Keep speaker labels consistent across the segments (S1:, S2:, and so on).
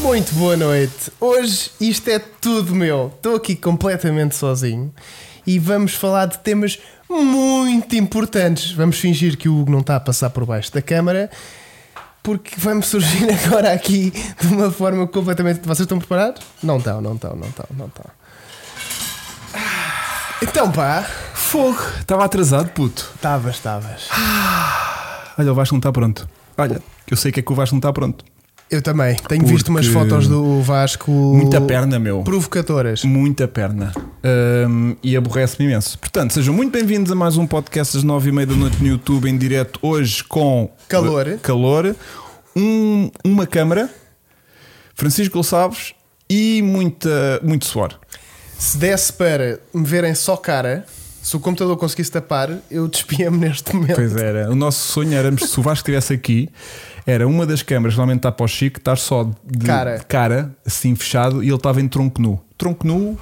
S1: Muito boa noite. Hoje isto é tudo meu. Estou aqui completamente sozinho e vamos falar de temas muito importantes. Vamos fingir que o Hugo não está a passar por baixo da câmara porque vamos surgir agora aqui de uma forma completamente. Vocês estão preparados? Não estão, não estão, não estão, não estão. Então pá,
S2: Fogo! Estava atrasado, puto.
S1: estavas, estavas.
S2: Olha, o Vasco não está pronto. Olha, que eu sei que é que o Vasco não está pronto.
S1: Eu também. Tenho
S2: Porque-
S1: visto umas fotos do Vasco.
S2: Muita perna, meu.
S1: Provocadoras.
S2: Muita perna. Ahm, e aborrece-me imenso. Portanto, sejam muito bem-vindos a mais um podcast às nove e meia da noite no YouTube, em direto hoje com.
S1: Calor.
S2: Calor. Um- uma câmara. Francisco Gonçalves. E muita, muito suor.
S1: Se desse para me verem só cara, se o computador conseguisse tapar, eu despia-me neste momento.
S2: Pois era. O nosso sonho era, se o Vasco estivesse aqui, era uma das câmaras realmente está para o Chico, estar só de
S1: Cara.
S2: de cara, assim fechado, e ele estava em tronco nu. Tronco nu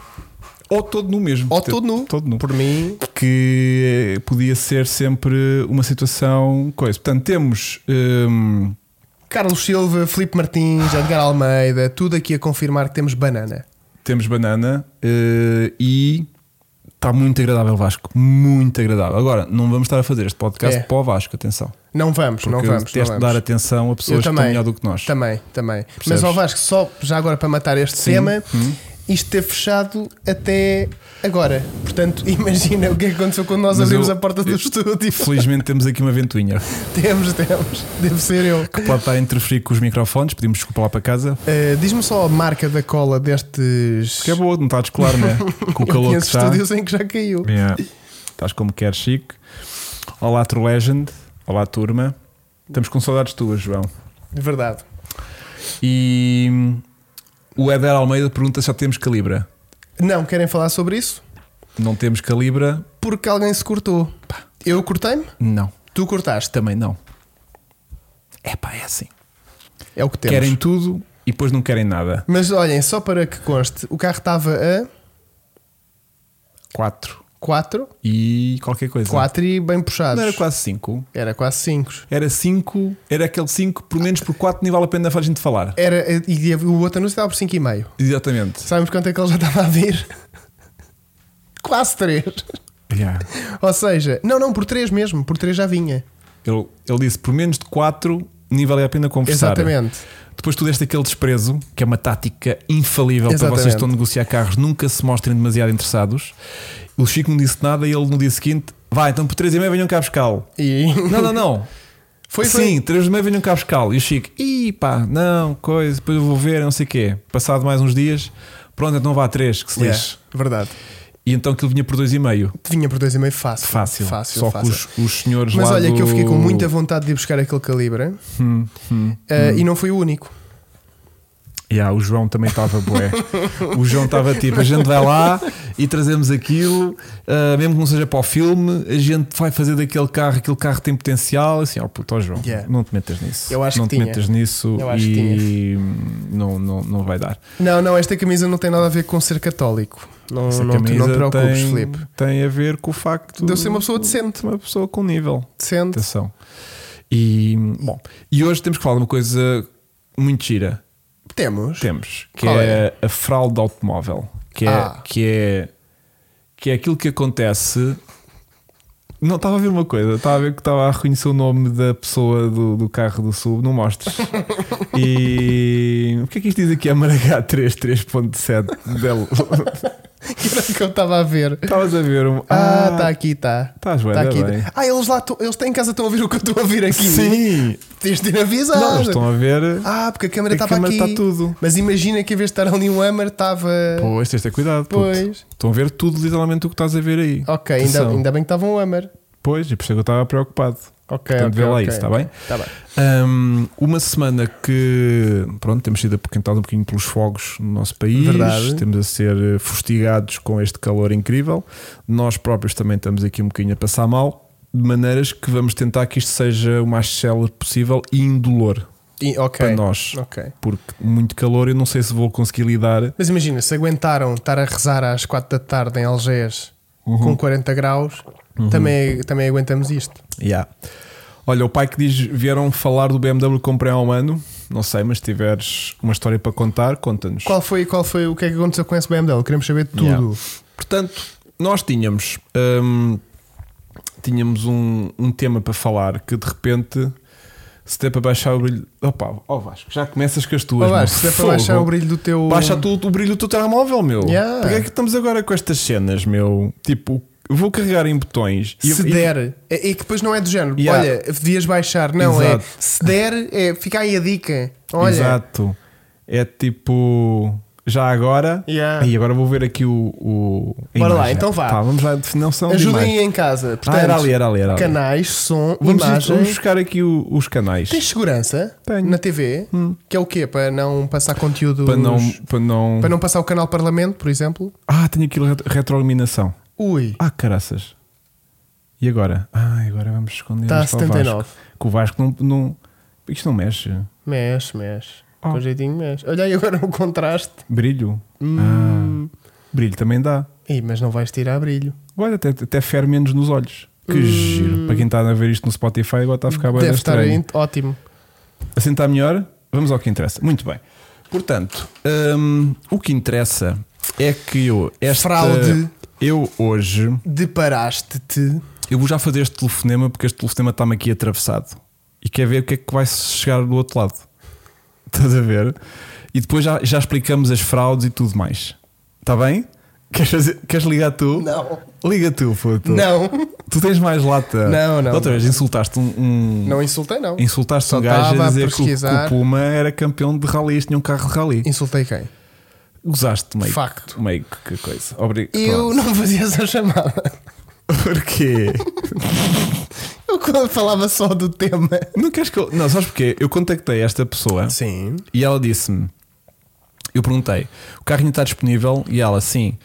S2: ou todo nu mesmo.
S1: Ou todo nu.
S2: Todo nu.
S1: Por mim,
S2: Que eh, podia ser sempre uma situação coisa. Portanto, temos. hum,
S1: Carlos Silva, Filipe Martins, Edgar Almeida, tudo aqui a confirmar que temos banana.
S2: temos banana eh, e está muito agradável Vasco, muito agradável. Agora, não vamos estar a fazer este podcast
S1: É.
S2: para o Vasco, atenção.
S1: Não vamos, não
S2: Porque
S1: vamos.
S2: tens
S1: não
S2: de
S1: vamos.
S2: dar atenção a pessoas que estão melhor do que nós.
S1: Também, também.
S2: Percebes?
S1: Mas ao Vasco, só já agora para matar este
S2: Sim. Hum.
S1: tema, isto ter fechado até agora. Portanto, imagina o que aconteceu quando nós
S2: Mas
S1: abrimos
S2: eu-
S1: a porta do
S2: eu-
S1: estúdio. tipo.
S2: Felizmente temos aqui uma ventoinha
S1: temos, temos. Deve ser eu.
S2: que pode estar a interferir com os microfones. Pedimos desculpa lá para casa.
S1: Uh, Diz-me só a marca da cola destes.
S2: Que é boa, não está a descolar, não é? Com
S1: Eu
S2: o calor que
S1: conheço
S2: está.
S1: estúdios em que já caiu.
S2: Yeah. Estás como queres, Chico. Olá, True Legend. Olá, turma. Estamos com saudades tuas, João.
S1: De verdade.
S2: E hum, o Eder Almeida pergunta se já temos calibra.
S1: Não querem falar sobre isso?
S2: Não temos calibra?
S1: Porque alguém se cortou. Eu cortei-me?
S2: Não.
S1: Tu cortaste.
S2: Também não. É pá, é assim.
S1: É o que temos.
S2: Querem tudo e depois não querem nada.
S1: Mas olhem, só para que conste, o carro estava a
S2: Quatro.
S1: 4,
S2: E qualquer coisa.
S1: 4 e bem puxados.
S2: Não era quase cinco.
S1: Era quase 5.
S2: Era 5, era aquele 5, por menos por 4 nem vale a pena a gente falar.
S1: Era, e o outro anúncio estava por 5,5.
S2: Exatamente.
S1: Sabemos quanto é que ele já estava a vir? quase 3. Ou seja, não, não, por 3 mesmo, por 3 já vinha.
S2: Ele, ele disse por menos de 4 nem vale a pena conversar.
S1: Exatamente.
S2: Depois tu deste aquele desprezo, que é uma tática infalível para
S1: Exatamente.
S2: vocês que estão a negociar carros, nunca se mostrem demasiado interessados. O Chico não disse nada e ele no dia seguinte, vai, então por 3 e meia venham cá buscá-lo.
S1: E
S2: Não, não, não.
S1: foi, foi.
S2: Sim, 3 de meia venham cá buscá-lo. E o Chico, ih pá, não, coisa, depois eu vou ver, não sei o quê. Passado mais uns dias, pronto, então vá a 3, que se lixe.
S1: Yeah, verdade.
S2: E então aquilo vinha por 2,5.
S1: Vinha por 2,5 fácil.
S2: Fácil.
S1: Fácil,
S2: Só
S1: fácil.
S2: que os, os senhores
S1: Mas
S2: lá
S1: olha, é
S2: do...
S1: que eu fiquei com muita vontade de ir buscar aquele calibre
S2: Hum, hum.
S1: eh, e não fui o único.
S2: Yeah, o João também estava bué. o João estava tipo, a gente vai lá e trazemos aquilo, ah, mesmo que não seja para o filme, a gente vai fazer daquele carro, aquele carro tem potencial, assim, ó puto, ó, João,
S1: Yeah.
S2: não te metas nisso.
S1: Eu acho que
S2: não te
S1: tinha.
S2: metas nisso
S1: Eu acho que
S2: e não, não, não vai dar.
S1: Não, não, esta camisa não tem nada a ver com ser católico. Não,
S2: Essa
S1: não, te- não te
S2: camisa
S1: preocupes,
S2: tem,
S1: Filipe.
S2: Tem a ver com o facto
S1: De eu ser uma pessoa decente.
S2: uma pessoa com nível.
S1: Decente.
S2: Atenção. E, bom, e hoje temos que falar de uma coisa muito gira.
S1: Temos.
S2: Temos, que
S1: Qual
S2: é, a fraude automóvel, que é,
S1: Ah.
S2: que é que é aquilo que acontece. Não estava a ver uma coisa, estava a ver que estava a reconhecer o nome da pessoa do, do carro do sub, não mostres. E o que é que isto diz aqui? Amaragá 3.7 dela.
S1: Que era o que eu estava a ver.
S2: Estavas a ver um.
S1: Ah, está aqui, está.
S2: Estás bem,
S1: Está aqui.
S2: bem.
S1: Ah, eles lá tão- eles têm em casa estão a ouvir o que eu estou a ouvir aqui.
S2: Sim!
S1: Tens de ter avisado.
S2: Não, eles estão a ver.
S1: Ah, porque a câmera
S2: a
S1: estava
S2: câmera
S1: aqui.
S2: está tudo.
S1: Mas imagina que em vez de estar ali um hammer, estava.
S2: Pois, tens de ter cuidado. puto.
S1: Pois. Ah.
S2: Estão a ver tudo, literalmente, o que estás a ver aí.
S1: Ok, ainda,
S2: Atenção.
S1: ainda bem que estava um hammer.
S2: Pois, e por isso é que eu estava preocupado.
S1: Ok.
S2: Portanto,
S1: ok,
S2: vê lá
S1: ok,
S2: isso, está
S1: ok.
S2: bem?
S1: Tá bem.
S2: Hum, uma semana que, pronto, temos sido apoquentados um bocadinho pelos fogos no nosso país.
S1: Verdade.
S2: Estamos a ser eh, fustigados com este calor incrível. Nós próprios também estamos aqui um bocadinho a passar mal. De maneiras que vamos tentar que isto seja o mais célere possível e indolor
S1: E- ok.
S2: para nós.
S1: Ok.
S2: Porque muito calor, eu não sei se vou conseguir lidar.
S1: Mas imagina, se aguentaram estar a rezar às 4 da tarde em Algés
S2: Uhum.
S1: com 40 graus, também, também aguentamos isto.
S2: Yeah. Olha, o pai que diz: vieram falar do BMW que comprei há um ano. Não sei, mas se tiveres uma história para contar, conta-nos.
S1: Qual foi, qual foi o que é que aconteceu com esse BMW? Queremos saber tudo.
S2: Yeah. Portanto, nós tínhamos hum, tínhamos um, um tema para falar que de repente se der para baixar o brilho. Opa, ó Vasco, já começas com as
S1: Ó,
S2: tuas. meu.
S1: Vasco, se der para
S2: Fogo.
S1: baixar o brilho do teu.
S2: Baixa tu o brilho do teu telemóvel, meu.
S1: Yeah.
S2: Porquê é que estamos agora com estas cenas, meu? Tipo, vou carregar em botões e-
S1: Se
S2: e-
S1: der. É, é que depois não é do género.
S2: Yeah.
S1: Olha, devias baixar. Não, é.
S2: Exato.
S1: Se der, é. Fica aí a dica. Olha.
S2: Exato. É tipo. Já agora.
S1: Yeah.
S2: E agora vou ver aqui o. o a
S1: Bora lá,
S2: imagem.
S1: então vá.
S2: Tá, vamos lá, definição de
S1: Ajudem
S2: imagem.
S1: aí em casa. Portanto,
S2: Ah, era ali, era ali, era ali.
S1: Canais, som,
S2: Vamos,
S1: imagem.
S2: vamos buscar aqui o- os canais.
S1: Tens segurança
S2: Tenho.
S1: na TV? Que é o quê? Para não passar conteúdo.
S2: Para não, para não.
S1: para não passar o canal Parlamento, por exemplo?
S2: Ah, tenho aqui ret- retroiluminação.
S1: Ui.
S2: Ah, caraças. E agora? Ah, agora vamos esconder
S1: Tá a
S2: isto ao Vasco.
S1: 79.
S2: Que o Vasco não. não isto não mexe.
S1: Mexe, mexe.
S2: Oh.
S1: Com jeitinho mexe. Olha aí agora o contraste.
S2: Brilho. Ah,
S1: Hum.
S2: Brilho também dá.
S1: Ih, mas não vais tirar brilho.
S2: Olha, até, até fere menos nos olhos. Que giro. Para quem está a ver isto no Spotify, agora está a ficar Tá bem
S1: Hum. Deve estar
S2: estranho.
S1: aí, ótimo.
S2: Assim está melhor? Vamos ao que interessa. Muito bem. Portanto, hum, o que interessa é que eu. Esta,
S1: Fraude.
S2: Eu hoje.
S1: Deparaste-te.
S2: Eu vou já fazer este telefonema porque este telefonema está-me aqui atravessado e quer ver o que é que vai chegar do outro lado. Estás a ver? E depois já, já explicamos as fraudes e tudo mais. Está bem? Queres, fazer- queres ligar tu?
S1: Não.
S2: Liga tu, puto.
S1: Não.
S2: Tu tens mais lata.
S1: Não, não,
S2: Da Outra vez insultaste um. um-
S1: Não insultei, não.
S2: Insultaste
S1: Só
S2: um gajo
S1: estava
S2: a
S1: a
S2: dizer que o, que o
S1: pesquisar.
S2: Puma era campeão de rally, tinha um carro de rally.
S1: Insultei quem?
S2: Usaste meio.
S1: Facto.
S2: Meio que coisa. Obri-
S1: Eu
S2: Pronto.
S1: não fazia essa chamada.
S2: Porquê?
S1: Eu quando falava só do tema.
S2: não queres que eu. Não, sabes porquê? Eu contactei esta pessoa.
S1: Sim.
S2: E ela disse-me: Eu perguntei, o carro ainda está disponível? E ela, sim,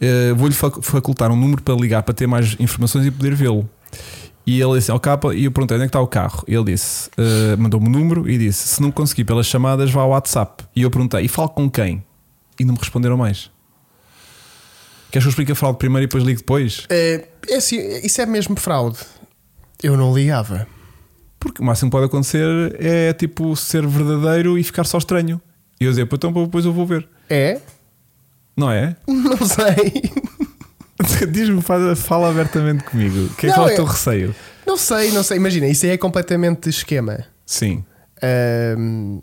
S2: eh, vou-lhe fac- facultar um número para ligar para ter mais informações e poder vê-lo. E ele disse: Ao capa, e eu perguntei: Onde é que está o carro? E ele disse: eh, Mandou-me o número e disse: Se não conseguir pelas chamadas, vá ao WhatsApp. E eu perguntei: E falo com quem? E não me responderam mais. Queres que eu explique a fraude primeiro e depois ligo depois?
S1: É, é assim, isso é mesmo fraude. Eu não ligava.
S2: Porque o máximo que pode acontecer é tipo ser verdadeiro e ficar só estranho. E eu dizer: "Pô, Então depois eu vou ver.
S1: É?
S2: Não é?
S1: Não sei.
S2: Diz-me, fala, fala abertamente comigo. O que é
S1: Não,
S2: qual é o
S1: eu-
S2: teu receio?
S1: Não sei, não sei. Imagina, isso aí é completamente esquema.
S2: Sim.
S1: Ahm,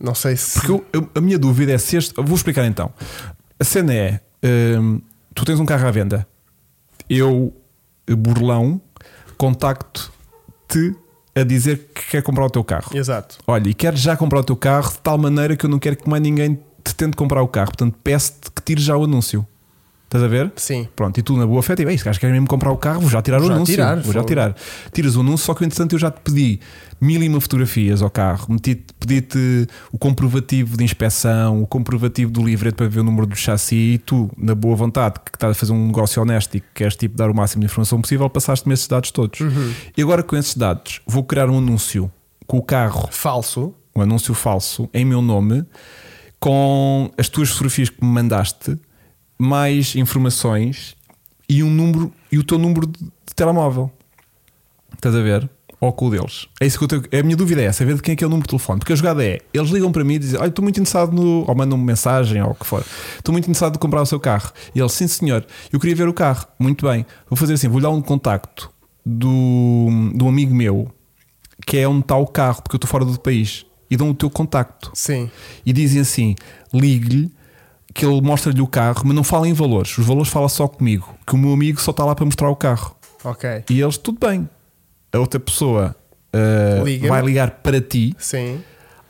S1: não sei se.
S2: Porque eu- eu- a minha dúvida é se este. eu Vou explicar então. A cena é: hum, tu tens um carro à venda. Eu, burlão, contacto-te a dizer que quer comprar o teu carro.
S1: Exato.
S2: Olha, e quero já comprar o teu carro de tal maneira que eu não quero que mais ninguém te tente comprar o carro. Portanto, peço-te que tires já o anúncio. Estás a ver?
S1: Sim.
S2: Pronto, e tu na boa fé, tipo, "Ei, este gajo quer mesmo comprar o carro, vou já tirar
S1: Vou
S2: o
S1: já
S2: anúncio.
S1: tirar,
S2: vou já
S1: fogo.
S2: tirar. Tiras o anúncio, só que entretanto eu já te pedi mil e uma fotografias ao carro, meti- pedi-te o comprovativo de inspeção, o comprovativo do livreto para ver o número do chassi e tu, na boa vontade, que estás a fazer um negócio honesto e que queres tipo, dar o máximo de informação possível, passaste-me esses dados todos.
S1: Uhum.
S2: E agora com esses dados, vou criar um anúncio com o carro
S1: Falso.
S2: um anúncio falso em meu nome com as tuas fotografias que me mandaste, mais informações e um número e o teu número de de telemóvel. Estás a ver? Ou com o deles. É isso que eu tenho- A minha dúvida é saber de quem é que é o número de telefone. Porque a jogada é: eles ligam para mim e dizem, olha, estou muito interessado no. Ou mandam-me mensagem ou o que for. Estou muito interessado em comprar o seu carro. E eles, sim senhor, eu queria ver o carro. Muito bem. Vou fazer assim: vou dar um contacto do, do amigo meu que é onde está o carro, porque eu estou fora do país. E dão o teu contacto.
S1: Sim.
S2: E dizem assim: ligue-lhe, que ele mostra-lhe o carro, mas não fala em valores. Os valores fala só comigo, que o meu amigo só está lá para mostrar o carro.
S1: Ok.
S2: E eles, tudo bem. A outra pessoa ah,
S1: Liga-me.
S2: vai ligar para ti
S1: Sim.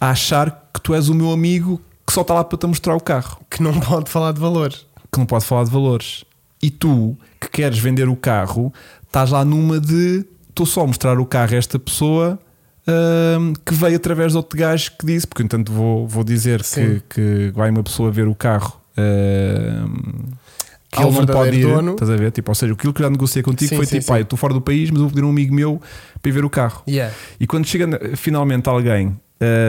S2: a achar que tu és o meu amigo que só está lá para te mostrar o carro,
S1: Que não pode falar de valores.
S2: que não pode falar de valores. E tu, que queres vender o carro, estás lá numa de estou só a mostrar o carro a esta pessoa ah, que veio através de outro gajo que disse, porque entanto vou, vou dizer que,
S1: Sim.
S2: que vai uma pessoa ver o carro. ah, que
S1: Ao
S2: ele não pode ir,
S1: verdadeiro dono.
S2: estás a ver? Tipo, ou seja, aquilo que eu já negociei contigo
S1: Sim,
S2: foi
S1: sim,
S2: tipo, pai,
S1: sim.
S2: estou fora do país, mas vou pedir a um amigo meu para ir ver o carro.
S1: Yeah.
S2: E quando chega na- finalmente alguém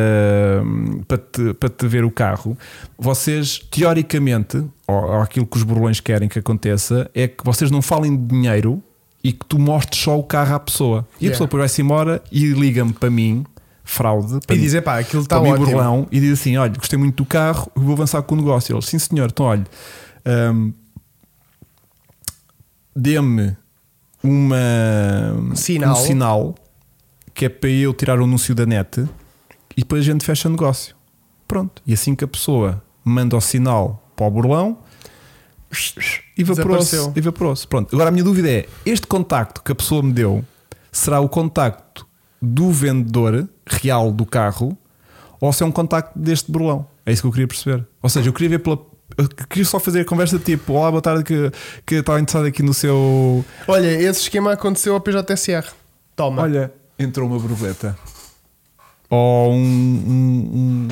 S2: ahm, para, te, para te ver o carro, vocês, teoricamente, ou, ou aquilo que os burlões querem que aconteça, é que vocês não falem de dinheiro e que tu mostres só o carro à pessoa. E a
S1: Yeah.
S2: pessoa depois vai-se embora e liga-me para mim. fraude
S1: E dizer, pá, aquilo está
S2: para o Mi
S1: ótimo.
S2: Burlão e diz assim: olha, gostei muito do carro, eu vou avançar com o negócio. Ele, sim senhor, então olha, hum, dê-me uma
S1: Sinal.
S2: um sinal que é para eu tirar o anúncio da net e depois a gente fecha o negócio. Pronto. E assim que a pessoa manda o sinal para o burlão, evaporou-se.
S1: Desapareceu.
S2: evaporou-se. Pronto. Agora a minha dúvida é: este contacto que a pessoa me deu será o contacto do vendedor real do carro ou se é um contacto deste burlão? É isso que eu queria perceber. Ou seja, eu queria ver pela. eu queria só fazer a conversa tipo: Olá, boa tarde, que, que estava interessado aqui no seu.
S1: Olha, esse esquema aconteceu ao PJSR. Toma.
S2: Olha, entrou uma borboleta. Ou um. um, um,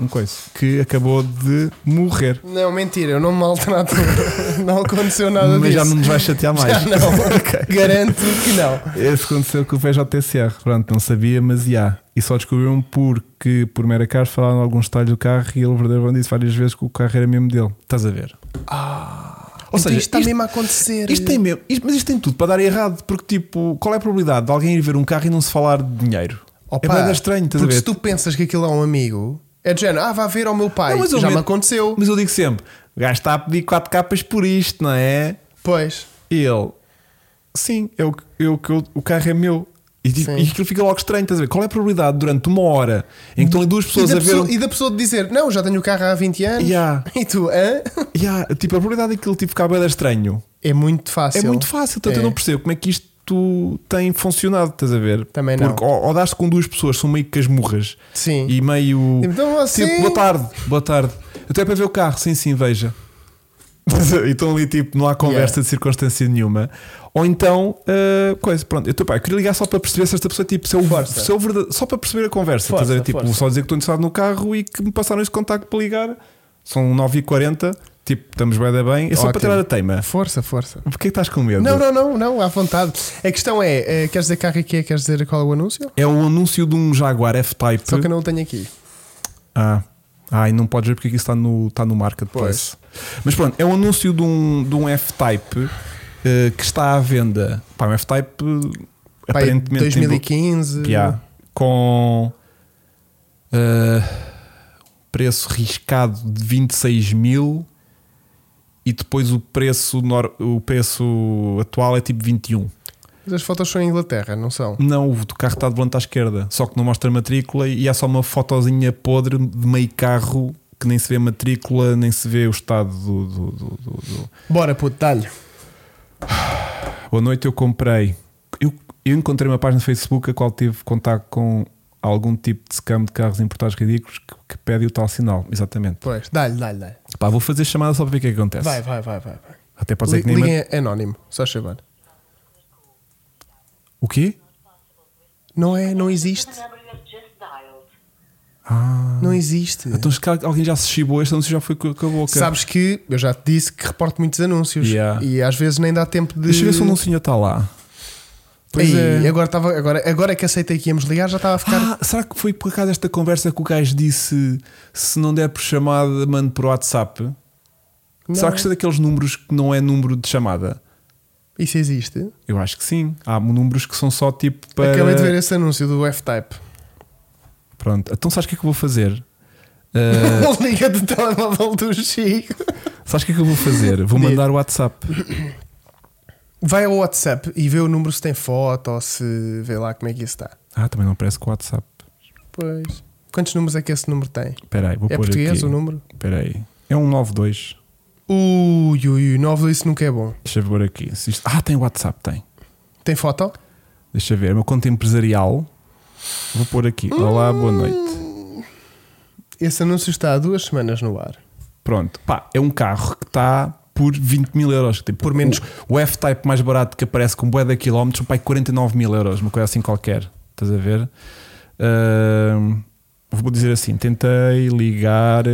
S2: um coisa que acabou de morrer.
S1: Não, mentira, eu não me maltrato. não aconteceu nada disso.
S2: Mas já não nos vai chatear mais.
S1: Já não. Garanto que não.
S2: Esse aconteceu com o VJTCR. Pronto, não sabia, mas já. E só descobriram porque, por mera cara, falaram alguns detalhes do carro e ele verdadeiramente disse várias vezes que o carro era mesmo dele. Estás a ver? Ah. Ou
S1: Então
S2: seja,
S1: isto está
S2: isto-
S1: mesmo a acontecer.
S2: Isto é tem mesmo, isto- mas isto tem tudo para dar errado, porque tipo, qual é a probabilidade de alguém ir ver um carro e não se falar de dinheiro?
S1: Opa,
S2: é bem estranho, estás a
S1: porque
S2: ver?
S1: se tu pensas que aquilo é um amigo, é de género, ah, vá ver ao meu pai.
S2: Não, mas eu
S1: já me
S2: meto-
S1: aconteceu.
S2: Mas eu digo sempre: o gajo está a pedir 4 capas por isto, não é?
S1: Pois.
S2: E ele, sim, é o que- eu, que eu- o carro é meu. E, tipo,
S1: Sim.
S2: e aquilo fica logo estranho, estás a ver? Qual é a probabilidade durante uma hora em que estão ali duas
S1: E
S2: pessoas
S1: da,
S2: a ver. um
S1: pessoa, e da pessoa de dizer, não, já tenho o carro há 20 anos.
S2: Yeah.
S1: E tu, hã?
S2: Yeah, tipo, a probabilidade daquilo tipo, ficar bem estranho
S1: É muito fácil.
S2: é muito fácil.
S1: É.
S2: Portanto, eu não percebo como é que isto tem funcionado, estás a ver?
S1: Também não.
S2: Porque ou, ou dás-te com duas pessoas, são meio casmurras
S1: Sim.
S2: e meio.
S1: Então assim.
S2: Tipo, boa tarde, boa tarde. Até para ver o carro, sim, sim, veja. E estão ali, tipo, não há conversa
S1: Yeah.
S2: de circunstância nenhuma. Ou então, ah, coisa, pronto. Eu, tô, pá, eu queria ligar só para perceber se esta pessoa, tipo, se é o,
S1: Força.
S2: se é o verdade- só para perceber a conversa.
S1: Força,
S2: estás a ver? Tipo,
S1: força.
S2: só dizer que estou interessado no carro e que me passaram este contacto para ligar. São 9h40, tipo, estamos bem, da bem. É só para
S1: Ótimo.
S2: tirar a teima.
S1: Força, força.
S2: Porquê é que estás com medo?
S1: Não, não, não, não, à vontade. A questão é, eh, queres dizer carro e quê? Queres dizer qual é o anúncio?
S2: É o anúncio de um Jaguar F-Type.
S1: Só que eu não o tenho aqui.
S2: Ah, ah, e não podes ver porque aqui está no, está no marketplace. Mas pronto, é um anúncio de um, de um F-Type eh, que está à venda. Pá, um F-Type eh,
S1: Pá, é
S2: aparentemente. tem bo-
S1: 2015.
S2: Yeah, com eh, preço riscado de 26 mil e depois o preço, nor- o preço atual é tipo 21.
S1: Mas as fotos são em Inglaterra, não são?
S2: Não, o do carro está de volante à esquerda, só que não mostra matrícula e há só uma fotozinha podre de meio carro que nem se vê matrícula, nem se vê o estado do. do, do- do- do-
S1: Bora, puto, talho.
S2: À noite eu comprei. Eu, eu encontrei uma página no Facebook a qual tive contato com algum tipo de scam de carros importados ridículos que, que pede o tal sinal. Exatamente.
S1: Pois, dá-lhe, dá-lhe, dá-lhe.
S2: Pá, vou fazer chamada só para ver o que é que acontece.
S1: Vai, vai, vai, vai. vai.
S2: Até pode ser que
S1: Li-
S2: nem.
S1: Liguem anónimo, só chamar.
S2: O quê?
S1: Não é, não existe.
S3: The number you have just dialed.
S2: Ah.
S1: Não existe.
S2: Então se calhar alguém já se chibou, este anúncio já foi com com a boca.
S1: Sabes que eu já te disse que reporto muitos anúncios
S2: Yeah.
S1: e às vezes nem dá tempo de.
S2: Deixa eu ver se o anúncio ainda está lá. Pois
S1: Ei,
S2: é.
S1: agora, estava, agora, agora é que aceitei que íamos ligar, já estava a ficar.
S2: Ah, será que foi por acaso esta conversa que o gajo disse se não der por chamada, mando por WhatsApp?
S1: Não.
S2: Será que isto é daqueles números que não é número de chamada?
S1: Isso existe?
S2: Eu acho que sim. Há números que são só tipo para.
S1: Acabei de ver esse anúncio do F-Type.
S2: Pronto, então sabes o que é que eu vou fazer? Ah,
S1: Ele liga do telemóvel do Chico.
S2: sabes o que é que eu vou fazer? Vou
S1: Diz.
S2: mandar o WhatsApp.
S1: Vai ao WhatsApp e vê o número se tem foto ou se vê lá como é que isso está.
S2: Ah, também não aparece com o WhatsApp.
S1: Pois. Quantos números é que esse número tem?
S2: Espera aí, vou
S1: é
S2: pôr
S1: português
S2: aqui.
S1: o número?
S2: Espera aí. É um 92.
S1: Ui, ui, ui, 9 isso nunca é bom.
S2: Deixa eu ver aqui. Se isto- Ah, tem WhatsApp, tem.
S1: Tem foto?
S2: Deixa eu ver, é uma conta empresarial. Vou pôr aqui. Olá, boa noite.
S1: Esse anúncio está há duas semanas no ar.
S2: Pronto, pá, é um carro que está por 20 mil euros. Tipo,
S1: Por menos-
S2: O, o F-Type mais barato que aparece com bué de quilómetros, é pai, 49 mil euros, uma coisa assim qualquer. Estás a ver? Ahm, vou dizer assim: tentei ligar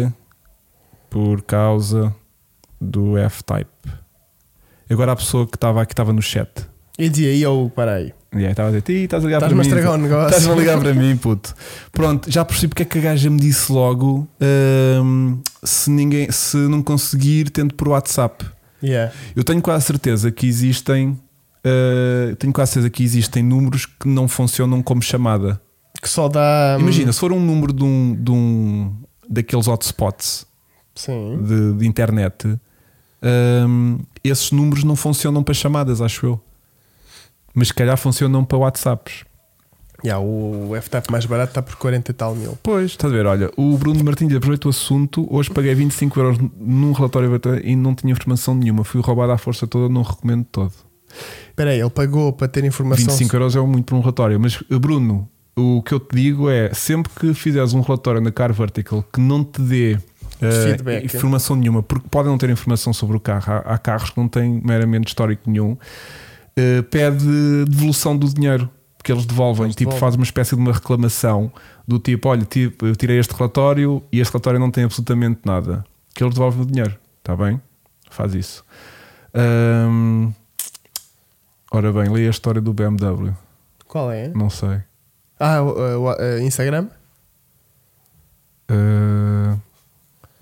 S2: por causa do F-Type. Agora a pessoa que estava aqui estava no chat.
S1: E dizia, e eu, para aí.
S2: E aí estava a dizer: "Ih, estás a ligar para
S1: Estás-me a
S2: mim,
S1: estragar o negócio.
S2: Estás a ligar para mim, puto. Pronto, já percebi porque é que a gaja me disse logo: hum, se, ninguém, se não conseguir, tento por WhatsApp.
S1: Yeah.
S2: Eu tenho quase certeza que eh, existem. uh, tenho quase certeza que existem números que não funcionam como chamada.
S1: que só dá. hum,
S2: Imagina, se for um número de um, de um daqueles hotspots
S1: Sim.
S2: de, de internet, hum, esses números não funcionam para chamadas, acho eu. Mas se calhar funcionam para WhatsApps.
S1: Yeah, o F-Tap mais barato está por 40 e tal mil.
S2: Pois, estás a ver, olha, o Bruno Martins aproveita o assunto. Hoje paguei 25 euros num relatório e não tinha informação nenhuma. Fui roubado à força toda, não recomendo todo.
S1: Espera aí, ele pagou para ter informação.
S2: 25 euros é muito para um relatório. Mas, Bruno, o que eu te digo é sempre que fizeres um relatório na Car Vertical que não te dê eh,
S1: Feedback.
S2: informação nenhuma, porque podem não ter informação sobre o carro. Há, há carros que não têm meramente histórico nenhum. eh, pede devolução do dinheiro que eles devolvem.
S1: Eles
S2: tipo,
S1: devolvem.
S2: faz uma espécie de uma reclamação do tipo: olha, tipo, eu tirei este relatório e este relatório não tem absolutamente nada. Que eles devolvem o dinheiro. Está bem? Faz isso. Ahm, Ora bem, leia a história do BMW.
S1: Qual é?
S2: Não sei.
S1: Ah, o, o- o- Instagram?
S2: Uh...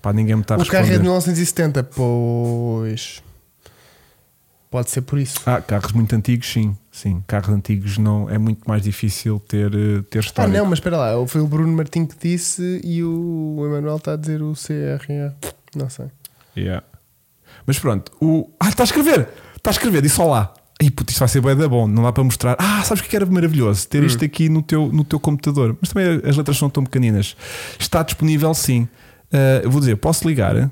S2: Pá, ninguém me está Tá a
S1: o carro é de
S2: responder.
S1: 1970, pois. Pode ser por isso.
S2: Ah, carros muito antigos, sim. Sim, carros antigos não é muito mais difícil ter, eh, ter
S1: Ah,
S2: história.
S1: não, mas espera lá, foi o Bruno Martim que disse e o Emanuel está a dizer o CRA. Não
S2: Tá
S1: sei.
S2: Yeah. Mas pronto, o. Ah, está a escrever! Está a escrever, disse olá. Ai, puto, isto vai ser bué da bom, não dá para mostrar. Ah, sabes o que era maravilhoso? Ter
S1: Hum.
S2: isto aqui no teu, no teu computador. Mas também as letras são tão pequeninas. Está disponível, sim. Ah, eu vou dizer, posso ligar?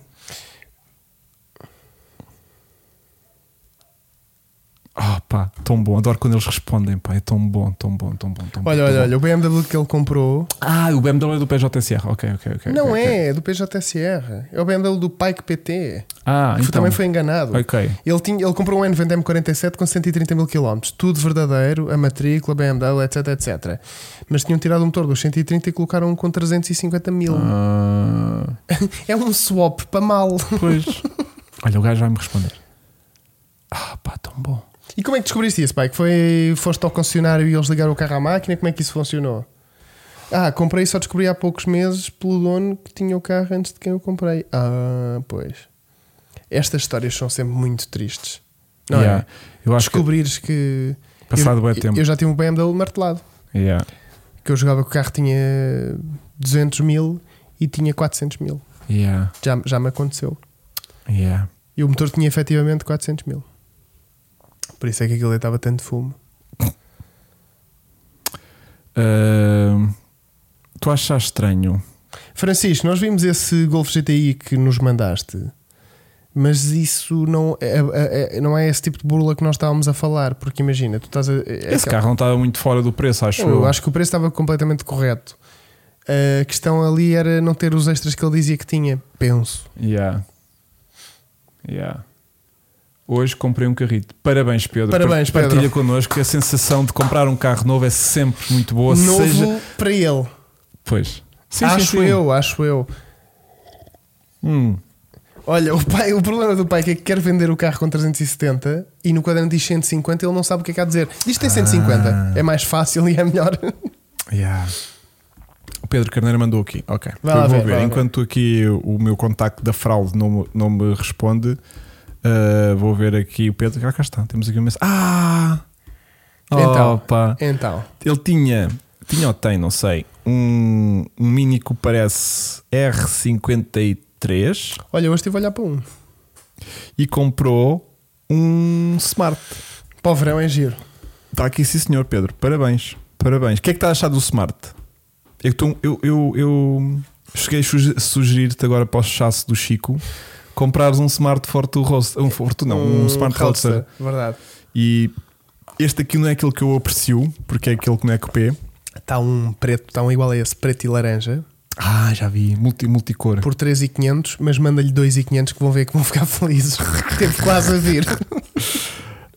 S2: Ah, pá, tão bom. Adoro quando eles respondem, pá. É tão bom, tão bom, tão bom, tão bom.
S1: Olha,
S2: tão
S1: olha,
S2: bom.
S1: olha, o BMW que ele comprou
S2: Ah, o BMW é do PJSR. Ok, ok, ok.
S1: não
S2: ok,
S1: é,
S2: ok.
S1: é do PJSR. É o BMW do Pike PT.
S2: Ah,
S1: que
S2: então.
S1: também foi enganado.
S2: Ok.
S1: Ele, tinha, ele comprou um NVM 47 com 130 mil km, tudo verdadeiro, a matrícula, BMW, etc, etc. Mas tinham tirado um motor dos 130 e colocaram um com 350 mil.
S2: Ah.
S1: É um swap para mal.
S2: Pois. Olha, o gajo vai-me responder. Ah, pá, tão bom.
S1: E como é que descobriste isso, pai? Que foi, foste ao concessionário e eles ligaram o carro à máquina? Como é que isso funcionou? Ah, comprei e só descobri há poucos meses pelo dono que tinha o carro antes de quem eu comprei. Ah, pois. Estas histórias são sempre muito tristes. Não
S2: Yeah.
S1: é?
S2: Eu acho
S1: Descobrires que.
S2: que passado
S1: eu,
S2: bem tempo.
S1: Eu já tive um BMW martelado.
S2: Yeah.
S1: Que eu jogava que o carro tinha 200 mil e tinha 400 mil.
S2: Yeah.
S1: Já, já me aconteceu.
S2: Yeah.
S1: E o motor tinha efetivamente 400 mil. Por isso é que aquilo estava tanto fumo.
S2: Ahm, tu achas estranho?
S1: Francisco, nós vimos esse Golf GTI que nos mandaste, mas isso não é, é- é- não é esse tipo de burla que nós estávamos a falar, porque imagina, tu estás a. é
S2: Esse
S1: aquela-
S2: carro não estava muito fora do preço, acho
S1: eu,
S2: eu.
S1: acho que o preço estava completamente correto. A questão ali era não ter os extras que ele dizia que tinha, penso.
S2: Yeah. Yeah. Hoje comprei um carrito. Parabéns, Pedro.
S1: Parabéns,
S2: Par-
S1: Pedro.
S2: Partilha connosco que a sensação de comprar um carro novo é sempre muito boa.
S1: Novo
S2: Seja...
S1: para ele.
S2: Pois. Sim, sim,
S1: acho
S2: sim.
S1: eu, acho eu.
S2: Hum.
S1: Olha, o, pai, o problema do pai é que quer vender o carro com 370 e no quadrante diz 150 ele não sabe o que é que há a dizer. Diz que
S2: Ah.
S1: tem 150, é mais fácil e é melhor.
S2: Yeah. O Pedro Carneiro mandou aqui. Ok.
S1: Vai lá
S2: Eu vou
S1: ver,
S2: ver.
S1: vai lá
S2: Enquanto aqui o meu contacto da fraude não, me- não me responde, uh, vou ver aqui o Pedro. Ah, cá está. Temos aqui uma mensagem. Ah!
S1: Então.
S2: Opa!
S1: Então,
S2: Ele tinha, tinha ou tem, não sei, um, um mini que parece R53
S1: olha, hoje estive a olhar para um.
S2: e comprou um Smart.
S1: Para o verão é giro.
S2: Está aqui, sim, senhor Pedro. Parabéns. Parabéns. O que é que está a achar do Smart? Eu, tô- eu, eu, eu cheguei a suge- sugerir-te agora para o chasse do Chico comprares um Smart Forte Roadster. Um Forte, não, um, Smart Roadster.
S1: Verdade.
S2: E este aqui não é aquele que eu aprecio, porque é aquele que não é coupé.
S1: Está um preto, está um igual a esse, preto e laranja,
S2: Ah, já vi. Multi, multicor.
S1: por 3,500, mas manda-lhe 2,500 que vão ver que vão ficar felizes. Teve quase a vir.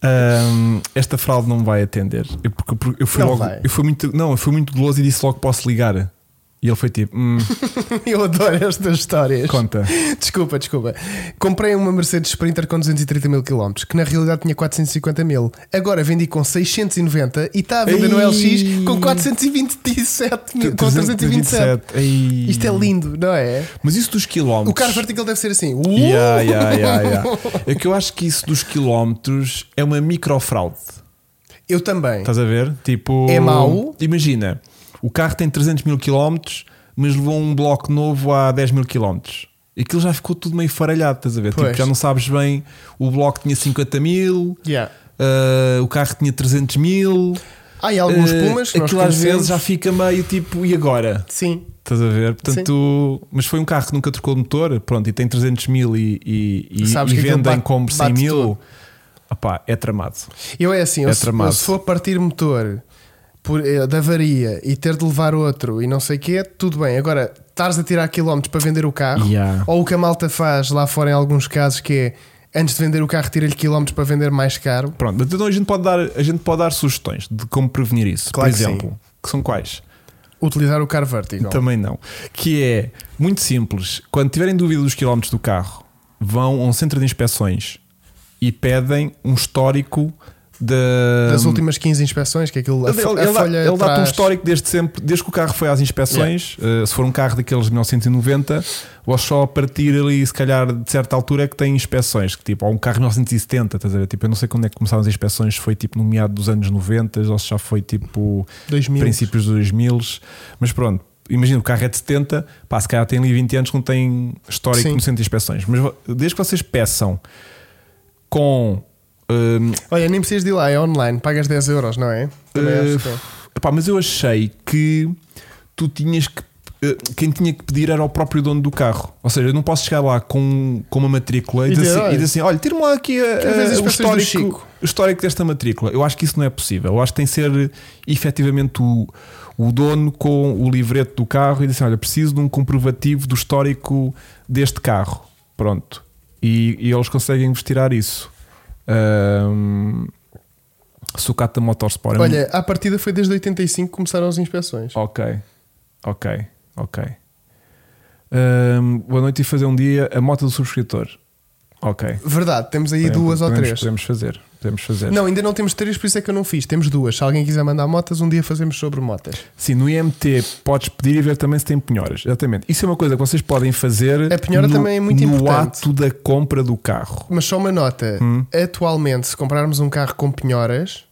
S2: Ahm, esta fraude não me vai atender. Eu, porque, porque eu fui
S1: Não
S2: logo.
S1: vai.
S2: Eu fui muito, não, eu fui muito goloso e disse logo posso ligar. E ele foi tipo, hum,
S1: Eu adoro estas histórias.
S2: conta.
S1: Desculpa, desculpa. Comprei uma Mercedes Sprinter com 230 mil km, que na realidade tinha 450 mil. Agora vendi com 690 e está à venda no
S2: Ei!
S1: LX com 427 mil. Com 327.
S2: Ei.
S1: Isto é lindo, não é?
S2: Mas isso dos quilómetros.
S1: O carro vertical deve ser assim.
S2: Hum. Yeah, yeah, yeah, yeah. É que eu acho que isso dos quilómetros é uma microfraude.
S1: Eu também.
S2: Tá. Estás a ver? Tipo.
S1: É mau?
S2: Imagina, O carro tem 300 mil quilómetros, mas levou um bloco novo a 10 mil quilómetros. Aquilo já ficou tudo meio faralhado, estás a ver? Tipo,
S1: Pois.
S2: já não sabes bem. O bloco tinha 50 mil, uh,
S1: Yeah.
S2: o carro tinha 300 mil.
S1: Há aí alguns
S2: Eh,
S1: pumas que nós
S2: aquilo às vezes
S1: conhecemos.
S2: já fica meio tipo, e agora?
S1: Sim,
S2: Estás a ver? Portanto, mas foi um carro que nunca trocou de motor, pronto, e tem 300 mil e, e, e,
S1: Sabes
S2: e
S1: que aquilo
S2: vendem
S1: bate-
S2: como 100
S1: bate
S2: mil.
S1: tudo.
S2: Opá, é tramado.
S1: Eu é assim, eu,
S2: É
S1: se,
S2: tramado.
S1: eu se for partir motor por, eh, de avaria e ter de levar outro e não sei o quê, tudo bem. Agora, estares a tirar quilómetros para vender o carro,
S2: Yeah.
S1: ou o que a malta faz lá fora em alguns casos, que é antes de vender o carro, tira-lhe quilómetros para vender mais caro.
S2: Pronto, mas então a gente pode dar, a gente pode dar sugestões de como prevenir isso.
S1: Claro
S2: Por
S1: que
S2: exemplo, que, são quais?
S1: Utilizar o carro vertical.
S2: Também não. Que é muito simples. Quando tiverem dúvida dos quilómetros do carro, vão a um centro de inspeções e pedem um histórico da-
S1: Das últimas 15 inspeções, que é aquilo. a
S2: um, Ele,
S1: fo- a
S2: ele dá-
S1: folha
S2: ele dá-te um
S1: atrás-
S2: histórico desde sempre, desde que o carro foi às inspeções. eh, se for um carro daqueles de 1990, ou só a partir ali, se calhar, de certa altura, é que tem inspeções. Que, tipo, ou um carro de 1970, estás a ver? Tipo, eu não sei quando é que começaram as inspeções, se foi tipo no meado dos anos 90 ou se já foi tipo
S1: 2000.
S2: princípios dos 2000, mas pronto. Imagina, o carro é de 70, pá, se calhar tem ali 20 anos que não tem histórico
S1: Sim.
S2: no centro de inspeções. Mas vo- desde que vocês peçam com hum,
S1: Olha, nem precisas de ir lá, é online, pagas 10 euros, não é? Também
S2: Eh,
S1: acho que é.
S2: Epá, mas eu achei que tu tinhas que. eh, Quem tinha que pedir era o próprio dono do carro. Ou seja, eu não posso chegar lá com, com uma matrícula e
S1: E
S2: dizer
S1: dizer,
S2: assim, e
S1: "Olha,
S2: dizer assim: olha, tira-me lá aqui a-
S1: quero ver as
S2: a- o,
S1: inspeções do
S2: histórico,
S1: Chico."
S2: o histórico desta matrícula. Eu acho que isso não é possível. Eu acho que tem que ser efetivamente o, o dono com o livreto do carro e dizer assim: olha, preciso de um comprovativo do histórico deste carro. Pronto. E, e eles conseguem vos tirar isso. Ahm, Sucata Motorsport é um-
S1: Olha, à partida foi desde 85 que começaram as inspeções.
S2: Ok, ok, ok. Ahm, boa noite e fazer um dia a moto do subscritor. Ok.
S1: Verdade, temos aí
S2: Podemos-
S1: duas ou
S2: podemos-
S1: três.
S2: Podemos fazer, podemos fazer.
S1: Não, ainda não temos três, por isso é que eu não fiz. Temos duas. Se alguém quiser mandar motas, um dia fazemos sobre motas.
S2: Sim, no IMT podes pedir e ver também se tem penhoras. Exatamente. Isso é uma coisa que vocês podem fazer.
S1: A penhora
S2: no-
S1: também é muito
S2: no
S1: importante.
S2: ato da compra do carro.
S1: Mas só uma nota:
S2: Hum.
S1: atualmente, se comprarmos um carro com penhoras,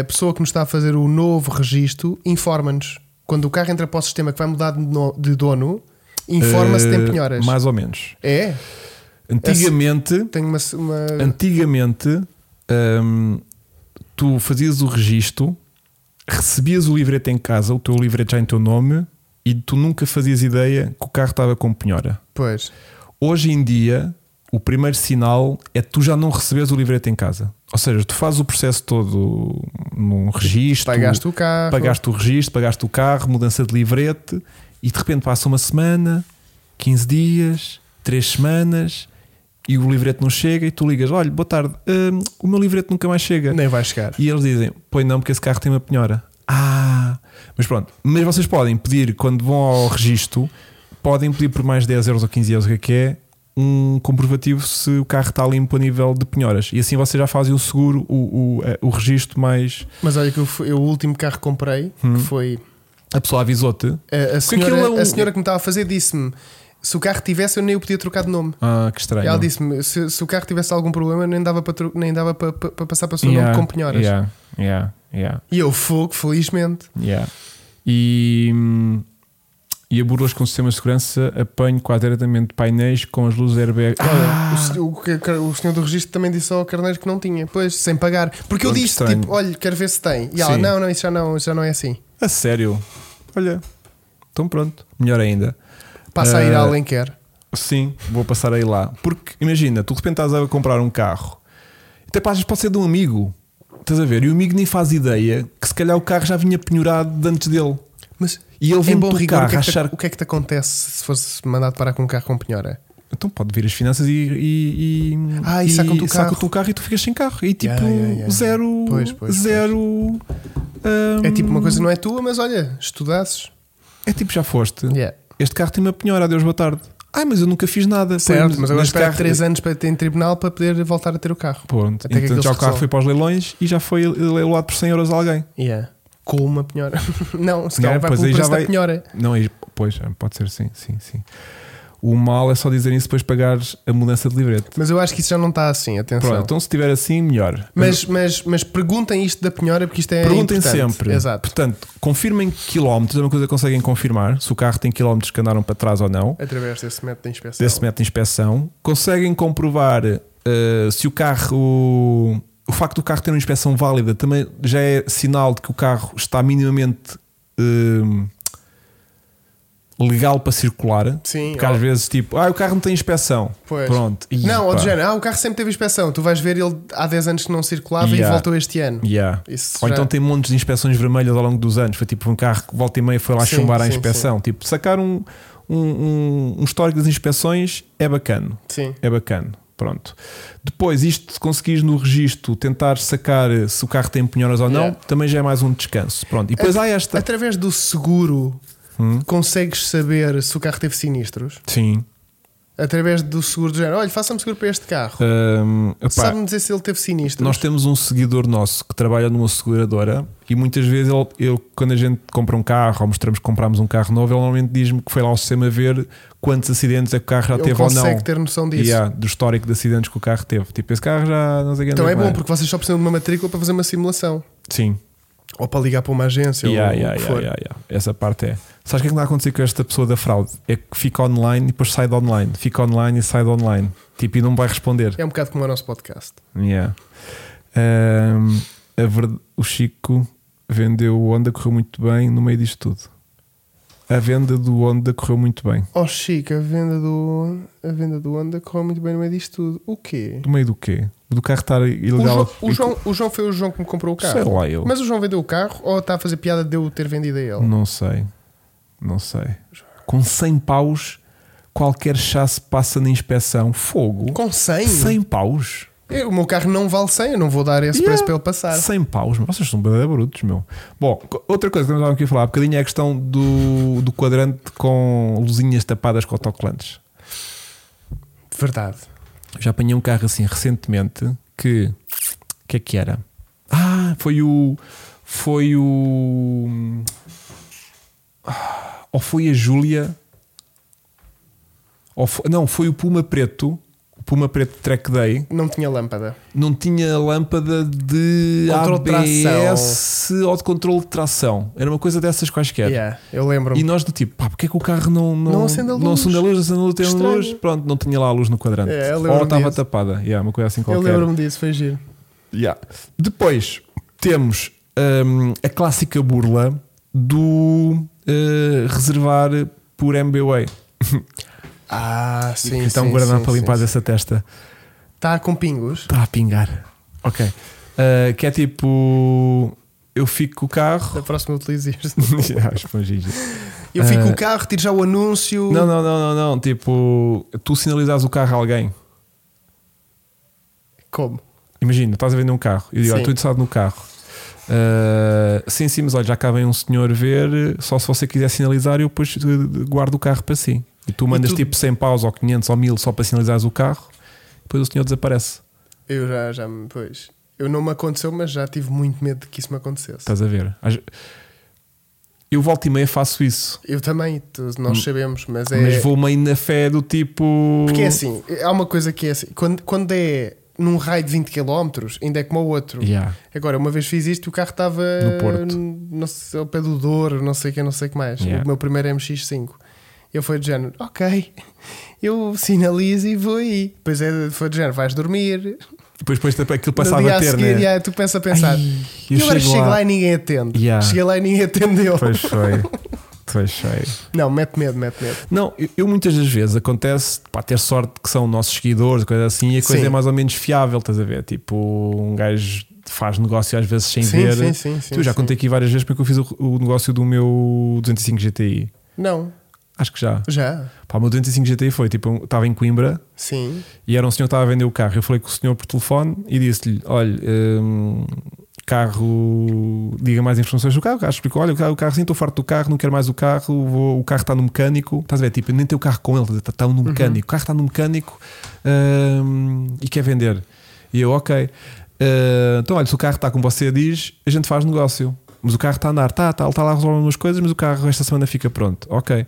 S1: a pessoa que nos está a fazer o novo registro informa-nos. Quando o carro entra para o sistema que vai mudar de no- de dono, informa se
S2: Eh,
S1: tem penhoras.
S2: Mais ou menos.
S1: É?
S2: Antigamente.
S1: Tenho uma. uma-
S2: Antigamente, hum, tu fazias o registro, recebias o livreto em casa, o teu livreto já em teu nome, e tu nunca fazias ideia que o carro estava com penhora.
S1: Pois.
S2: Hoje em dia, o primeiro sinal é tu já não recebes o livreto em casa. Ou seja, tu fazes o processo todo num registro,
S1: Pagaste o carro.
S2: pagaste o registro, pagaste o carro, mudança de livrete e de repente passa uma semana, 15 dias, 3 semanas e o livrete não chega e tu ligas, olha, boa tarde, hum, o meu livrete nunca mais chega.
S1: Nem vai chegar.
S2: E eles dizem, pois não, porque esse carro tem uma penhora. Ah, mas pronto. Mas vocês podem pedir, quando vão ao registro, podem pedir por mais 10 euros ou 15 euros, o que é que é, um comprovativo se o carro está limpo a nível de penhoras. E assim vocês já fazem o seguro, o, o, eh, o registro mais...
S1: Mas olha que eu, fui- eu o último carro que comprei, que foi eh,
S2: A pessoa avisou-te.
S1: A, a
S2: Hum. Porque aquilo
S1: senhora,
S2: é um-
S1: a senhora que me estava a fazer disse-me: se o carro tivesse, eu nem o podia trocar de nome.
S2: Ah, que estranho.
S1: E ela disse-me: se, se o carro tivesse algum problema, nem dava para, tro- nem dava para, para- para passar para o seu nome com penhoras.
S2: Yeah, yeah, yeah,
S1: E eu, fogo, felizmente.
S2: yeah. E, hum, e a burlas com sistema de segurança apanho quase diretamente painéis com as luzes airbag.
S1: Ah! Olha, o se- o, que- o senhor do registro também disse ao carneiro que não tinha, pois, sem pagar. Porque eu
S2: Pronto,
S1: disse:
S2: estranho.
S1: tipo, olha, quero ver se tem. E ela:
S2: Sim.
S1: não, não, isso já não, já não é assim.
S2: A sério? Olha, então pronto, melhor ainda.
S1: Passa a ir
S2: Eh,
S1: a Alenquer.
S2: Sim, vou passar aí lá. Porque imagina, tu de repente estás a comprar um carro, até pá, às vezes pode ser de um amigo, estás a ver? E o amigo nem faz ideia que se calhar o carro já vinha penhorado de antes dele.
S1: Mas
S2: E ele
S1: em
S2: vem
S1: bom
S2: do
S1: rigor, o
S2: carro
S1: que, é que
S2: achar
S1: te, o que é que te acontece se fosse mandado parar com um carro com penhora?
S2: Então pode vir as finanças e, e, e,
S1: Ah, e
S2: e
S1: sacam-te o
S2: sacam-te
S1: carro.
S2: o carro e tu ficas sem carro. E tipo,
S1: Yeah, yeah, yeah.
S2: zero.
S1: Pois, pois,
S2: zero. hum,
S1: É tipo uma coisa que não é tua, mas olha, estudasses.
S2: É tipo, já foste.
S1: Yeah.
S2: Este carro tem uma penhora, adeus, boa tarde. Ai, mas eu nunca fiz nada.
S1: Certo, mas agora
S2: neste
S1: espera 3 anos para ter em tribunal para poder voltar a ter o carro.
S2: Pronto,
S1: Até que
S2: então
S1: aquilo
S2: já o
S1: se
S2: carro
S1: resolve.
S2: foi para os leilões e já foi leiloado por 100 euros a alguém.
S1: Yeah. Com uma penhora. Não, se
S2: Não,
S1: calhar vai
S2: pois
S1: pelo
S2: aí
S1: preço
S2: já vai- é,
S1: da penhora.
S2: Não, e- pois, pode ser sim, sim, sim. O mal é só dizer isso depois pagares a mudança de livrete.
S1: Mas eu acho que isso já não está assim, atenção.
S2: Pronto, então se estiver assim, melhor.
S1: Mas, mas, mas perguntem isto da penhora porque isto é
S2: Perguntem
S1: importante.
S2: sempre.
S1: Exato.
S2: Portanto, confirmem quilómetros, é uma coisa que conseguem confirmar, se o carro tem quilómetros que andaram para trás ou não,
S1: Através desse método de inspeção.
S2: desse método de inspeção. Conseguem comprovar eh, se o carro. O facto do carro ter uma inspeção válida também já é sinal de que o carro está minimamente eh, legal para circular.
S1: Sim,
S2: Porque
S1: ó.
S2: às vezes, tipo, ah, o carro não tem inspeção.
S1: Pois.
S2: Pronto. Ih,
S1: Não, ou
S2: pá.
S1: do género, ah, o carro sempre teve inspeção. Tu vais ver, ele há 10 anos que não circulava e
S2: Yeah.
S1: voltou este ano.
S2: Yeah.
S1: Isso
S2: Ou
S1: já- é.
S2: então tem montes de inspeções vermelhas ao longo dos anos. Foi tipo um carro que volta e meia foi lá
S1: Sim,
S2: chumbar à
S1: sim,
S2: inspeção. Tipo, sacar um, um, um, um histórico das inspeções é bacana.
S1: Sim.
S2: É bacana. Pronto. Depois, isto, se conseguires no registro tentar sacar eh, se o carro tem penhoras ou não,
S1: Yeah.
S2: também já é mais um descanso. Pronto. E depois há esta. Hum?
S1: Através do seguro, consegues saber se o carro teve sinistros?
S2: Sim.
S1: Através do seguro do género, olha, faça-me seguro para este carro.
S2: Ahm, epá,
S1: Sabe-me dizer se ele teve sinistros?
S2: Eh, Nós temos um seguidor nosso que trabalha numa seguradora e muitas vezes ele, ele, quando a gente compra um carro ou mostramos que comprámos um carro novo, ele normalmente diz-me que foi lá ao sistema ver quantos acidentes é que o carro já
S1: Ele
S2: teve ou não.
S1: consegue ter noção disso.
S2: Yeah, do histórico de acidentes que o carro teve. Tipo, esse carro já não sei quem
S1: Então
S2: não
S1: é
S2: sei
S1: bom,
S2: mais.
S1: porque vocês só precisam de uma matrícula para fazer uma simulação.
S2: Sim.
S1: Ou para ligar para uma agência
S2: Yeah,
S1: ou
S2: yeah,
S1: o que
S2: yeah,
S1: for.
S2: yeah, yeah. Essa parte é. Sabes o que é que não acontecer com esta pessoa da fraude? É que fica online e depois sai de online. Fica online e sai de online. Tipo, e não vai responder.
S1: É um bocado como o nosso podcast.
S2: Yeah. Ahm, a verd- O Chico vendeu o Honda, correu muito bem no meio disto tudo. A venda do Honda correu muito bem.
S1: Oh Chico, a venda do, a venda do Honda correu muito bem no meio disto tudo. O quê?
S2: No meio do quê? Do carro estar
S1: O
S2: ilegal.
S1: João, o, João, o João foi o João que me comprou o
S2: Sei
S1: carro.
S2: lá, eu.
S1: Mas o João vendeu o carro ou está a fazer piada de eu o ter vendido a ele?
S2: Não sei. Não sei. Com 100 paus, qualquer chasse passa na inspeção. Fogo.
S1: Com 100?
S2: 100 paus.
S1: Eu- o meu carro não vale 100, eu não vou dar esse
S2: Yeah.
S1: preço para ele passar.
S2: 100 paus, meu. vocês são bem brutos, meu. Bom, co- outra coisa que nós estávamos aqui a falar há bocadinho é a questão do, do quadrante com luzinhas tapadas com autocolantes.
S1: Verdade.
S2: Eu Já apanhei um carro assim recentemente que. O que é que era? Ah, foi o. Foi o. Ah, Ou foi a Júlia. Ou fo- não, foi o Puma Preto. O Puma Preto Track Day
S1: Não tinha lâmpada.
S2: não tinha lâmpada de
S1: Controle de
S2: ABS ou de controle de tração. Era uma coisa dessas quaisquer.
S1: Yeah, eu lembro-me.
S2: E nós do tipo, pá, porque é que o carro não, não,
S1: Não acende a luz.
S2: Não acende a luz, acende a luz, tem
S1: Estranho.
S2: luz. Pronto, não tinha lá a luz no quadrante.
S1: É, eu lembro-me
S2: ou estava
S1: disso.
S2: tapada. Yeah, uma coisa assim
S1: Eu
S2: qualquer.
S1: lembro-me disso, foi giro.
S2: Yeah. Depois temos hum, a clássica burla do eh, reservar por MBWay.
S1: Ah, sim.
S2: então,
S1: sim,
S2: guardar
S1: sim,
S2: para
S1: sim,
S2: limpar
S1: sim.
S2: essa testa.
S1: Está com pingos.
S2: Está Tá a pingar. Ok. Ah, que é tipo. Eu fico com o carro.
S1: Da próxima utilizo isto.
S2: Ah, esponjinha.
S1: Eu fico com
S2: Ah.
S1: o carro, tiro já o anúncio.
S2: não, não, não, não, não. Tipo, tu sinalizas o carro a alguém.
S1: Como?
S2: Imagina, estás a vender um carro. Eu digo,
S1: Sim.
S2: olha, estou interessado no carro. Ah, sim, sim, mas olha, já cá vem um senhor ver. Só se você quiser sinalizar, eu depois eh, guardo o carro para si. E tu mandas
S1: tu-
S2: tipo 100 paus ou 500 ou 1000 só para sinalizares o carro. Depois o senhor desaparece.
S1: Eu já, já me. Pois. Eu não me aconteceu, mas já tive muito medo de que isso me acontecesse.
S2: Estás a ver? Às- Eu volto e meia faço isso.
S1: Eu também, tu- nós sabemos, mas é.
S2: Hum. Mas vou meio na fé do tipo.
S1: Porque é assim, há uma coisa que é assim. Quando, quando é num raio de 20 km, ainda é como o outro.
S2: Yeah.
S1: Agora, uma vez fiz isto e o carro estava
S2: No Porto.
S1: n- não sei, ao pé do Douro, não sei o que, não sei o que mais.
S2: Yeah.
S1: O meu primeiro MX5. Eu fui de género, ok, eu sinalizo e vou aí. Depois é, foi de género, vais dormir.
S2: Depois, depois aquilo
S1: no
S2: passava
S1: dia
S2: a ter,
S1: seguir,
S2: né?
S1: yeah, tu começas a pensar.
S2: Ai,
S1: eu agora chego lá. e ninguém atende.
S2: Yeah.
S1: Cheguei lá e ninguém atendeu.
S2: Pois foi. Pois foi.
S1: Não, mete medo, mete medo.
S2: Não, eu, eu muitas das vezes acontece pá, ter sorte que são nossos seguidores, coisa assim, e a coisa
S1: Sim.
S2: é mais ou menos fiável, estás a ver? Tipo, um gajo faz negócio às vezes sem
S1: Sim,
S2: ver.
S1: sim, sim, sim,
S2: tu já
S1: sim.
S2: contei aqui várias vezes porque eu fiz o, o negócio do meu 205 GTI.
S1: Não,
S2: Acho que já.
S1: já.
S2: Pá, o meu 205 GTI foi tipo, um- estava em Coimbra,
S1: Sim.
S2: E era um senhor que estava a vender o carro. Eu falei com o senhor por telefone e disse-lhe: Olha, hum, carro, diga mais informações do carro. O carro explicou: Olha, o carro, o carro sim, estou farto do carro, não quero mais o carro. vou- o carro está no mecânico. Estás a ver? Tipo, nem tem o carro com ele, estás a ver? está, está no mecânico. O carro está no mecânico hum, e quer Hum, vender. E eu, ok. Eh, então, olha, se o carro está com você, diz, a gente faz negócio. mas o carro está a andar, está, está, ele está lá a resolver umas coisas, mas o carro esta semana fica pronto. Ok.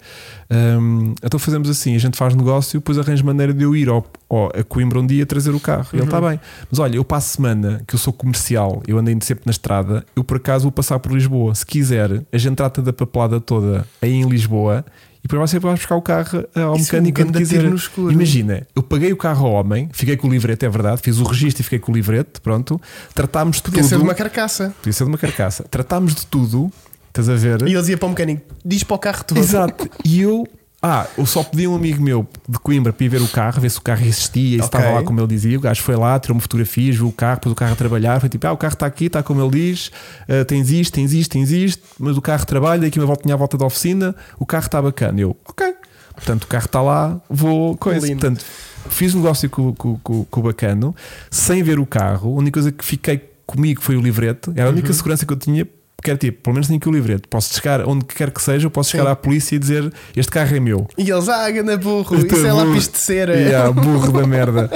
S2: Hum, então fazemos assim: a gente faz negócio, depois arranja maneira de eu ir ao, ao- a Coimbra um dia trazer o carro. E Ele
S1: Uhum.
S2: está bem. Mas olha, eu para a semana que eu sou comercial, eu andei sempre na estrada, eu por acaso vou passar por Lisboa. Se quiser, a gente trata da papelada toda aí em Lisboa. E para você vai buscar o carro eh, ao
S1: Isso é um
S2: mecânico quando
S1: ganda tiro
S2: quiser.
S1: no escuro.
S2: Imagina, Imagina, eu paguei o carro ao homem, fiquei com o livrete, é verdade, fiz o registro e fiquei com o livrete, pronto. Tratámos de
S1: Podia
S2: tudo.
S1: ser de é uma carcaça.
S2: Podia ser de uma carcaça. Tratámos de tudo, estás a ver?
S1: E ele dizia para o mecânico: diz para o carro todo.
S2: Exato. E eu, ah, eu só pedi a um amigo meu de Coimbra para ir ver o carro, ver se o carro existia e se
S1: Ok.
S2: estava lá como ele dizia. O gajo foi lá, tirou-me fotografias, viu o carro, pôs o carro a trabalhar. Foi tipo, ah, o carro está aqui, está como ele diz, ah, tens isto, tens isto, tens isto, mas o carro trabalha. Daqui uma volta tinha a volta da oficina, o carro está bacana. Eu, ok. Portanto, o carro está lá, vou coisa.
S1: Lindo.
S2: Portanto, fiz um negócio com, com- com- com o bacano, sem ver o carro. A única coisa que fiquei comigo foi o livrete. Era a
S1: Uhum.
S2: única segurança que eu tinha, porque era tipo, pelo menos tenho aqui o livrete. Posso chegar onde quer que seja, eu posso chegar
S1: Sim.
S2: à polícia e dizer: Este carro é meu.
S1: E eles, ah, ganda burro,
S2: Tu
S1: isso é
S2: burro.
S1: lápis de cera.
S2: Yeah, é burro da merda.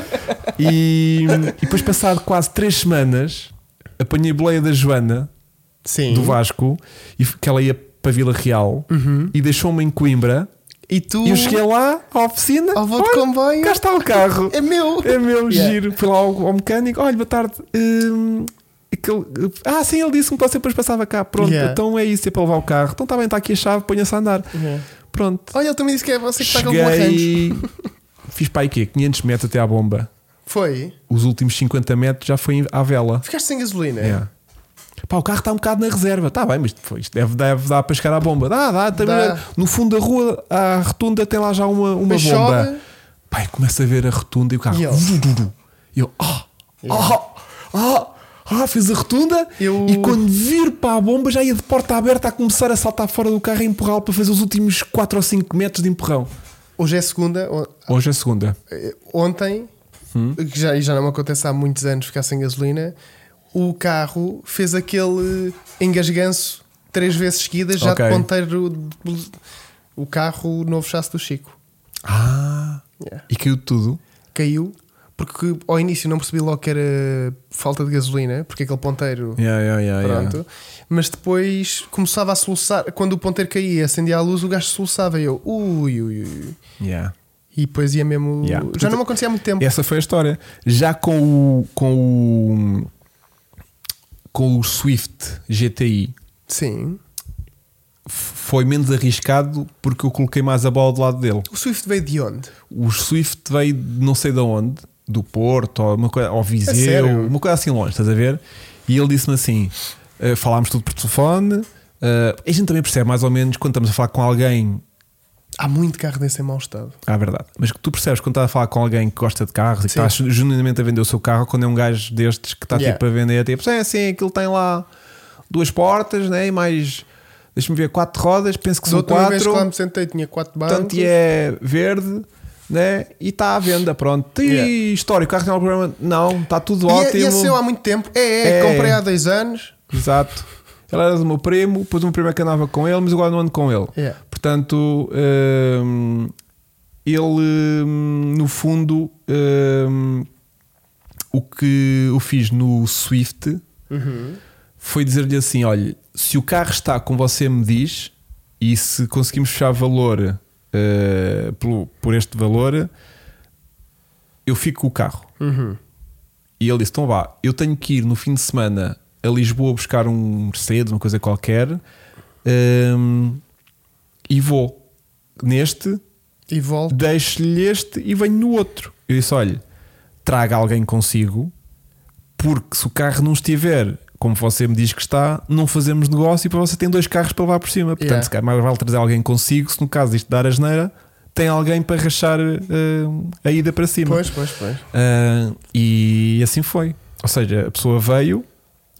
S2: E, e depois, passado quase três semanas, apanhei a boleia da Joana,
S1: Sim.
S2: do Vasco, e f- que ela ia para Vila Real
S1: Uhum.
S2: e deixou-me em Coimbra.
S1: E tu,
S2: E eu cheguei lá à oficina.
S1: Uhum. ao voo de
S2: olha,
S1: comboio,
S2: cá está o carro.
S1: é meu.
S2: É meu
S1: Yeah.
S2: giro. Fui lá ao, ao mecânico. Olha, boa tarde. Hum, aquele- ah, sim, ele disse-me que você depois passava cá. Pronto,
S1: Yeah.
S2: então é isso, é para levar o carro. Então está bem, está aqui a chave, ponha-se a andar.
S1: Yeah.
S2: Pronto.
S1: Olha, ele também disse que é você que está com o arranjo.
S2: é. Cheguei. Fiz para aí quê? 500 metros até à bomba.
S1: Foi.
S2: Os últimos 50 metros já foi à vela.
S1: Ficaste sem gasolina.
S2: Yeah. Pá, o carro está um bocado na reserva. Está bem, mas foi, isto deve, deve dar para chegar à bomba. Dá, dá. também
S1: Dá.
S2: No fundo da rua, à rotunda, tem lá já uma, uma bomba.
S1: Mas chove.
S2: Pai, começa a ver a rotunda e o carro.
S1: E eu?
S2: vu, vu, vu. E eu, ah, ah, ah, ah, fiz a rotunda.
S1: Eu-
S2: E quando vir para a bomba, já ia de porta aberta a começar a saltar fora do carro e empurrá-lo para fazer os últimos 4 ou 5 metros de empurrão.
S1: Hoje é segunda. o-
S2: Hoje é segunda.
S1: eh, Ontem,
S2: Hum?
S1: que já, já não me acontece há muitos anos ficar sem gasolina, o carro fez aquele engasganço três vezes seguidas, já
S2: Ok.
S1: de ponteiro. de- O carro, o novo chasse do Chico.
S2: Ah,
S1: Yeah.
S2: e caiu tudo.
S1: Caiu. Porque ao início não percebi logo que era falta de gasolina, porque aquele ponteiro
S2: Yeah, yeah, yeah, yeah.
S1: Pronto. Mas depois começava a soluçar. Quando o ponteiro caía e acendia a luz, o gajo soluçava. E eu, ui, ui, ui.
S2: Yeah.
S1: E depois ia mesmo.
S2: Yeah.
S1: Já não me acontecia há muito tempo.
S2: Essa foi a história. Já com o. com o. com o Swift GTI
S1: Sim.
S2: f- foi menos arriscado porque eu coloquei mais a bola do lado dele.
S1: O Swift veio de onde?
S2: O Swift veio de não sei de onde, do Porto, ou, uma coisa, ou Viseu,
S1: sério?
S2: uma coisa assim longe, estás a ver? E ele disse-me assim: eh, falámos tudo por telefone. eh, a gente também percebe mais ou menos quando estamos a falar com alguém
S1: Há muito carro desse em mau estado.
S2: Ah, verdade. Mas que tu percebes quando estás a falar com alguém que gosta de carros e que
S1: Sim.
S2: estás genuinamente a vender o seu carro, quando é um gajo destes que está
S1: Yeah.
S2: tipo a vender, tipo, é assim, aquilo tem lá duas portas, né? E mais, deixa-me ver, quatro rodas, penso que
S1: Da
S2: são
S1: última vez que lá
S2: Um quatro,
S1: me sentei tinha quatro
S2: portanto
S1: bancos.
S2: é verde, né? E está à venda, pronto. E
S1: Yeah.
S2: história, o carro tem algum problema? Não, está tudo
S1: E, e é seu
S2: ótimo.
S1: há muito tempo. É, é,
S2: É.
S1: comprei há dois anos.
S2: Exato. Ele era do meu primo, depois o meu primo é que andava com ele, mas agora não ando com ele.
S1: Yeah.
S2: Portanto, hum, ele hum, no fundo hum, o que eu fiz no Swift foi dizer-lhe assim: olha, se o carro está como você me diz e se conseguimos fechar valor eh, pelo- por este valor, eu fico com o carro. E ele disse: Então vá, eu tenho que ir no fim de semana a Lisboa buscar um Mercedes, uma coisa qualquer, hum, e vou neste,
S1: E volto.
S2: deixo-lhe este e venho no outro. Eu disse: Olha, traga alguém consigo, porque se o carro não estiver como você me diz que está, não fazemos negócio e para você tem dois carros para levar por cima. Portanto,
S1: Yeah.
S2: se calhar mais vale trazer alguém consigo, se no caso isto dar asneira, tem alguém para rachar hum, a ida para cima.
S1: Pois, pois, pois.
S2: Ah, e assim foi. Ou seja, a pessoa veio,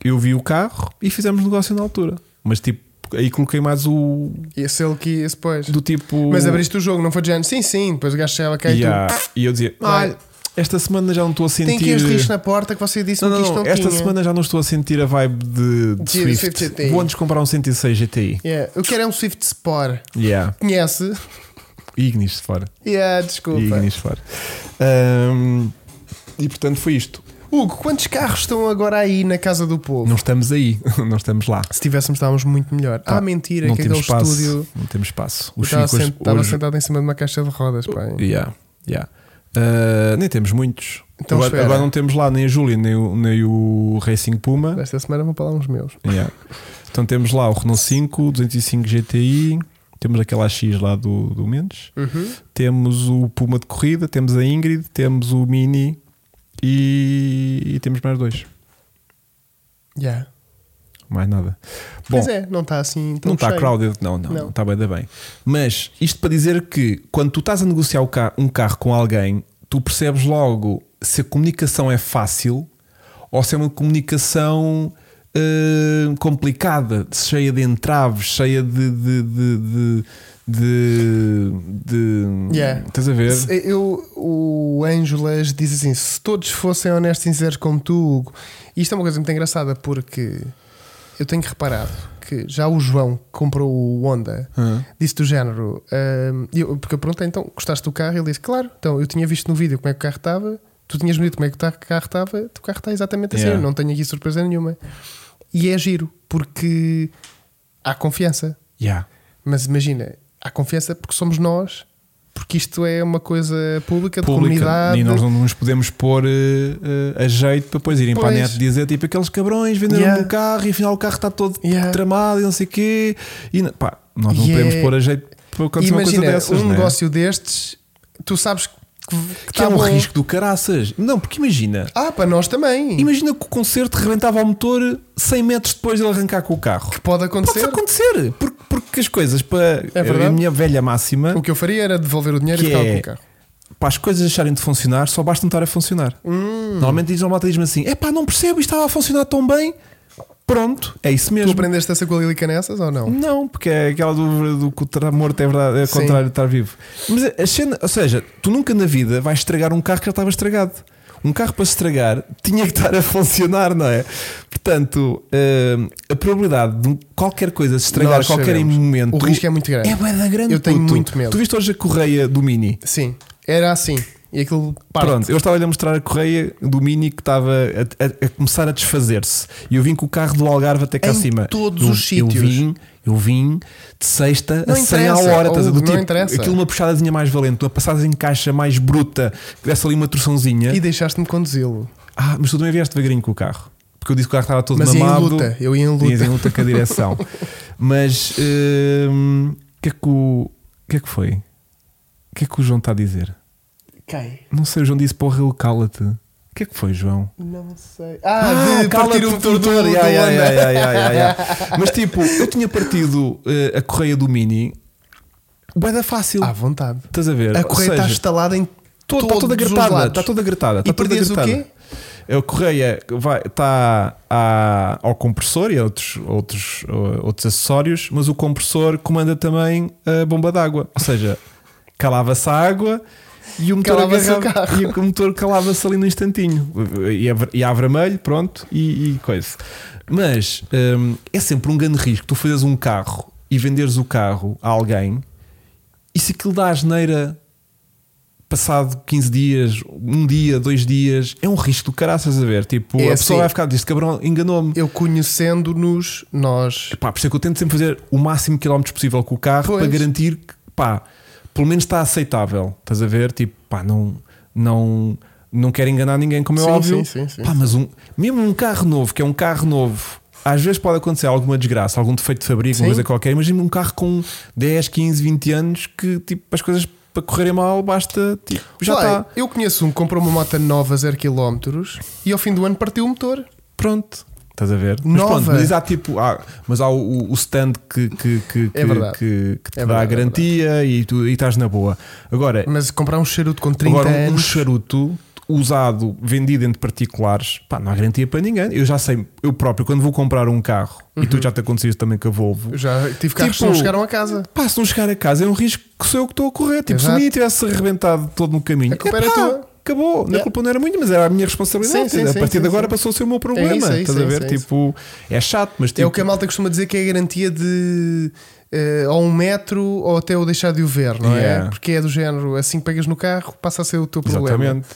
S2: eu vi o carro e fizemos negócio na altura. Mas tipo, aí coloquei mais o
S1: E esse ele que esse pois.
S2: do tipo.
S1: Mas abriste o jogo, não foi de género? Sim, sim. Depois o gajo chegava cá e
S2: Yeah. E eu dizia,
S1: Vai.
S2: "Ah, esta semana já não estou a
S1: tu. Tem
S2: sentir.
S1: aqui os riscos na porta que você disse-me
S2: Não,
S1: que
S2: não,
S1: isto
S2: não,
S1: não
S2: esta
S1: tinha.
S2: semana já não estou a sentir a vibe de, de
S1: né? De
S2: Swift.
S1: Swift GTI.
S2: Vou antes comprar um 106 GTI.
S1: Yeah. Eu quero é um Swift Sport.
S2: Yeah.
S1: Conhece?
S2: Ignis de fora.
S1: Yeah, desculpa.
S2: E Ignis fora. Ahm, e portanto foi isto.
S1: Hugo, quantos carros estão agora aí na casa do povo?
S2: Não estamos aí, não estamos lá.
S1: Se tivéssemos, estávamos muito melhor.
S2: Pá,
S1: ah, mentira,
S2: Tá. não
S1: que
S2: temos
S1: aquele
S2: espaço.
S1: estúdio.
S2: Não temos espaço.
S1: Eu
S2: Os
S1: Estava,
S2: Chicos
S1: sent- estava
S2: hoje-
S1: sentado em cima de uma caixa de rodas, pá.
S2: Yeah, yeah. Ah, nem temos muitos.
S1: Então
S2: agora,
S1: espera.
S2: agora não temos lá nem a Júlia, nem o, nem o Racing Puma.
S1: Esta semana vou para lá uns meus.
S2: Yeah. Então temos lá o Renault 5, 205 GTI, temos aquela AX lá do, do Mendes,
S1: Uhum.
S2: temos o Puma de corrida, temos a Ingrid, temos o Mini e, e temos mais dois.
S1: Yeah.
S2: Mais nada. Bom,
S1: Pois é, não está assim. Tão
S2: não está
S1: cheio.
S2: crowded, não, não,
S1: Não.
S2: não está bem, da bem. Mas isto para dizer que quando tu estás a negociar o ca- um carro com alguém, tu percebes logo se a comunicação é fácil ou se é uma comunicação eh, complicada, cheia de entraves, cheia de. de, de, de- de- de-
S1: Yeah.
S2: Estás a ver?
S1: Se- Eu, o Ângelas diz assim: se todos fossem honestos e sinceros como tu, Hugo. Isto é uma coisa muito engraçada porque eu tenho reparado que já o João que comprou o Honda
S2: Hã?
S1: disse do género: ahm, eu- porque eu perguntei então, gostaste do carro? Ele disse: claro, então eu tinha visto no vídeo como é que o carro estava, tu tinhas medido como é que o ta- carro estava, o carro está exatamente assim, eu
S2: Yeah.
S1: não tenho aqui surpresa nenhuma. E é giro porque há confiança.
S2: Yeah.
S1: Mas imagina, há confiança porque somos nós, porque isto é uma coisa pública, de
S2: Pública,
S1: comunidade.
S2: e nós não nos podemos pôr eh, eh, a jeito para depois irem para a
S1: Pois.
S2: net dizer tipo aqueles cabrões venderam
S1: Yeah.
S2: o carro e afinal o carro está todo
S1: Yeah.
S2: tramado e não sei o quê. E não- pá, nós não
S1: E
S2: podemos
S1: é-
S2: pôr a jeito para acontecer uma coisa
S1: imagina,
S2: dessas.
S1: um
S2: né?
S1: negócio destes, tu sabes que, tá
S2: que é um
S1: bom.
S2: risco do caraças. Não, porque imagina,
S1: Ah, para nós também.
S2: imagina que o concerto rebentava ao motor 100 metros depois de ele arrancar com o carro.
S1: que pode acontecer.
S2: Pode acontecer, porque, porque as coisas para
S1: É verdade.
S2: a minha velha máxima
S1: O que eu faria era devolver o dinheiro
S2: Que
S1: e ficar
S2: é-
S1: com o carro.
S2: para as coisas deixarem de funcionar, só basta não estar a funcionar.
S1: Hum.
S2: Normalmente diz ao malta diz-me assim: é pá, não percebo, isto estava a funcionar tão bem. Pronto, é isso
S1: Tu
S2: mesmo.
S1: aprendeste essa com a Lilica nessas ou não?
S2: Não, porque é aquela dúvida do que o estar morto é verdade, é
S1: Sim.
S2: contrário de estar vivo. Mas a cena, ou seja, tu nunca na vida vais estragar um carro que já estava estragado. Um carro para se estragar tinha que estar a funcionar, não é? Portanto, hum, a probabilidade de um- qualquer coisa se estragar a
S1: Nós
S2: qualquer
S1: sabemos.
S2: momento
S1: O risco é muito grande.
S2: é bué da grande.
S1: Eu tenho
S2: puto.
S1: muito medo.
S2: Tu viste hoje a correia do Mini?
S1: Sim, era assim. E aquilo parte.
S2: Pronto, eu estava-lhe a mostrar a correia do Mini que estava a, a- a começar a desfazer-se. E eu vim com o carro do Algarve até cá
S1: Em
S2: acima.
S1: todos
S2: eu,
S1: os
S2: eu
S1: sítios.
S2: Vim, eu vim de sexta
S1: Não
S2: a 100 à
S1: interessa,
S2: hora. Estás a
S1: Hugo,
S2: do
S1: não
S2: tipo,
S1: interessa.
S2: Aquilo uma puxadazinha mais valente, uma passagem em caixa mais bruta, que desse ali uma torçãozinha.
S1: E deixaste-me conduzi-lo.
S2: Ah, mas tu também vieste devagarinho com o carro. Porque eu disse que o carro estava todo
S1: Mas ia em
S2: mamado.
S1: luta, eu ia em luta.
S2: Ias em luta com a direção. mas hum, o que é que o. O que é que foi? O que é que o João está a dizer?
S1: Quem?
S2: Não sei, o João disse porra, eu cala-te. O que é que foi, João?
S1: Não sei. Ah, de
S2: um
S1: partir o motor do, do
S2: Ya, ya,
S1: Honda.
S2: ya, ya, ya, ya, ya. Mas tipo, eu tinha partido eh, a correia do Mini, bué da fácil.
S1: À vontade.
S2: Estás a ver?
S1: Ah. A
S2: Ou
S1: correia está
S2: seja,
S1: instalada em
S2: to-
S1: todos
S2: tá toda
S1: os
S2: gratada,
S1: lados.
S2: está toda gratada.
S1: E
S2: tá toda
S1: perdias o
S2: gratada.
S1: quê?
S2: A correia vai, está a- ao compressor e a outros, outros, uh, outros acessórios, mas o compressor comanda também a bomba d'água. Ou seja, calava-se a água e o motor,
S1: Calava-se o
S2: agarrava-
S1: carro.
S2: e o motor calava-se ali no instantinho. E a, ver- e a vermelho, pronto, e, e coisa. Mas hum, é sempre um grande risco tu fazes um carro e venderes o carro a alguém e se aquilo dá asneira passado 15 dias, um dia, dois dias, é um risco do caraças a ver. Tipo,
S1: É
S2: a
S1: assim.
S2: pessoa vai ficar, diz cabrão, enganou-me.
S1: Eu conhecendo-nos, nós.
S2: Pá, por isso é que eu tento sempre fazer o máximo de quilómetros possível com o carro
S1: Pois.
S2: para garantir que, pá, pelo menos está aceitável. Estás a ver? Tipo, pá, não, não, não quero enganar ninguém, como é
S1: Sim,
S2: óbvio.
S1: sim, sim, sim.
S2: Pá, mas um, mesmo um carro novo, que é um carro novo, às vezes pode acontecer alguma desgraça, algum defeito de fabrico,
S1: Sim.
S2: uma coisa qualquer. Imagina um carro com 10, 15, 20 anos que, tipo, as coisas para correrem mal, basta, tipo, já
S1: Uai,
S2: está.
S1: Eu conheço um que comprou uma moto nova 0km e ao fim do ano partiu o motor.
S2: Pronto. Estás a ver? Mas
S1: Nova.
S2: pronto, mas há tipo, há- mas há o, o stand que, que, que,
S1: É
S2: que-
S1: verdade.
S2: que- que te
S1: É
S2: dá a
S1: verdade, é
S2: garantia e tu e estás na boa. Agora,
S1: Mas comprar um charuto com 30
S2: agora um- um
S1: anos.
S2: charuto usado, vendido entre particulares, pá, não há garantia para ninguém. Eu já sei, eu próprio, quando vou comprar um carro, e
S1: Uhum.
S2: tu já te aconteceu também com a Volvo,
S1: Eu Já tive carros
S2: Tipo-
S1: que não chegaram a casa.
S2: pá, se não chegar a casa é um risco que sou eu que estou a correr. Tipo, se
S1: Exato.
S2: a minha tivesse arrebentado todo no caminho,
S1: A culpa
S2: epá,
S1: era tua.
S2: Acabou, na
S1: Yeah.
S2: culpa não era minha, mas era a minha responsabilidade.
S1: Sim, sim,
S2: a
S1: sim,
S2: partir
S1: sim,
S2: de agora
S1: sim.
S2: passou a ser o meu problema.
S1: isso, é isso,
S2: Estás a
S1: é
S2: ver?
S1: isso, é isso.
S2: tipo, é chato, mas tipo,
S1: É o que a malta costuma dizer que é a garantia de eh, ou um metro ou até o deixar de o ver, não é?
S2: Yeah.
S1: Porque é do género, assim que pegas no carro, passa a ser o teu problema.
S2: Exatamente.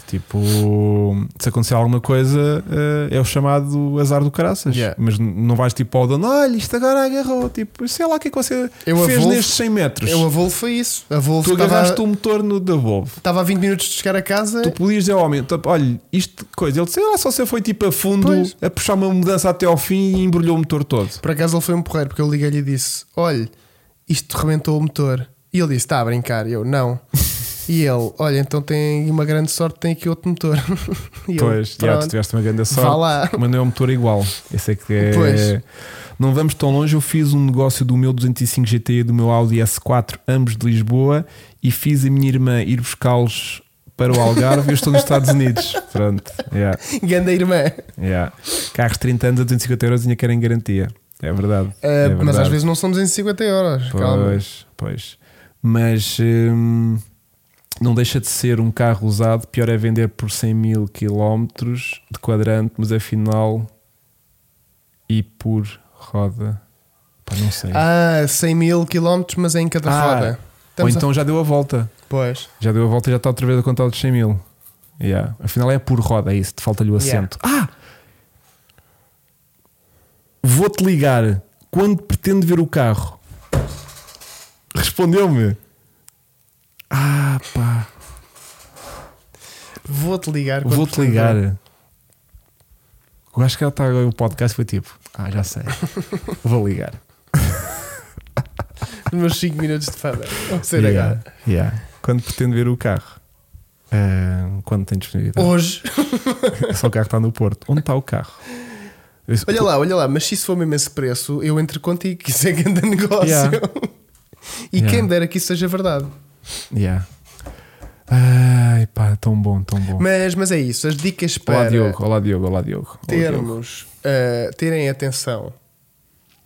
S2: Tipo, se acontecer alguma coisa, eh, é o chamado azar do caraças.
S1: Yeah.
S2: Mas n- não vais tipo ao dono, olha, isto agora agarrou. Tipo, sei lá o que é que você
S1: Eu
S2: fez
S1: avulso-
S2: nestes 100 metros.
S1: Eu, a Volvo É foi isso. A Volvo
S2: tu
S1: estava,
S2: agarraste o motor no da Volvo.
S1: estava a 20 minutos de chegar a casa.
S2: Tu podias dizer ao homem, tipo, olha, isto coisa. Ele sei lá só você foi tipo a fundo
S1: Pois.
S2: a puxar uma mudança até ao fim e embrulhou o motor todo.
S1: Por acaso ele foi um porreiro, porque eu liguei-lhe e disse: Olha, isto rebentou o motor. E ele disse: Está a brincar. E eu: Não. E ele: Olha, então tem uma grande sorte, tem aqui outro motor. E eu,
S2: Pois, já tu
S1: "Pronto,
S2: tiveste uma grande
S1: vá
S2: sorte.
S1: lá.
S2: Mas não é um motor igual. Esse é que é.
S1: Pois.
S2: Não vamos tão longe. Eu fiz um negócio do meu 205 GT e do meu Audi S4, ambos de Lisboa, e fiz a minha irmã ir buscá-los para o Algarve. eu estou nos Estados Unidos. Pronto. Yeah,
S1: Ganda irmã. Eh,
S2: yeah. Carros 30 anos a 250 euros ainda querem garantia. É verdade.
S1: Ah,
S2: é verdade.
S1: mas às vezes não são 250 euros. Calma.
S2: Pois, pois. Mas hum, não deixa de ser um carro usado. Pior é vender por 100 mil quilómetros de quadrante, mas afinal e por roda. Pá, não sei.
S1: Ah, 100 mil quilómetros, mas é em cada
S2: Ah,
S1: roda.
S2: Ou
S1: Estamos a-
S2: então já deu a volta.
S1: Pois.
S2: Já deu a volta e já está outra vez a contar dos 100 mil. Yeah. Afinal é por roda, é isso. Te falta-lhe o
S1: Yeah.
S2: assento. Ah! Vou-te ligar quando pretendo ver o carro. Respondeu-me. Ah, pá.
S1: Vou-te ligar. quando
S2: Vou-te
S1: precisar.
S2: ligar. Eu acho que ela está a ouvir o podcast. Foi tipo, ah, já sei. Vou ligar.
S1: Nos meus 5 minutos de fama. Vou ser
S2: Yeah,
S1: agora.
S2: yeah. Quando pretendo ver o carro. Ah, quando tem disponibilidade. É
S1: Hoje.
S2: Só o carro está no Porto. Onde está o carro? Eu disse,
S1: Olha lá, olha lá, mas se isso for mesmo esse preço, eu entro contigo, que isso é grande negócio.
S2: Yeah.
S1: e
S2: Yeah.
S1: quem me dera que isso seja verdade.
S2: Yeah. Ai pá, tão bom, tão bom.
S1: Mas, mas é isso, as dicas
S2: Olá
S1: para
S2: Diogo, olá Diogo, olá Diogo. Olá, Diogo.
S1: termos, uh, terem atenção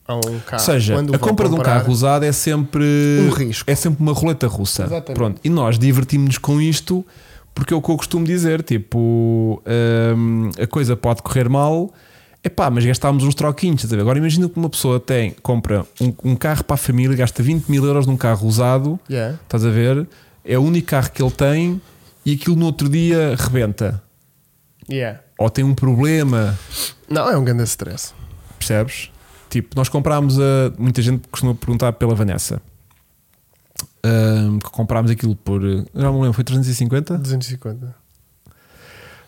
S1: a um
S2: Ou
S1: carro.
S2: seja,
S1: quando
S2: a
S1: vão
S2: compra de um
S1: comprar,
S2: carro usado é sempre
S1: Um risco.
S2: É sempre uma roleta russa.
S1: Exatamente.
S2: Pronto. E nós divertimos-nos com isto porque é o que eu costumo dizer: tipo, hum, a coisa pode correr mal. Epá, mas gastámos uns troquinhos, estás a ver? Agora imagina que uma pessoa tem, compra um, um carro para a família, gasta 20 mil euros num carro usado,
S1: Yeah.
S2: estás a ver? É o único carro que ele tem e aquilo no outro dia rebenta.
S1: Yeah.
S2: ou tem um problema,
S1: Não, é um grande stress.
S2: percebes? Tipo, nós comprámos a. Muita gente costuma perguntar pela Vanessa. Ahm, que comprámos aquilo por. eh, Já me lembro, foi 350?
S1: 250.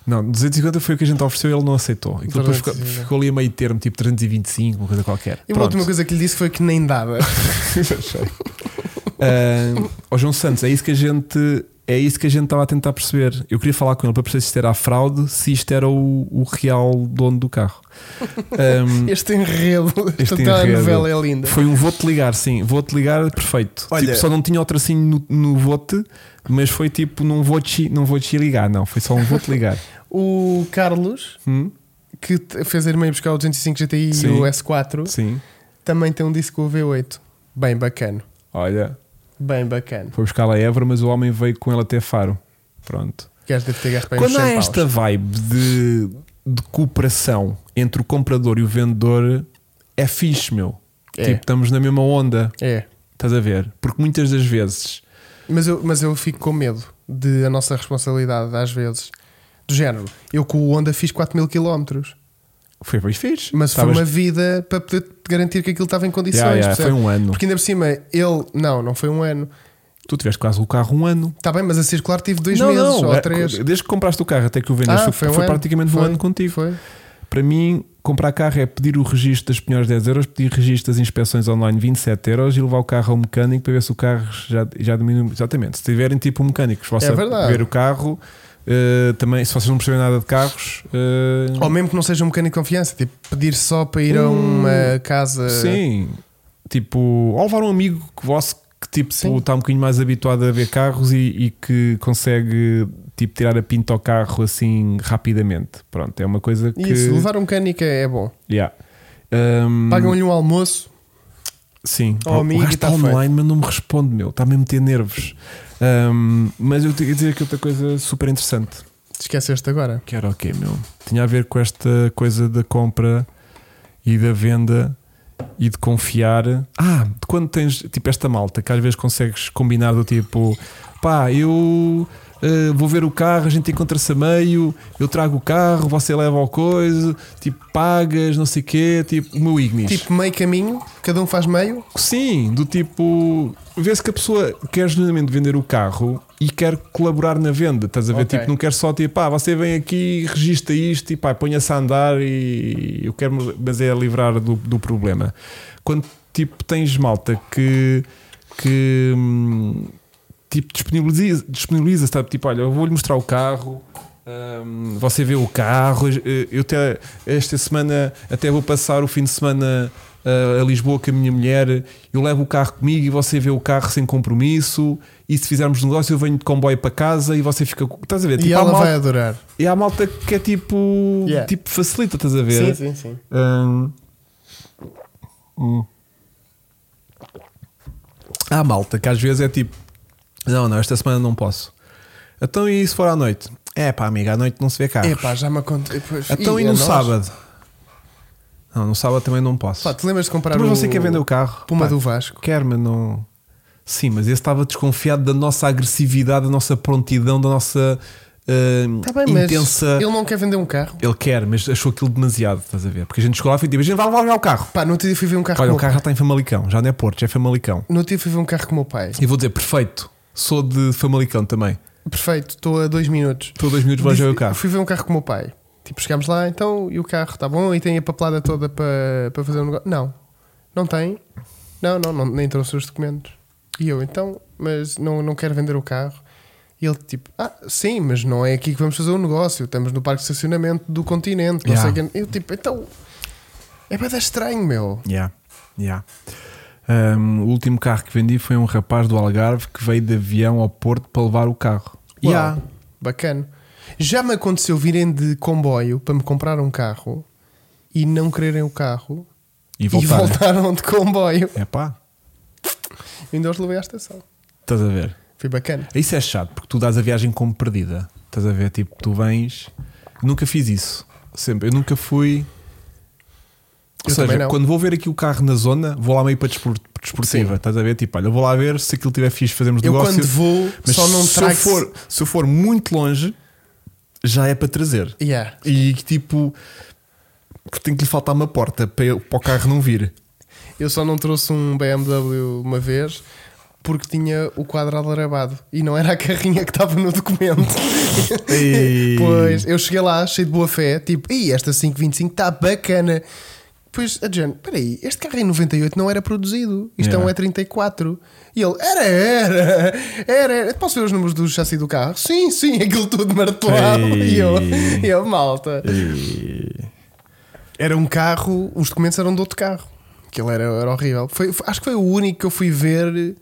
S2: Não, 250 foi o que a gente ofereceu e ele não aceitou. Aquilo depois ficou,
S1: 350.
S2: ficou ali a meio termo, tipo 325, uma coisa qualquer.
S1: E uma
S2: Pronto.
S1: última coisa que lhe disse foi que nem dava.
S2: Achei. Ahm, ó João Santos, é isso que a gente. É isso que a gente estava a tentar perceber. Eu queria falar com ele para perceber se isto era a fraude, se isto era o, o real dono do carro. Ahm,
S1: Este enredo, esta
S2: Este
S1: telenovela é linda.
S2: Foi um vou-te ligar, sim, vou-te ligar, perfeito.
S1: Olha-
S2: Tipo, só não tinha o tracinho no, no vou-te, mas foi tipo, não vou-te não vou -te ligar, não, foi só um vou-te ligar.
S1: O Carlos,
S2: Hum?
S1: que te- fez a irmã ir buscar o 205 GTI e
S2: Sim.
S1: o S4,
S2: Sim,
S1: também tem um disco V8. Bem bacana.
S2: olha,
S1: Bem bacana.
S2: foi buscar lá a Évora, mas o homem veio com ela até Faro. Pronto.
S1: O gajo deve ter gasto bem
S2: Quando
S1: uns
S2: há
S1: 100 paus.
S2: esta vibe de, de cooperação entre o comprador e o vendedor, é fixe, meu.
S1: É.
S2: Tipo, estamos na mesma onda,
S1: É.
S2: estás a ver? Porque muitas das vezes.
S1: Mas eu, mas eu fico com medo de a nossa responsabilidade, às vezes, do género. Eu com o Honda fiz 4 mil quilómetros,
S2: Foi bem fixe.
S1: mas
S2: Estavas-
S1: foi uma vida para poder te garantir que aquilo estava em condições.
S2: Yeah, yeah,
S1: percebe?
S2: foi um ano.
S1: Porque ainda por cima, ele. Não, não foi um ano.
S2: Tu tiveste quase o carro um ano.
S1: Está bem, mas a circular tive dois meses ou
S2: é,
S1: três.
S2: Desde que compraste o carro até que o vendeste,
S1: Ah,
S2: foi,
S1: foi um
S2: foi
S1: ano.
S2: praticamente um
S1: Foi,
S2: ano contigo.
S1: Foi?
S2: Para mim, comprar carro é pedir o registro das penhores 10 euros, pedir registro das inspeções online 27 euros e levar o carro ao mecânico para ver se o carro já, já diminui. Exatamente. Se tiverem tipo um mecânico, se você
S1: É verdade.
S2: ver o carro, eh, também, se vocês não percebem nada de carros, eh,
S1: Ou mesmo que não seja um mecânico de confiança, tipo, pedir só para ir a
S2: Hum,
S1: uma casa.
S2: Sim, tipo, ou levar um amigo que vosso que tipo
S1: Sim.
S2: está um bocadinho mais habituado a ver carros e, e que consegue tipo tirar a pinta ao carro assim rapidamente. Pronto, é uma coisa que Hum.
S1: Isso, levar um mecânico é é bom.
S2: Yeah. Um,
S1: Pagam-lhe um almoço.
S2: Sim,
S1: ao amigo
S2: o gajo
S1: e
S2: está
S1: tá feito.
S2: online, mas não me responde, meu, está mesmo a ter nervos. Um, mas eu tenho a dizer aqui outra coisa super interessante.
S1: Esqueceste agora.
S2: Que era o quê, meu? Tinha a ver com esta coisa da compra e da venda e de confiar. Ah, de quando tens tipo esta malta que às vezes consegues combinar do tipo pá, eu eh, vou ver o carro, a gente encontra-se a meio, eu trago o carro, você leva o coisa, tipo pagas, não sei o quê, tipo o meu Ignis.
S1: Tipo, meio caminho, cada um faz meio.
S2: Sim, do tipo. Vê-se que a pessoa quer genuinamente vender o carro e quer colaborar na venda. Estás a ver?
S1: Ok.
S2: Tipo, não quer só tipo, pá, você vem aqui, registra isto e pá, ponha-se a andar e eu quero, mas é livrar do, do problema. Quando tipo tens malta que. que hum, tipo disponibiliza, disponibiliza sabe? Tipo, olha, eu vou-lhe mostrar o carro. hum, você vê o carro, eh, eu até esta semana até vou passar o fim de semana ah, a Lisboa com a minha mulher. Eu levo o carro comigo e você vê o carro sem compromisso. E se fizermos negócio, eu venho de comboio para casa e você fica. com- Estás a ver?
S1: e
S2: Tipo, há,
S1: ela
S2: malta,
S1: vai adorar.
S2: e há malta que é tipo.
S1: Yeah.
S2: Tipo, facilita, estás a ver?
S1: sim, sim.
S2: Hum. Hum. Há malta que às vezes é tipo: Não, não, esta semana não posso. Então, e se for à noite? É pá, amiga, à noite não se vê carros.
S1: Epá, já me aconteceu. Pois-
S2: então,
S1: Ih,
S2: e
S1: é
S2: no
S1: nós.
S2: sábado? Não, no sábado também não posso.
S1: Pá, te lembras de comprar
S2: Mas
S1: o...
S2: você quer vender o carro?
S1: Puma
S2: Pá,
S1: do Vasco?
S2: Quer, mas não. Sim, mas esse estava desconfiado da nossa agressividade, da nossa prontidão, da nossa hum,
S1: Tá bem, mas
S2: intensa.
S1: ele não quer vender um carro.
S2: Ele quer, mas achou aquilo demasiado, estás a ver? Porque a gente chegou lá e foi tipo, a gente vai levar o carro.
S1: Pá, no outro dia fui ver um carro
S2: Olha,
S1: com
S2: o
S1: o meu
S2: carro já está em Famalicão, já não é Porto, já é Famalicão.
S1: No outro dia fui ver um carro com o meu pai.
S2: E vou dizer, perfeito, sou de Famalicão também.
S1: Perfeito, estou a dois minutos.
S2: Estou a dois minutos, vais
S1: Disse-
S2: ver o carro.
S1: Fui ver um carro com o meu pai. Tipo, chegámos lá, então, e o carro está bom? E tem a papelada toda para para fazer um negócio? Não. Não tem? Não, não, não, nem trouxe os documentos. E eu, então, mas não, não quero vender o carro. E ele, tipo, ah, sim, mas não é aqui que vamos fazer o negócio. Estamos no parque de estacionamento do continente. Não
S2: Yeah.
S1: sei quem. Eu, tipo, então. É para dar estranho, meu.
S2: Yeah, yeah. Um, o último carro que vendi foi um rapaz do Algarve que veio de avião ao Porto para levar o carro.
S1: Uau,
S2: Yeah.
S1: Bacana. Já me aconteceu virem de comboio para me comprar um carro e não quererem o carro
S2: E
S1: e
S2: voltar. né?
S1: voltaram de comboio.
S2: É pá,
S1: Ainda os levei à estação.
S2: estás a ver?
S1: Foi bacana.
S2: Isso é chato, porque tu dás a viagem como perdida. Estás a ver? Tipo, tu vens. Nunca fiz isso. Sempre. Eu nunca fui. Ou
S1: Eu também
S2: seja,
S1: não.
S2: quando vou ver aqui o carro na zona, vou lá meio para despor- desportiva.
S1: Sim.
S2: Estás a ver? Tipo, olha, eu vou lá ver se aquilo tiver fixe, fazemos
S1: Eu
S2: negócio.
S1: quando vou,
S2: mas
S1: só não
S2: se,
S1: trago.
S2: eu for, se eu for muito longe, já é para trazer.
S1: Yeah.
S2: E que tipo. Que tem que lhe faltar uma porta para, eu- para o carro não vir.
S1: Eu só não trouxe um BMW uma vez porque tinha o quadro alarabado e não era a carrinha que estava no documento.
S2: E-
S1: Pois, eu cheguei lá cheio de boa fé, tipo, e esta 525 está bacana. Pois, a Jane, peraí, este carro em 98 não era produzido, isto
S2: Yeah.
S1: é um E34. E ele, era, era, era, era. Posso ver os números do chassi do carro? Sim, sim, aquilo tudo martelado.
S2: Ei.
S1: E eu, e eu, malta.
S2: E-
S1: Era um carro, os documentos eram de outro carro. Aquilo era, era horrível. Foi, foi- acho que foi o único que eu fui ver,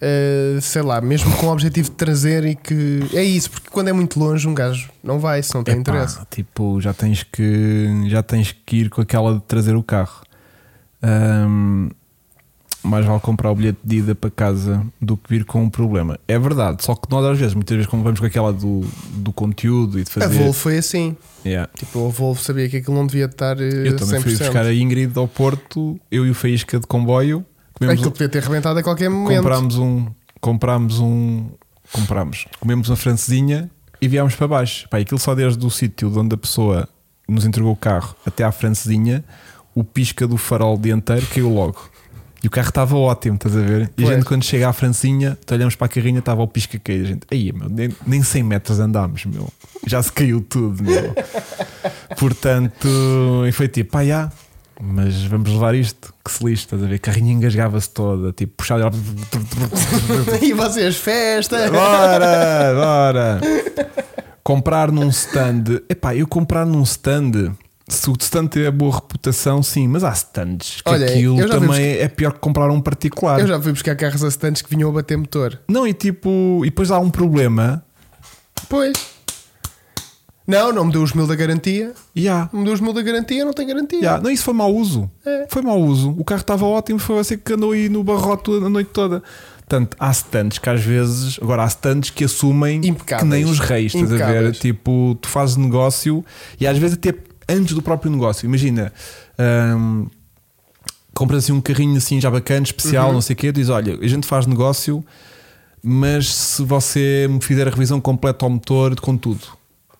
S1: eh, sei lá, mesmo com o objetivo de trazer e que. É isso, porque quando é muito longe, um gajo não vai, se não tem
S2: Epá,
S1: interesse.
S2: Tipo, já tens que já tens que ir com aquela de trazer o carro. Ahm, mais vale comprar o bilhete de ida para casa do que vir com um problema. É verdade, só que nós às vezes, muitas vezes, como vamos com aquela do, do conteúdo e de
S1: A
S2: fazer.
S1: Volvo foi assim.
S2: Yeah.
S1: Tipo, a Volvo sabia que aquilo não devia estar eh,
S2: Eu também
S1: 100%.
S2: fui buscar a Ingrid ao Porto, eu e o Faísca de comboio. Comemos
S1: Aquilo podia ter arrebentado a qualquer
S2: um,
S1: momento.
S2: comprámos um. Comprámos um. Comprámos. Comemos uma francesinha e viemos para baixo. Pá, aquilo só desde o sítio de onde a pessoa nos entregou o carro até à francesinha, o pisca do farol dianteiro caiu logo. E o carro estava ótimo, estás a ver? E a
S1: Pois.
S2: gente, quando chega à francinha, olhamos para a carrinha, estava o pisca caído. A gente, aí, meu, nem, nem 100 metros andámos, meu. Já se caiu tudo, meu. Portanto, e foi tipo, ah, já, mas vamos levar isto, que se lixe, estás a ver? A carrinha engasgava-se toda, tipo, puxava.
S1: e vocês, festa!
S2: Bora, bora. Comprar num stand. Epá, eu comprar num stand. Se o stand tiver boa reputação, sim, mas há stands que
S1: Olha,
S2: aquilo
S1: eu já vi
S2: também é pior que comprar um particular.
S1: Eu já fui buscar carros acidentes que vinham a bater motor.
S2: Não, e tipo, e depois há um problema.
S1: Pois. Não, não me deu os mil da garantia.
S2: E há.
S1: Me deu os mil da garantia, não tem garantia.
S2: e há. Não, isso foi mau uso.
S1: É.
S2: Foi mau uso. O carro estava ótimo, foi você que andou aí no barrote a noite toda. Portanto, há stands que às vezes. Agora, há stands que assumem
S1: Impecáveis.
S2: que nem os reis, estás a ver?
S1: Impecáveis.
S2: Tipo, tu fazes negócio e às vezes até antes do próprio negócio. Imagina. hum, compras assim um carrinho assim já bacana, especial,
S1: Uhum.
S2: não sei o quê, diz: Olha, a gente faz negócio, mas se você me fizer a revisão completa ao motor, com tudo.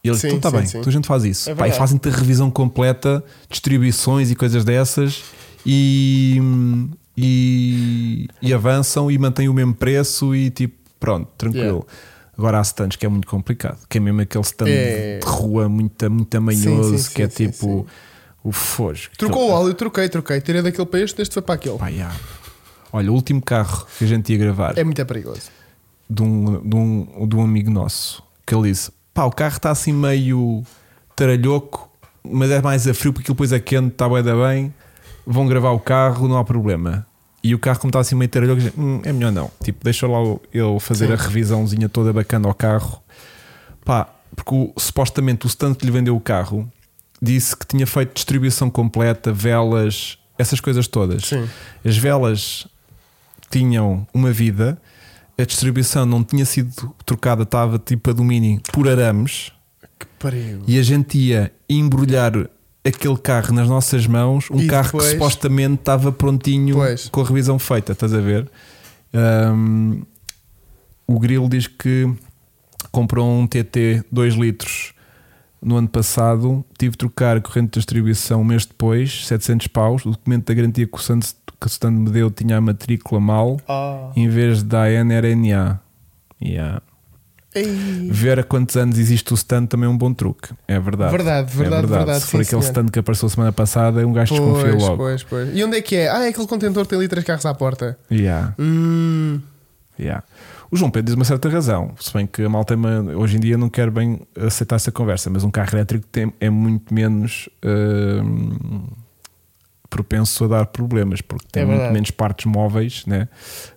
S2: E ele
S1: Sim,
S2: diz: Então está
S1: sim,
S2: bem,
S1: sim.
S2: então a gente faz isso.
S1: É
S2: Pá, e
S1: verdade.
S2: fazem-te a revisão completa, distribuições e coisas dessas, e, e, e avançam e mantêm o mesmo preço e tipo, pronto, tranquilo.
S1: Yeah.
S2: Agora há stands que é muito complicado, que é mesmo aquele stand
S1: É.
S2: de rua muito, muito amanhoso,
S1: Sim, sim,
S2: que é
S1: sim, sim,
S2: tipo o fojo.
S1: Trocou o óleo, troquei, troquei. Tirei daquele para este, deste foi para aquele.
S2: Então, é. Pá, yeah. Olha, o último carro que a gente ia gravar
S1: É muito perigoso.
S2: de, um, de, um, de um amigo nosso que ele disse: pá, o carro está assim meio taralhoco, mas é mais a frio porque aquilo depois é quente, está bem, da bem. Vão gravar o carro, não há problema. E o carro, como está assim meio taralhoco, diz, "Hum, é melhor não. Tipo, deixa lá o- eu fazer
S1: Sim.
S2: a revisãozinha toda bacana ao carro. Pá, porque o- supostamente o stand que lhe vendeu o carro disse que tinha feito distribuição completa, velas, essas coisas todas.
S1: Sim.
S2: As velas tinham uma vida, a distribuição não tinha sido trocada, estava tipo alumínio por arames
S1: Que perigo.
S2: e a gente ia embrulhar aquele carro nas nossas mãos, um
S1: E
S2: carro
S1: depois-
S2: que supostamente estava prontinho
S1: Pois.
S2: com a revisão feita, estás a ver? Ahm, o Grilo diz que comprou um TT 2 litros no ano passado, tive de trocar a corrente de distribuição um mês depois, 700 paus. O documento da garantia que o Sand, que o Sand me deu tinha a matrícula mal,
S1: Ah.
S2: em vez da AN era NA. Yeah.
S1: Ei.
S2: Ver há quantos anos existe o stand também é um bom truque. É verdade.
S1: Verdade,
S2: É
S1: verdade, verdade,
S2: Se for
S1: sim,
S2: aquele
S1: senhor.
S2: stand que apareceu semana passada, um gajo desconfia
S1: Pois,
S2: logo.
S1: pois, pois. E onde é que é? Ah, é aquele contentor que tem ali três carros à porta.
S2: Yeah,
S1: Hum.
S2: yeah. O João Pedro diz uma certa razão. Se bem que a malta ma- hoje em dia não quer bem aceitar essa conversa, mas um carro elétrico tem- é muito menos hum, propenso a dar problemas, porque tem
S1: É
S2: muito
S1: verdade.
S2: menos partes móveis. Né?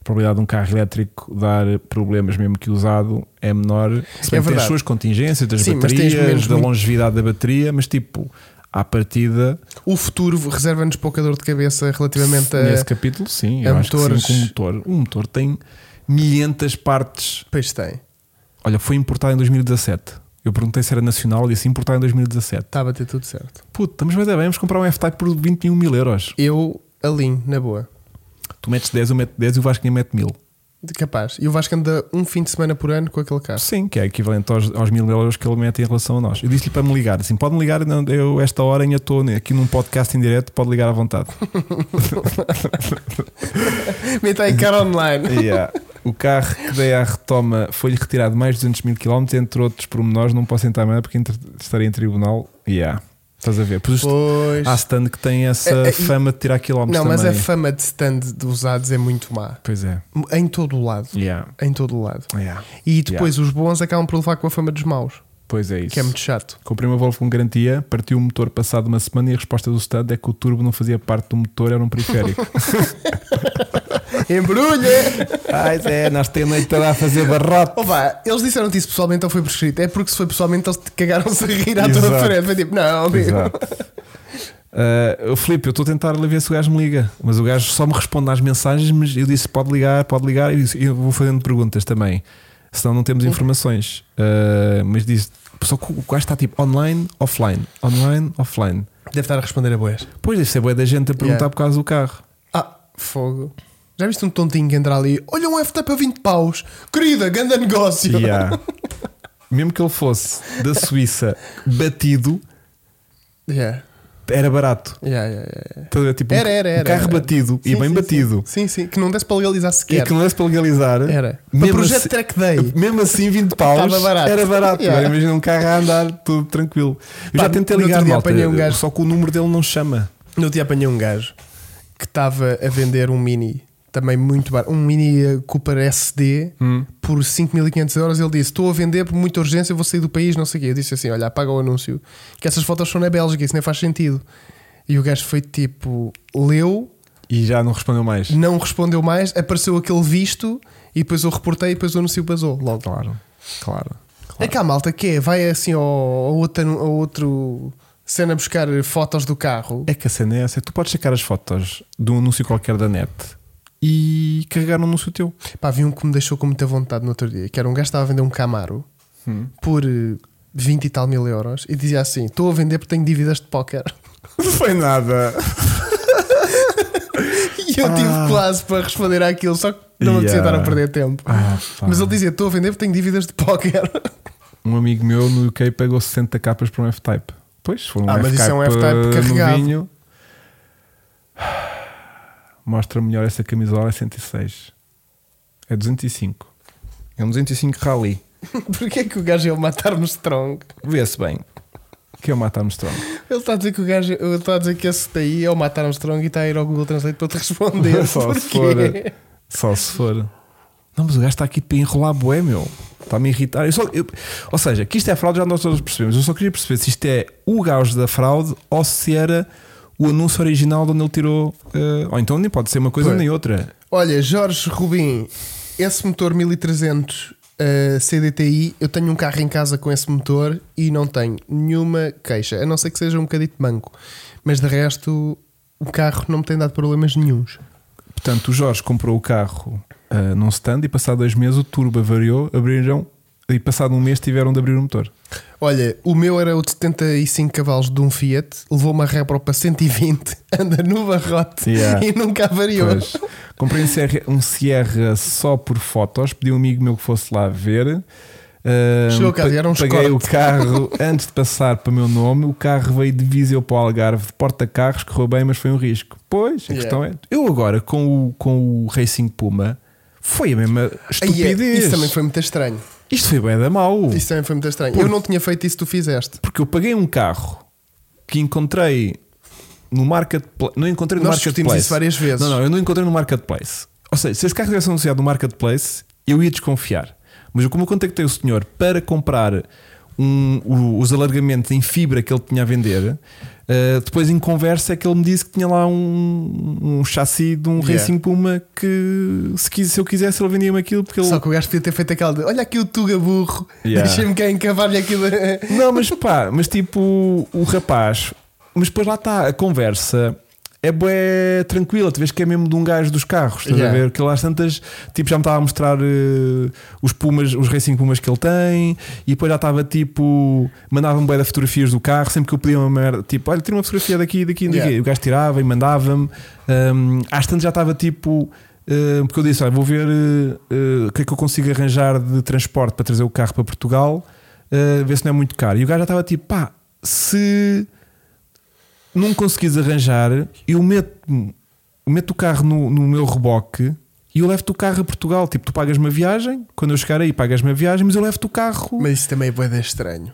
S2: A probabilidade de um carro elétrico dar problemas, mesmo que usado, é menor. Se bem
S1: É
S2: que tem as
S1: verdade.
S2: suas contingências, das
S1: Sim, mas tens
S2: baterias,
S1: menos-
S2: da longevidade da bateria, mas tipo, à partida.
S1: O futuro reserva-nos pouca dor de cabeça relativamente a.
S2: Nesse capítulo, sim, eu
S1: a
S2: acho
S1: eh, motores.
S2: que sim, com o motor. O motor tem milhentas partes.
S1: Pois tem.
S2: Olha, foi importado em 2017. Eu perguntei se era nacional e disse importado em 2017.
S1: Está Tá a bater tudo certo.
S2: Puto, estamos bem, bem, vamos comprar um F-Type por 21 mil euros.
S1: Eu alinho, na boa.
S2: Tu metes 10, eu meto 10 e o Vasco nem mete mil.
S1: De capaz. E o Vasco anda um fim de semana por ano com aquele carro.
S2: Sim, que é equivalente aos, aos mil euros que ele mete em relação a nós. Eu disse-lhe para me ligar, assim, pode-me ligar, não, eu esta hora ainda estou aqui num podcast em direto, pode ligar à vontade.
S1: Meta aí cara online.
S2: Yeah. é. O carro que dei à retoma foi-lhe retirado mais de 200 mil km, entre outros pormenores. Não posso entrar mais porque entre- estarei em tribunal. Yeah. Estás a ver? Por isso,
S1: Pois.
S2: há stand que tem essa
S1: É, é, e-
S2: fama de tirar quilómetros
S1: Não, mas a
S2: também.
S1: fama de stand de usados é muito má.
S2: Pois é.
S1: Em todo o lado.
S2: Yeah.
S1: Em todo o lado.
S2: Yeah.
S1: E depois os bons acabam por levar com a fama dos maus,
S2: Pois é isso.
S1: que é muito chato.
S2: Comprei uma Volvo com garantia, partiu o motor passado uma semana e a resposta do stand é que o turbo não fazia parte do motor, era um periférico.
S1: Embrulha!
S2: Ai, é, nós temos noite toda a fazer barrote.
S1: Opa, eles disseram-te isso pessoalmente ou foi por escrito? É porque se foi pessoalmente eles te cagaram-se a rir à tua
S2: Exato.
S1: frente. Foi tipo, não, amigo.
S2: Exato. Uh, o Filipe, eu estou a tentar ver se o gajo me liga, mas o gajo só me responde às mensagens. Mas eu disse: pode ligar, pode ligar. E eu, disse- eu vou fazendo perguntas também, senão não temos informações. Uh, mas disse: só que o gajo está tipo online, offline, online, offline.
S1: Deve estar a responder a boias.
S2: Pois deve ser boa da gente a perguntar
S1: Yeah.
S2: por causa do carro.
S1: Ah, fogo. Já viste um tontinho que entra ali? Olha um F-Type a 20 paus. Querida, ganda negócio.
S2: Yeah. Mesmo que ele fosse da Suíça batido,
S1: Yeah.
S2: era barato.
S1: Yeah, yeah, yeah.
S2: Estás a ver? Tipo, um
S1: Era, era,
S2: ca-
S1: era.
S2: um carro
S1: era.
S2: batido e
S1: Sim,
S2: bem
S1: sim,
S2: batido.
S1: Sim. sim, sim. Que não desse para legalizar
S2: E
S1: sequer.
S2: que não desse para legalizar.
S1: Era. Para
S2: Mesmo
S1: projeto
S2: assim-
S1: Track Day.
S2: Mesmo assim, 20 paus
S1: Estava barato.
S2: era barato.
S1: Yeah.
S2: Agora imagina um carro a andar, tudo tranquilo. Eu
S1: Pá,
S2: já tentei
S1: no outro
S2: ligar
S1: dia
S2: malta,
S1: apanhei um gajo.
S2: só que o número dele não chama.
S1: No dia apanhei um gajo que estava a vender um mini, também muito barato, um mini eh, Cooper SD por 5.500 euros. Ele disse: Estou a vender por muita urgência, eu vou sair do país, não sei o quê. Eu disse assim: Olha, apaga o anúncio, que essas fotos são na Bélgica, isso nem faz sentido. E o gajo foi tipo: leu,
S2: E já não respondeu mais.
S1: não respondeu mais, apareceu aquele visto e depois eu reportei e depois o anúncio basou logo.
S2: Claro, claro.
S1: É cá, malta, que é? Vai assim ao, ao outro, anu- ao outro cena buscar fotos do carro.
S2: É que a cena é essa: tu podes sacar as fotos de um anúncio qualquer da net e carregar um anúncio teu.
S1: Pá, vi um que me deixou com muita vontade no outro dia, que era um gajo que estava a vender um Camaro
S2: Hum.
S1: por eh, 20 e tal mil euros e dizia assim: estou a vender porque tenho dívidas de póquer.
S2: Não foi nada.
S1: eu tive quase para responder àquilo, só que não me apetecia
S2: Ah. Yeah.
S1: estar a perder tempo.
S2: Ah, pá.
S1: Mas ele dizia: estou a vender porque tenho dívidas de póquer.
S2: Um amigo meu no UK pagou 60 capas para um F-Type. Pois, foi um
S1: Ah, mas
S2: F-Type,
S1: isso é um F-Type
S2: eh,
S1: carregado.
S2: novinho. Mostra melhor essa camisola, é 106. É 205. É um 205 Rally.
S1: Porquê que o gajo é o Matt Armstrong?
S2: Vê-se bem. Que é o Matt Armstrong.
S1: Ele está a dizer que o gajo. Ele está a dizer que esse daí é o Matt Armstrong e está a ir ao Google Translate para te responder.
S2: Só se
S1: Porquê?
S2: for. Só se for. Não, mas o gajo está aqui para enrolar boé, meu. Está-me a irritar. Eu só, eu- ou seja, que isto é fraude, já nós todos percebemos. Eu só queria perceber se isto é o gajo da fraude ou se era o anúncio original de onde ele tirou. eh, ou então nem pode ser uma coisa
S1: Pois.
S2: nem outra.
S1: Olha, Jorge Rubim, esse motor 1300 eh, CDTI, eu tenho um carro em casa com esse motor e não tenho nenhuma queixa, a não ser que seja um bocadito manco. Mas de resto, o carro não me tem dado problemas nenhuns.
S2: Portanto, o Jorge comprou o carro eh, num stand e passado dois meses o turbo variou, abriram e passado um mês tiveram de abrir o motor.
S1: Olha, o meu era o de 75 cavalos de um Fiat, levou uma repro para 120, anda no barrote
S2: Yeah.
S1: e nunca variou.
S2: Pois. Comprei um Sierra, um Sierra só por fotos, pedi a um amigo meu que fosse lá ver. Ahm,
S1: Chegou cá, um
S2: pa-
S1: vieram uns
S2: Paguei
S1: cortes.
S2: o carro antes de passar para o meu nome. O carro veio de Viseu para o Algarve, de porta-carros, correu bem, mas foi um risco. Pois, a
S1: Yeah.
S2: questão é. Eu agora com o, com o Racing Puma foi a mesma
S1: Ai, é,
S2: estupidez.
S1: isso também foi muito estranho.
S2: Isto foi bem da mau.
S1: Isso também foi muito estranho. Eu não tinha feito isso, que tu fizeste.
S2: Porque eu paguei um carro que encontrei no marketplace. Não encontrei no
S1: Nós discutimos
S2: marketplace.
S1: isso várias vezes.
S2: Não, não, eu não encontrei no marketplace. Ou seja, se esse carro tivesse anunciado no marketplace, eu ia desconfiar. Mas eu, como eu contactei o senhor para comprar um- o- os alargamentos em fibra que ele tinha a vender, eh, depois em conversa é que ele me disse que tinha lá um, um chassi de um
S1: Yeah.
S2: Racing Puma que se, quis- se eu quisesse ele vendia-me aquilo porque ele
S1: Só que o gajo podia ter feito aquela de olha aqui o Tuga burro,
S2: Yeah.
S1: deixa-me cá encavar-lhe aquilo.
S2: Não, mas pá, mas tipo, o rapaz. Mas depois lá está, a conversa é bué tranquila. Tu vês que é mesmo de um gajo dos carros, estás
S1: Yeah.
S2: a ver? Que lá às tantas, tipo, já me estava a mostrar eh, os Pumas, os Racing Pumas que ele tem, e depois já estava tipo, mandava-me bué de fotografias do carro, sempre que eu pedia uma merda, tipo, olha, tira uma fotografia daqui, daqui, daqui.
S1: Yeah.
S2: E o gajo tirava e mandava-me. Um, às tantas já estava tipo. eh, porque eu disse, olha, vou ver eh, eh, o que é que eu consigo arranjar de transporte para trazer o carro para Portugal, eh, ver se não é muito caro. E o gajo já estava tipo, pá, se não conseguires arranjar, eu meto, meto o carro no, no meu reboque e eu levo-te o carro a Portugal. Tipo, tu pagas uma viagem, quando eu chegar aí pagas-me a viagem, mas eu levo-te o carro. Mas,
S1: Mas isso também é boeda estranho.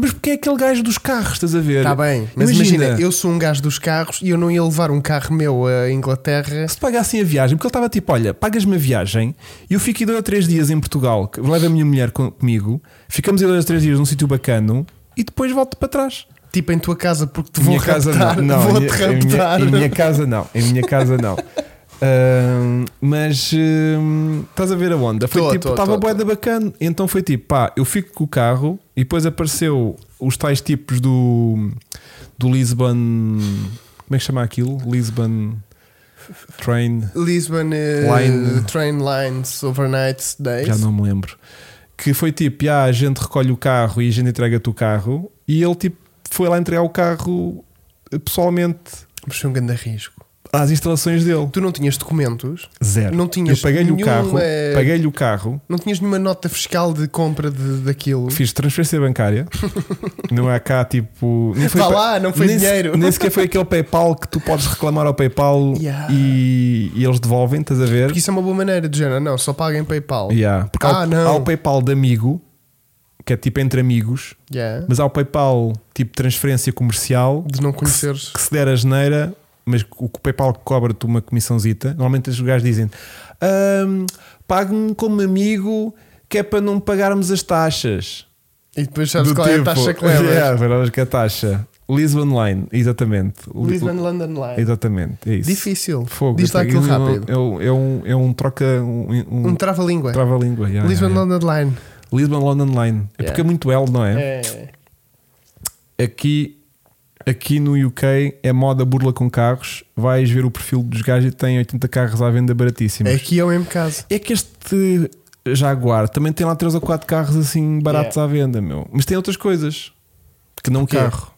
S2: porque é aquele gajo dos carros, estás a ver?
S1: Está Tá bem, mas imagina. eu sou um gajo dos carros e eu não ia levar um carro meu a Inglaterra.
S2: se pagassem a viagem, porque ele estava tipo: olha, pagas-me a viagem e eu fico aí dois ou três dias em Portugal, que- leva a minha mulher com- comigo, ficamos aí dois ou três dias num sítio bacano e depois volto para trás.
S1: Tipo em tua casa porque te vou raptar,
S2: não, não,
S1: vou-te
S2: em minha- em minha-
S1: raptar.
S2: Em minha, casa não, em minha casa não. Ahm, mas ahm, estás a ver a onda? Foi
S1: Tô,
S2: tipo,
S1: tô,
S2: estava
S1: tô,
S2: boeda bacana. Então foi tipo, pá, eu fico com o carro e depois apareceu os tais tipos do, do Lisbon. Como é que chama aquilo? Lisbon Train.
S1: Lisbon eh,
S2: Line.
S1: Train Lines Overnight Days.
S2: Já não me lembro. Que foi tipo, ah, a gente recolhe o carro e a gente entrega-te o carro. E ele tipo foi lá entregar o carro eh, pessoalmente
S1: Mas foi um grande risco.
S2: às instalações dele.
S1: Tu não tinhas documentos,
S2: Zero.
S1: Não tinhas
S2: Eu paguei-lhe o
S1: nenhuma- é-
S2: carro, paguei-lhe o carro,
S1: não tinhas nenhuma nota fiscal de compra de, daquilo.
S2: fiz transferência bancária. não é cá tipo. Nem
S1: Vá
S2: pa-
S1: lá, não foi
S2: nem se-
S1: dinheiro.
S2: nem sequer foi aquele PayPal que tu podes reclamar ao PayPal
S1: Yeah.
S2: e, e eles devolvem, estás a ver?
S1: Porque isso é uma boa maneira de género, não, só paga em PayPal.
S2: Yeah. Porque
S1: Ah,
S2: há, o-
S1: não.
S2: há o PayPal de amigo, que é tipo entre amigos,
S1: Yeah.
S2: mas há o PayPal tipo transferência comercial
S1: De não
S2: que se,
S1: conheceres.
S2: que se der a geneira, mas o que o PayPal cobra-te uma comissãozita, normalmente os gajos dizem "Ahm, pague-me como amigo que é para não pagarmos as taxas.
S1: E depois sabes
S2: Do
S1: qual é a
S2: tipo,
S1: taxa que levas.
S2: Yeah, verás que é a taxa. Lisbon Line, exatamente.
S1: Lisbon London Line.
S2: Exatamente, é isso.
S1: Difícil.
S2: Fogo,
S1: Diz lá
S2: eu
S1: aquilo
S2: tenho-
S1: rápido.
S2: É um, é um, é um troca. Um, um,
S1: Um trava-língua.
S2: trava-língua. yeah,
S1: Lisbon
S2: yeah, yeah.
S1: London Line.
S2: Lisbon London Line. É
S1: Yeah.
S2: porque é muito L, não
S1: É.
S2: aqui, aqui no UK é moda burla com carros. Vais ver o perfil dos gajos e tem 80 carros à venda baratíssimos.
S1: Aqui é o mesmo caso.
S2: É que este Jaguar também tem lá 3 ou 4 carros assim baratos à venda, meu. Mas tem outras coisas que não
S1: É. O quê?
S2: carro.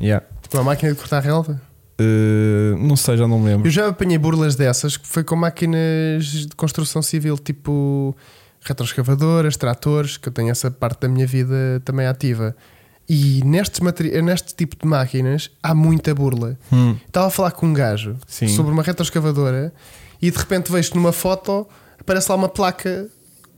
S2: Yeah.
S1: Uma Tipo, máquina de cortar relva?
S2: Eh, Eh, não sei, já não me lembro.
S1: Eu já apanhei burlas dessas que foi com máquinas de construção civil, tipo retroescavadoras, tratores, que eu tenho essa parte da minha vida também ativa. E nestes materi- neste tipo de máquinas há muita burla.
S2: Hum.
S1: Estava a falar com um gajo
S2: Sim.
S1: sobre uma retroescavadora e de repente vejo numa foto, aparece lá uma placa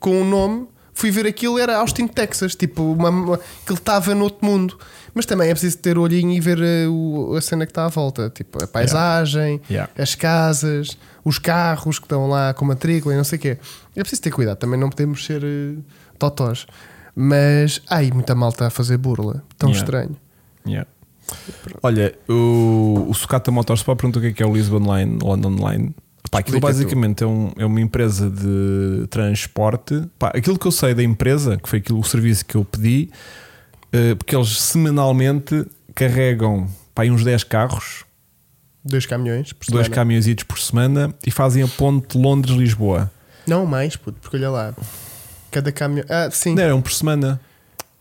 S1: com um nome. Fui ver aquilo, era Austin, Texas, tipo, uma, uma- que ele estava no outro mundo. Mas também é preciso ter olhinho e ver eh, o- a cena que está à volta, tipo, a paisagem,
S2: Yeah.
S1: as casas, os carros que estão lá com matrícula e não sei o quê. É preciso ter cuidado, também não podemos ser eh, totós. Mas há aí muita malta a fazer burla, tão
S2: Yeah.
S1: estranho.
S2: Yeah. Olha, o, o Sucata Motorsport perguntou o que é, que é o Lisbon Line, London Line. Pá, aquilo
S1: Explica tu.
S2: basicamente é, um- é uma empresa de transporte. Pá, aquilo que eu sei da empresa, que foi aquilo, o serviço que eu pedi, eh, porque eles semanalmente carregam pá, aí uns 10 carros,
S1: Dois caminhões por
S2: dois
S1: semana.
S2: caminhões por semana e fazem a ponte Londres-Lisboa.
S1: Não mais, puto, porque olha lá. Cada caminhão. Ah, sim.
S2: Não, era um por semana.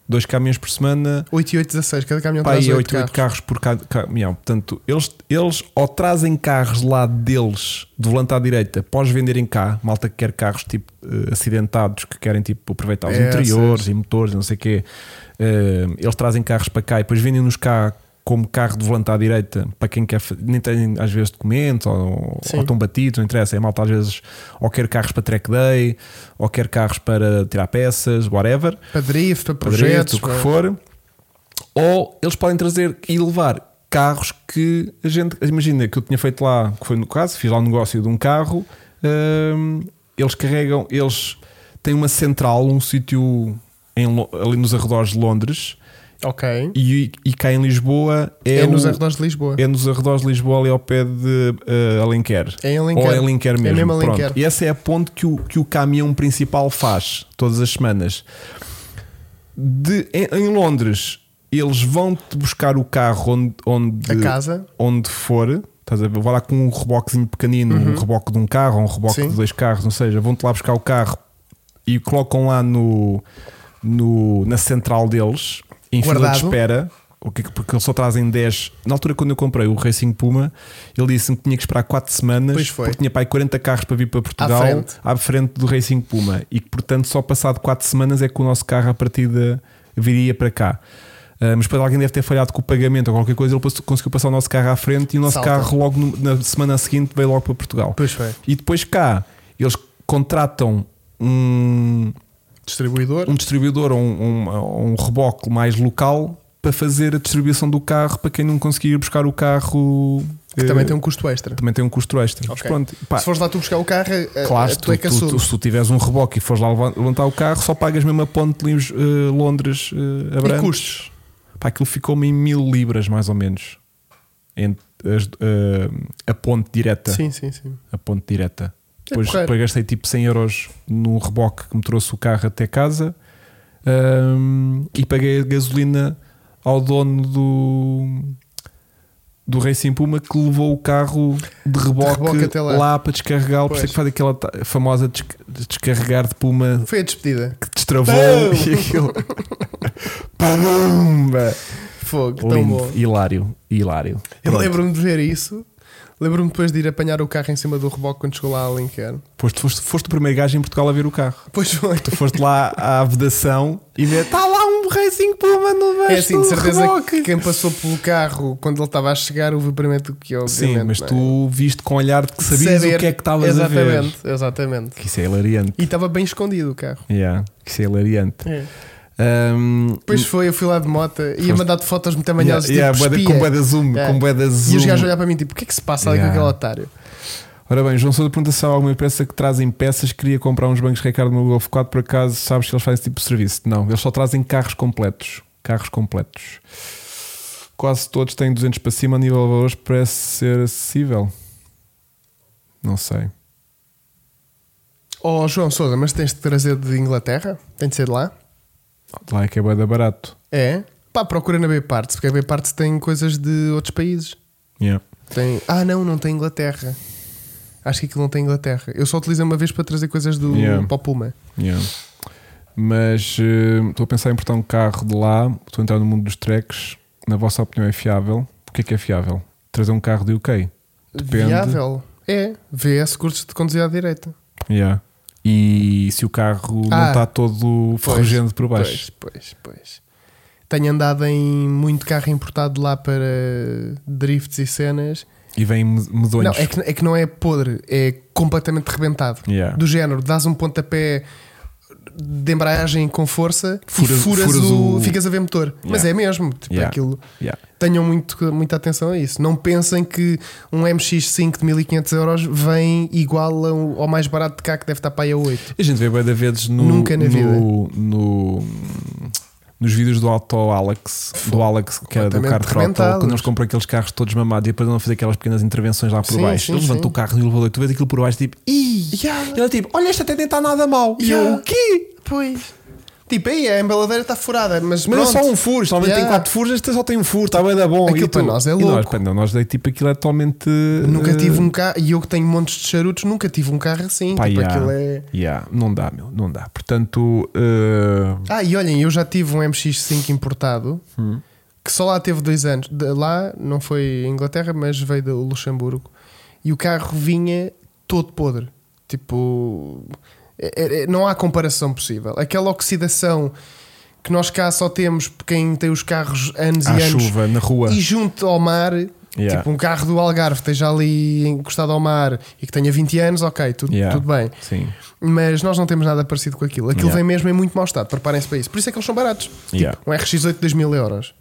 S2: Dois caminhões por semana.
S1: 8 e 8, 16. Cada caminhão
S2: Pá,
S1: traz
S2: e
S1: 8,
S2: 8 carros. carros por cada caminhão. Portanto, eles, eles ou trazem carros lá deles, do volante à direita, após venderem cá, malta que quer carros tipo eh, acidentados, que querem tipo aproveitar os
S1: É,
S2: interiores e motores, não sei o quê. Eh, eles trazem carros para cá e depois vendem-nos cá como carro de volante à direita para quem quer, fa- nem tem às vezes documentos ou,
S1: Sim.
S2: ou estão batidos, não interessa. É malta às vezes ou quer carros para track day ou quer carros para tirar peças, whatever
S1: Para drift, para
S2: projetos,
S1: projetos.
S2: o que
S1: para-
S2: for, ou eles podem trazer e levar carros que a gente imagina que eu tinha feito lá, que foi no caso, fiz lá um negócio de um carro. hum, eles carregam, eles têm uma central, um sítio em Lo- ali nos arredores de Londres,
S1: Ok.
S2: e, e cá em Lisboa é,
S1: É, nos
S2: o-
S1: arredores de Lisboa.
S2: é nos arredores de Lisboa, ali ao pé de eh, Alenquer.
S1: É em Alenquer.
S2: Ou é Alenquer
S1: É
S2: mesmo.
S1: mesmo
S2: pronto.
S1: Alenquer.
S2: E essa é a ponte que o, que o caminhão principal faz todas as semanas. De, em, em Londres, eles vão-te buscar o carro onde, onde,
S1: A casa.
S2: onde for. Estás a ver? Vai lá com um reboquezinho pequenino, um reboque de um carro, um reboque
S1: Uhum. Sim.
S2: de dois carros, ou seja, vão-te lá buscar o carro e colocam lá no, no- na central deles, em fila de
S1: Guardado.
S2: espera, o que- porque eles só trazem 10. Na altura, quando eu comprei o Racing Puma, ele disse-me que tinha que esperar 4
S1: Pois
S2: semanas,
S1: foi.
S2: porque tinha pai 40 carros para vir para Portugal, à frente.
S1: frente.
S2: do Racing Puma, e que portanto, só passado 4 semanas é que o nosso carro, a partida, viria para cá. Ah, mas depois alguém deve ter falhado com o pagamento ou qualquer coisa, ele passou- conseguiu passar o nosso carro à frente e o nosso
S1: Salta.
S2: carro logo no- na semana seguinte veio logo para Portugal.
S1: Pois foi.
S2: E depois cá, eles contratam um,
S1: Distribuidor.
S2: um distribuidor ou um, um, um reboque mais local para fazer a distribuição do carro para quem não conseguir buscar o carro.
S1: Que
S2: eh,
S1: também tem um custo extra.
S2: também tem um custo extra. Mas
S1: Ok.
S2: pronto, pá,
S1: Se fores lá tu buscar o carro, a- a-
S2: claro,
S1: a- tu
S2: tu,
S1: é que
S2: tu- tu-
S1: assumes.
S2: se tu tiveres um reboque e fores lá levan- levantar o carro, só pagas mesmo a ponte de Lis- eh, Londres eh,
S1: E
S2: Abrantes.
S1: custos.
S2: Pá, aquilo ficou-me em mil libras, mais ou menos. Entre as- eh, a ponte direta.
S1: Sim, sim, sim.
S2: A ponte direta. Depois,
S1: É porreiro.
S2: depois gastei tipo 100 euros num reboque que me trouxe o carro até casa hum, e paguei a gasolina ao dono do, do Racing Puma que levou o carro de reboque,
S1: reboque até lá.
S2: lá. para descarregá-lo. Por isso é
S1: Pois.
S2: que faz aquela ta- famosa des- descarregar de Puma
S1: Foi a despedida.
S2: que destravou
S1: Pum!
S2: e aquilo. Pumba!
S1: Fogo, tão
S2: Lindo,
S1: bom.
S2: hilário, hilário.
S1: Eu
S2: Pronto.
S1: lembro-me de ver isso. Lembro-me depois de ir apanhar o carro em cima do reboque quando chegou lá a Alenquer.
S2: Pois tu foste, foste o primeiro gajo em Portugal a ver o carro.
S1: Pois foi.
S2: Tu foste lá à vedação e vê, está lá um Racing Puma no
S1: É
S2: baixo
S1: assim, de
S2: do
S1: certeza
S2: reboque."
S1: que quem passou pelo carro quando ele estava a chegar, o vibramento que eu é?
S2: Sim, mas tu viste com olhar de que sabias
S1: Saber-
S2: o que é que estavas a ver.
S1: Exatamente, exatamente.
S2: Que isso é hilariante.
S1: E estava bem escondido o carro.
S2: Yeah, que isso é hilariante. Um,
S1: Depois foi, eu fui lá de moto, ia
S2: Foste-
S1: mandar-te fotos muito
S2: yeah,
S1: amanhosas
S2: yeah,
S1: tipo,
S2: bué de-
S1: espia.
S2: com bué de zoom,
S1: É.
S2: com bué de
S1: E os
S2: zoom.
S1: gajos olhar para mim, tipo, o que é que se passa ali
S2: Yeah.
S1: com aquele otário?
S2: Ora bem, João Sousa pergunta se há alguma empresa que trazem peças. Queria comprar uns bancos Ricardo no Golf 4, por acaso sabes se eles fazem esse tipo de serviço? Não, eles só trazem carros completos. Carros completos. Quase todos têm 200 para cima, a nível de valores parece ser acessível. Não sei.
S1: Oh João Souza, mas tens de trazer de Inglaterra? Tem de ser de lá?
S2: De Lá é que é bué da barato.
S1: É? Pá, procura na B-Parts, porque a B-Parts tem coisas de outros países.
S2: Yeah.
S1: Tem... Ah, não, não tem Inglaterra. Acho que aquilo não tem Inglaterra. Eu só utilizei uma vez para trazer coisas do
S2: Yeah.
S1: para o Puma.
S2: Yeah. Mas eh, estou a pensar em importar um carro de lá. Estou a entrar no mundo dos treks. Na vossa opinião, é fiável? O que é que é fiável? trazer um carro do UK. Depende.
S1: Viável. É. VS cursos de conduzir à direita.
S2: Yeah. E se o carro não
S1: Ah.
S2: está todo ferrugente por baixo.
S1: Pois, pois, pois. Tenho andado em muito carro importado de lá para drifts e cenas.
S2: E vem me- medonhos.
S1: Não, é que, é que não é podre, é completamente rebentado.
S2: Yeah.
S1: Do género, dás um pontapé de embreagem com força
S2: Furas-
S1: e furas,
S2: furas
S1: o,
S2: o-
S1: Ficas a ver motor. Mas
S2: Yeah.
S1: é mesmo, tipo,
S2: Yeah.
S1: aquilo.
S2: Yeah.
S1: Tenham muito, muita atenção a isso. Não pensem que um MX5 de 1500 euros vem igual a um- ao mais barato de cá que deve estar para aí a 8.
S2: A gente vê bué de vezes no,
S1: Nunca na
S2: no-
S1: vida.
S2: no- nos vídeos do Auto Alex, do Alex que era do
S1: completamente
S2: Car Throttle,
S1: rebentados.
S2: quando eles compram aqueles carros todos mamados e depois andam a fazer aquelas pequenas intervenções lá por
S1: Sim,
S2: baixo.
S1: sim,
S2: Ele levanta
S1: sim.
S2: o carro no elevador, tu vês aquilo por baixo tipo, ih!
S1: Yeah.
S2: E ele tipo, olha, esta até nem está nada mal. E eu,
S1: Yeah.
S2: o quê?
S1: Pois. Tipo, aí a embaladeira está furada, mas,
S2: Mas
S1: pronto.
S2: é só um furo, somente tem
S1: Yeah.
S2: quatro furos, esta só tem um furo, está bem da bom.
S1: Aquilo
S2: E tu?
S1: para nós é
S2: E Nós,
S1: louco.
S2: pá, não, nós daí tipo aquilo é totalmente.
S1: Nunca
S2: eh,
S1: tive um carro, e eu que tenho montes de charutos, nunca tive um carro assim.
S2: Pá,
S1: tipo,
S2: yeah,
S1: aquilo é.
S2: yeah, não dá, meu, não dá. Portanto, eh,
S1: Ah, e olhem, eu já tive um MX5 importado
S2: Hum.
S1: que só lá teve dois anos. De lá não foi Inglaterra, mas veio do Luxemburgo. E o carro vinha todo podre. Tipo, é- é- é- não há comparação possível. Aquela oxidação que nós cá só temos por quem tem os carros anos
S2: há
S1: e anos
S2: chuva na rua.
S1: e junto ao mar.
S2: Yeah.
S1: Tipo, um carro do Algarve que esteja ali encostado ao mar e que tenha 20 anos, ok, tudo,
S2: Yeah.
S1: tudo bem.
S2: Sim.
S1: Mas nós não temos nada parecido com aquilo. Aquilo
S2: Yeah.
S1: vem mesmo em muito mau estado, preparem-se para isso. Por isso é que eles são baratos.
S2: Yeah.
S1: Um RX8 de 2 mil euros.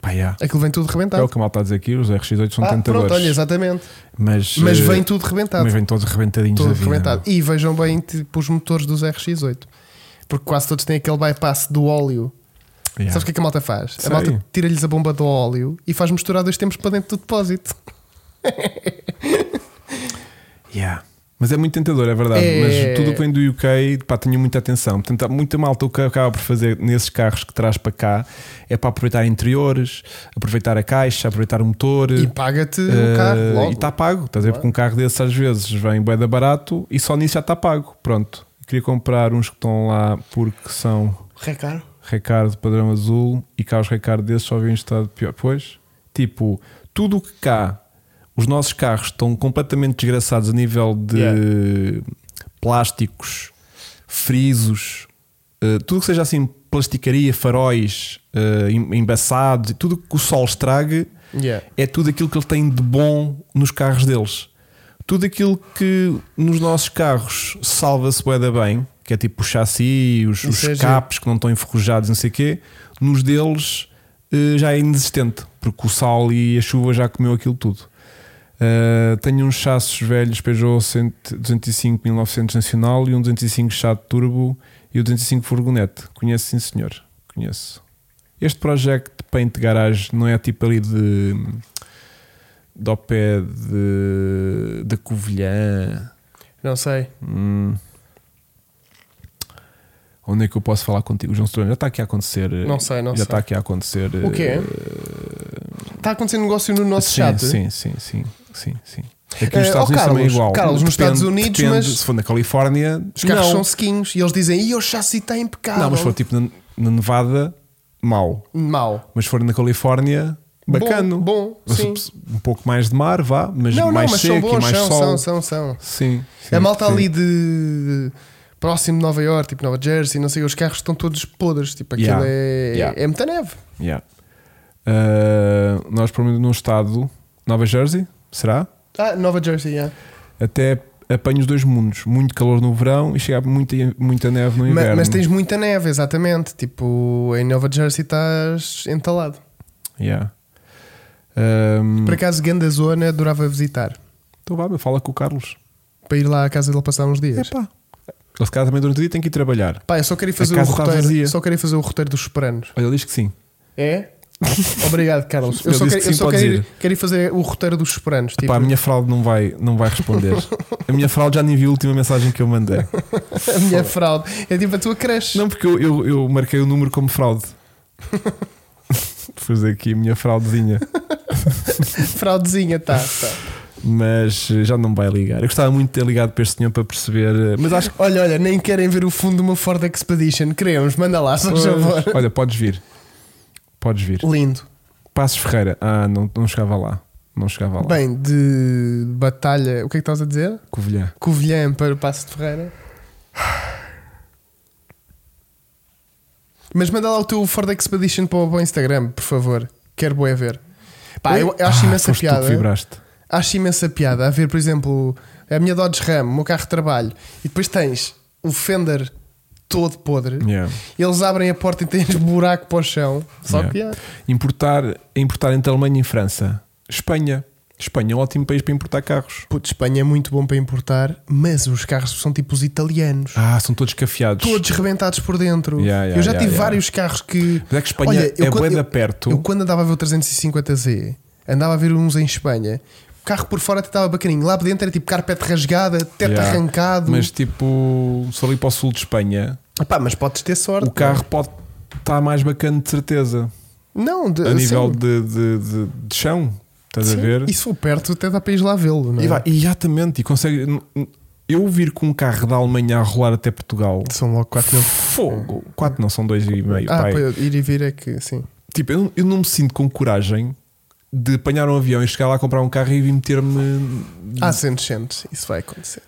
S2: Pá, yeah.
S1: Aquilo vem tudo
S2: É o
S1: rebentado.
S2: que mal está a dizer aqui, os RX8 são
S1: Tá. Ah,
S2: tentadores.
S1: pronto, olha, exatamente.
S2: mas,
S1: Mas
S2: eh,
S1: vem tudo rebentado.
S2: mas vem todos rebentadinhos
S1: todo
S2: da vida.
S1: rebentado. E vejam bem tipo, os motores dos RX8. Porque quase todos têm aquele bypass do óleo.
S2: meu. Yeah.
S1: Sabes o que é que a malta faz?
S2: Sei.
S1: A malta tira-lhes a bomba do óleo e faz misturar dois tempos para dentro do depósito.
S2: Yeah. Mas é muito tentador, é verdade.
S1: É.
S2: Mas tudo o que vem do UK, pá, tenho muita atenção. Portanto, há muita malta o que acaba por fazer nesses carros que traz para cá é para aproveitar interiores, aproveitar a caixa, aproveitar o motor.
S1: E paga-te
S2: eh,
S1: o carro
S2: e
S1: logo.
S2: está pago, estás a ver? Porque um carro desses às vezes vem boeda barato e só nisso já está pago. Pronto, queria comprar uns que estão lá porque são
S1: Recaro.
S2: Ricardo padrão azul e carros Ricardo desses só vêm em estado pior. Pois, tipo, tudo o que cá, os nossos carros estão completamente desgraçados a nível de plásticos, frisos, eh, tudo que seja assim, plasticaria, faróis, eh, em- embaçados, e tudo que o sol estrague,
S1: Yeah.
S2: é tudo aquilo que ele tem de bom nos carros deles. Tudo aquilo que nos nossos carros salva-se bué da bem, que é tipo o chassi, os, os
S1: Isso é
S2: escapes que não estão enferrujados, não sei o quê, nos deles eh, já é inexistente, porque o sal e a chuva já comeu aquilo tudo. Eh, tenho uns chassos velhos Peugeot 100 205 1900 Nacional e um 205 Chato Turbo e o 205 Furgonete. Conheço, sim, senhor. Conheço. Este projeto de Paint Garage não é tipo ali de. de ao pé de. da Covilhã.
S1: Não sei.
S2: Hum. Onde é que eu posso falar contigo, João Sturano? Já está aqui a acontecer. eh,
S1: Não sei, não
S2: já
S1: sei.
S2: está aqui a acontecer.
S1: O quê?
S2: eh,
S1: Está acontecendo um negócio no nosso
S2: sim,
S1: chat.
S2: Sim, sim, sim, sim, sim. Aqui
S1: Eh,
S2: nos
S1: oh,
S2: Estados Unidos também é
S1: Carlos,
S2: igual.
S1: Carlos, nos Estados Unidos,
S2: depende,
S1: mas-
S2: se for na Califórnia,
S1: Os carros
S2: não.
S1: são sequinhos e eles dizem, e o chassi está impecável.
S2: Não, mas se for tipo na, na Nevada, mau.
S1: Mal.
S2: Mas se for na Califórnia, bacano.
S1: Bom, bom, sim.
S2: Um pouco mais de mar, vá, mas
S1: não, não, mas
S2: mais
S1: são
S2: seco e
S1: bons,
S2: mais
S1: são,
S2: sol.
S1: são, são, são.
S2: Sim, sim.
S1: a malta
S2: sim.
S1: ali de próximo de Nova York, tipo Nova Jersey, não sei, os carros estão todos podres, tipo aquilo
S2: Yeah.
S1: é,
S2: Yeah.
S1: é muita neve.
S2: Yeah. Ah, nós, provavelmente, num estado, Nova Jersey, será?
S1: Ah, Nova Jersey, yeah.
S2: Até apanho os dois mundos. Muito calor no verão e chega muita, muita neve no
S1: Ma-
S2: Um inverno.
S1: mas, tens muita neve, exatamente. Tipo, em Nova Jersey estás entalado.
S2: Yeah. Ahm,
S1: Por acaso, Ganda Zona adorava visitar.
S2: Então vá, meu, fala com o Carlos.
S1: Para ir lá à casa dele passar uns dias.
S2: Epá. Ele se calhar também durante o dia tem que ir trabalhar.
S1: Pá, eu só queria fazer
S2: A
S1: o
S2: casa está vazia.
S1: roteiro. Só queria fazer o roteiro dos Sopranos.
S2: Olha, ele diz que sim.
S1: É? Obrigado, Carlos. Eu
S2: Ele
S1: só,
S2: disse
S1: quero,
S2: que
S1: eu
S2: sim,
S1: só
S2: pode
S1: quero, ir,
S2: dizer.
S1: quero ir fazer o roteiro dos Sopranos. Tipo,
S2: Epá, a minha fraude não vai, não vai responder. a minha fraude já nem viu a última mensagem que eu mandei.
S1: a minha fraude. É tipo a tua creche.
S2: Não, porque eu, eu, eu marquei o número como fraude. Fiz aqui a minha fraudezinha.
S1: Fraudezinha, tá. tá.
S2: Mas eh, já não vai ligar. Eu gostava muito de ter ligado para este senhor para perceber. eh, Mas acho que.
S1: Olha, olha, nem querem ver o fundo de uma Ford Expedition. Queremos, manda lá, se faz favor.
S2: Olha, podes vir. Podes vir.
S1: Lindo.
S2: Passos Ferreira. Ah, não, não chegava lá. não chegava lá.
S1: Bem, de batalha. O que é que estás a dizer?
S2: Covilhã.
S1: Covilhã para o Passo de Ferreira. Mas manda lá o teu Ford Expedition para o, para o Instagram, por favor. Quero boé ver. Pá, eu, eu acho
S2: Ah,
S1: imensa
S2: foste tu que
S1: piada.
S2: vibraste.
S1: acho imensa piada a ver, por exemplo, a minha Dodge Ram, o meu carro de trabalho, e depois tens o Fender todo podre,
S2: Yeah.
S1: eles abrem a porta e tens buraco para o chão. Só
S2: Yeah.
S1: que yeah.
S2: Importar, importar entre Alemanha e França. Espanha. Espanha é um ótimo país para importar carros.
S1: Puto, Espanha é muito bom para importar, mas os carros são tipo os italianos.
S2: Ah, são todos cafiados.
S1: Todos rebentados por dentro.
S2: Yeah, yeah,
S1: eu já
S2: yeah,
S1: tive
S2: yeah.
S1: vários carros que.
S2: Mas é que Espanha
S1: Olha, eu
S2: é
S1: quando-
S2: bué de
S1: eu-
S2: perto.
S1: Eu quando andava a ver o 350Z, andava a ver uns em Espanha. O carro por fora até estava bacaninho. Lá por dentro era tipo carpete rasgada, teto
S2: Yeah.
S1: arrancado.
S2: Mas tipo, se ali para o sul de Espanha,
S1: Epá, mas podes ter sorte.
S2: o carro pode estar mais bacana de certeza.
S1: Não, de,
S2: A nível
S1: Eh, sim.
S2: de, de, de- de chão. Estás a
S1: Sim,
S2: ver?
S1: E se for perto, até dá para ir lá vê-lo, não é?
S2: E vai, exatamente. E consegue. n- n- Eu vir com um carro da Alemanha a rolar até Portugal.
S1: São logo 4 mil.
S2: Fogo! Quatro não, são dois e meio.
S1: Ah,
S2: pai.
S1: para ir e vir é que sim.
S2: Tipo, eu, não- eu não me sinto com coragem de apanhar um avião e chegar lá comprar um carro e vir meter-me.
S1: Ah, sentes, sentes. Isso vai acontecer.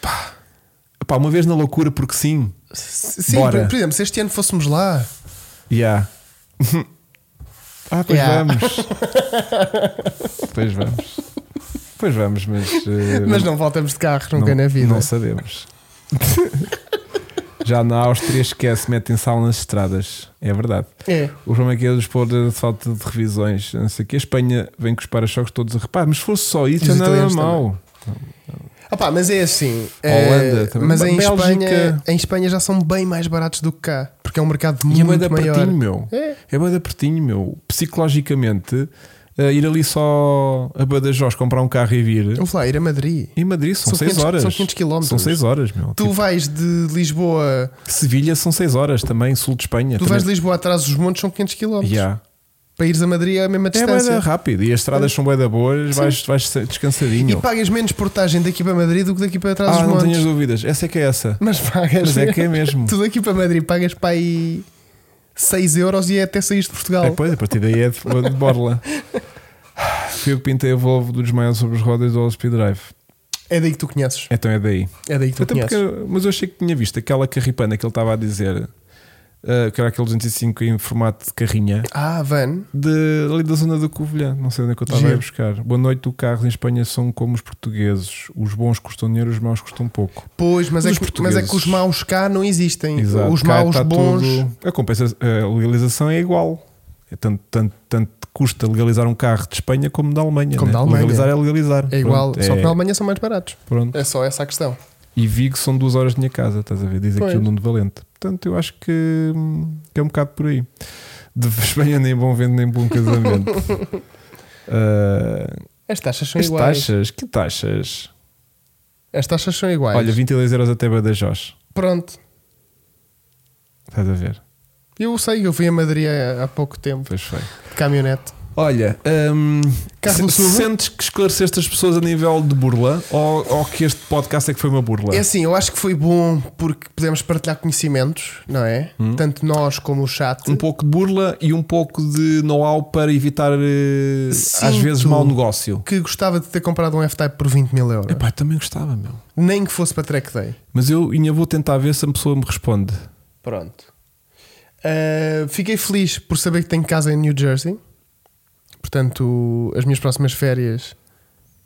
S2: Pá, uma vez na loucura, porque sim.
S1: S- Sim,
S2: Bora.
S1: por, por exemplo, se este ano fôssemos lá,
S2: Yeah. ah, pois
S1: Yeah.
S2: vamos. pois vamos. Pois vamos, mas. eh,
S1: mas não voltamos de carro nunca na vida.
S2: Não sabemos. Já na Áustria esquece, metem sal nas estradas. É verdade.
S1: É.
S2: O problema é que eles pôr de falta de revisões. Não sei o que. A Espanha vem com os para-choques todos a repar. Mas se fosse só isso,
S1: Os
S2: já não era
S1: italianos
S2: mau.
S1: Ah pá, mas é assim.
S2: Holanda
S1: eh,
S2: também.
S1: Mas em
S2: Bélgica.
S1: Espanha, em Espanha já são bem mais baratos do que cá, porque é um mercado
S2: E é
S1: muito
S2: banda
S1: maior.
S2: pertinho, meu.
S1: É.
S2: É banda pertinho, meu. Psicologicamente, eh, ir ali só a Badajoz comprar um carro e vir.
S1: Vamos lá, ir a Madrid.
S2: Em Madrid
S1: São
S2: são 6
S1: 500
S2: horas.
S1: são 500 quilómetros.
S2: São 6 horas, meu.
S1: Tu vais de Lisboa,
S2: Tipo, Sevilha são 6 horas também, sul de Espanha.
S1: tu
S2: também.
S1: vais de Lisboa atrás dos montes, são 500 km.
S2: Yeah.
S1: Para ires a Madrid é a mesma
S2: É
S1: distância.
S2: bué rápido e as estradas são bué da boas, vais, vais ser
S1: E
S2: descansadinho.
S1: pagas menos portagem daqui para Madrid do que daqui para trás
S2: ah,
S1: dos
S2: não
S1: montes.
S2: tenhas dúvidas, essa é que é essa.
S1: Mas pagas.
S2: Mas é que é mesmo.
S1: Tu daqui para Madrid pagas para aí 6 euros e é até sair de Portugal.
S2: É, pois, a partir daí é de, de borla. Fui eu que pintei a Volvo dos maiores sobre as rodas do All Speed Drive.
S1: É daí que tu conheces.
S2: Então é daí.
S1: É daí que tu
S2: Até porque-
S1: conheces.
S2: mas eu achei que tinha visto aquela carripana que ele estava a dizer, ah, que era aquele 205 em formato de carrinha.
S1: Ah, Van.
S2: de, ali da zona da Covilhã, não sei onde é que eu estava a
S1: Giro.
S2: ir buscar. Boa noite, o carro em Espanha são como os portugueses: os bons custam dinheiro, os maus custam pouco.
S1: Pois, mas,
S2: Mas
S1: é
S2: os
S1: que, mas é que os
S2: portugueses-
S1: maus cá não existem. Os
S2: Cá
S1: maus
S2: está
S1: bons.
S2: tudo- A, compensa- a legalização é igual. É tanto, tanto, tanto custa legalizar um carro de Espanha como da Alemanha.
S1: Como
S2: né?
S1: da Alemanha.
S2: Legalizar é legalizar.
S1: É igual,
S2: Pronto,
S1: só
S2: é-
S1: que na Alemanha são mais baratos.
S2: pronto.
S1: É só essa a questão.
S2: E Vigo são duas horas de minha casa, estás a ver? Diz aqui
S1: Pois.
S2: o Nuno Valente. Portanto, eu acho que, hum, que é um bocado por aí. De Espanha nem bom vento, nem bom casamento. Ah,
S1: As taxas são
S2: As
S1: iguais.
S2: taxas? Que taxas?
S1: As taxas são iguais.
S2: Olha, 22 euros até Badajoz.
S1: Pronto.
S2: Estás a ver?
S1: Eu sei, eu fui a Madrid há há pouco tempo,
S2: Pois foi.
S1: de caminhonete.
S2: Olha, hum,
S1: Carro do
S2: se-
S1: Sul.
S2: sentes que esclareceste as pessoas a nível de burla ou, ou que este podcast é que foi uma burla?
S1: É assim, eu acho que foi bom porque podemos partilhar conhecimentos, não é? Tanto nós como o chat.
S2: Hum? Um pouco de burla e um pouco de know-how para evitar eh, às
S1: Sinto.
S2: vezes mau negócio.
S1: que gostava de ter comprado um F-Type por 20 mil euros.
S2: Epá, eu também gostava, meu.
S1: Nem que fosse para track day.
S2: Mas eu ainda vou tentar ver se a pessoa me responde.
S1: Pronto. Ah, fiquei feliz por saber que tenho casa em New Jersey. Portanto, as minhas próximas férias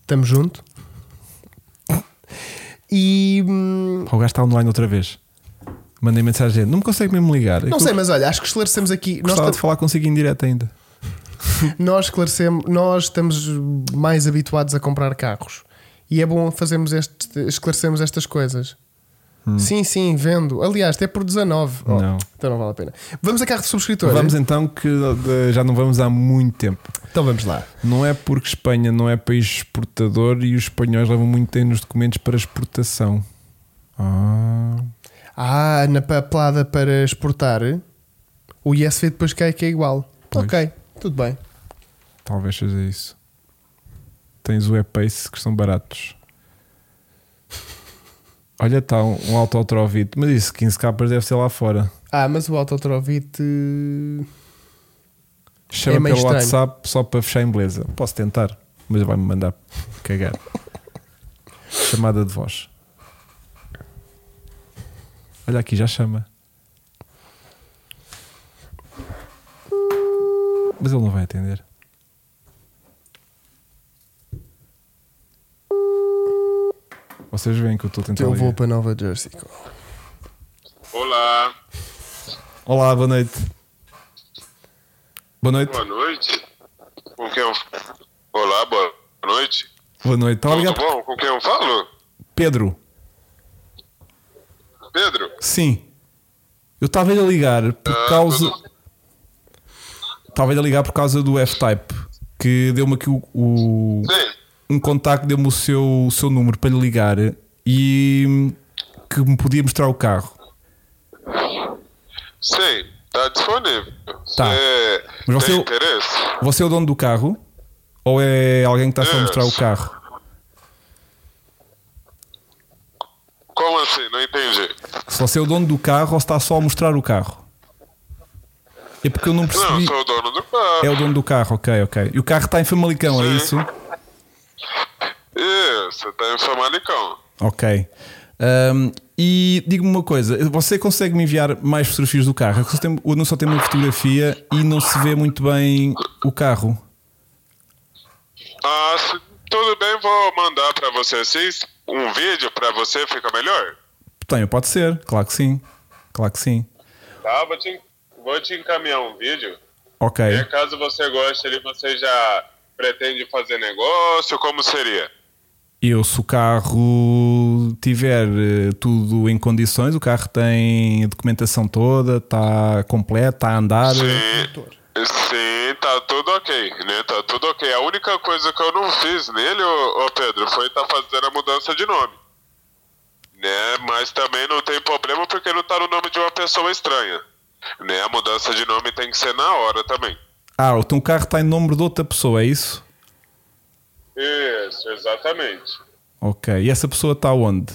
S1: estamos junto. E hum,
S2: Ou gastar online outra vez. Mandei mensagem, não me consegue mesmo ligar.
S1: não sei, mas olha, acho que esclarecemos aqui. Nós,
S2: Gostava de
S1: tam-
S2: falar consigo em direto ainda.
S1: nós esclarecemos, nós estamos mais habituados a comprar carros e é bom fazermos este, esclarecermos estas coisas. Sim, sim, vendo. Aliás, até por 19. Oh,
S2: Não.
S1: Então Hum. não vale a pena. Vamos a carro de subscritor.
S2: Vamos
S1: hein?
S2: então que eh, já não vamos há muito tempo.
S1: Então vamos lá.
S2: Não é porque Espanha não é país exportador e os espanhóis levam muito tempo nos documentos para exportação. Ah,
S1: Ah, na papelada para exportar, o ISV depois cai que é igual.
S2: Pois.
S1: Ok, tudo bem.
S2: talvez seja isso. Tens o E-Pace que são baratos. Olha, está um, um alto Otrovite, mas isso, 15 capas deve ser lá fora.
S1: Ah, mas o Autotrovit. eh,
S2: Chama
S1: É meio
S2: pelo
S1: É estranho.
S2: WhatsApp só para fechar em beleza. Posso tentar? mas vai-me mandar cagar. Chamada de voz. Olha aqui, já chama. Mas ele não vai atender. Vocês veem que eu estou a tentar.
S1: Eu
S2: ligar.
S1: vou para Nova Jersey.
S3: Olá,
S2: Olá, boa noite. Boa noite.
S3: boa noite. Com quem eu... Olá, boa noite.
S2: Boa noite. Estava a
S3: Tudo
S2: ligar
S3: bom? Com quem eu falo?
S2: Pedro.
S3: Pedro?
S2: Sim. Eu estava a ligar
S3: Ah,
S2: por causa. Estava a ligar por causa do F-Type. Que deu-me aqui o, o-
S3: Sim.
S2: um contacto, deu-me o seu, o seu número para lhe ligar e hum, que me podia mostrar o carro.
S3: Sim, tá disponível.
S2: Tá.
S3: Cê
S2: Mas você-
S3: Tem interesse?
S2: Você é o dono do carro? Ou é alguém que está só a mostrar o carro?
S3: Como assim? Não entendi.
S2: Se você é o dono do carro ou se está só a mostrar o carro? É porque eu não
S3: Não,
S2: percebi.
S3: sou o dono do carro.
S2: É o dono do carro, ok, ok. E o carro está em Famalicão, é
S3: Sim.
S2: isso?
S3: Isso, tá em Famalicão.
S2: Ok. Ahm, e diga-me uma coisa: você consegue me enviar mais fotografias do carro? Eu só tenho, eu não só tenho uma fotografia e não se vê muito bem o carro.
S3: Ah, se- tudo bem, vou mandar pra você sim. Um vídeo pra você, fica melhor?
S2: Tenho, pode ser, claro que sim. Claro que sim.
S3: Tá, vou te, vou te encaminhar um vídeo.
S2: Ok.
S3: E caso você goste ali, você já pretende fazer negócio? Como seria?
S2: Eu, se o carro tiver eh, tudo em condições, o carro tem a documentação toda, está completo, está a andar.
S3: Sim, sim, tá tudo ok, né? Tá tudo ok. A única coisa que eu não fiz nele, ô, ô Pedro, foi tá fazendo a mudança de nome. Né? Mas também não tem problema porque não tá no nome de uma pessoa estranha. Né? A mudança de nome tem que ser na hora também.
S2: Ah, então o carro está em nome de outra pessoa, é isso?
S3: Isso, exatamente.
S2: Ok. E essa pessoa está onde?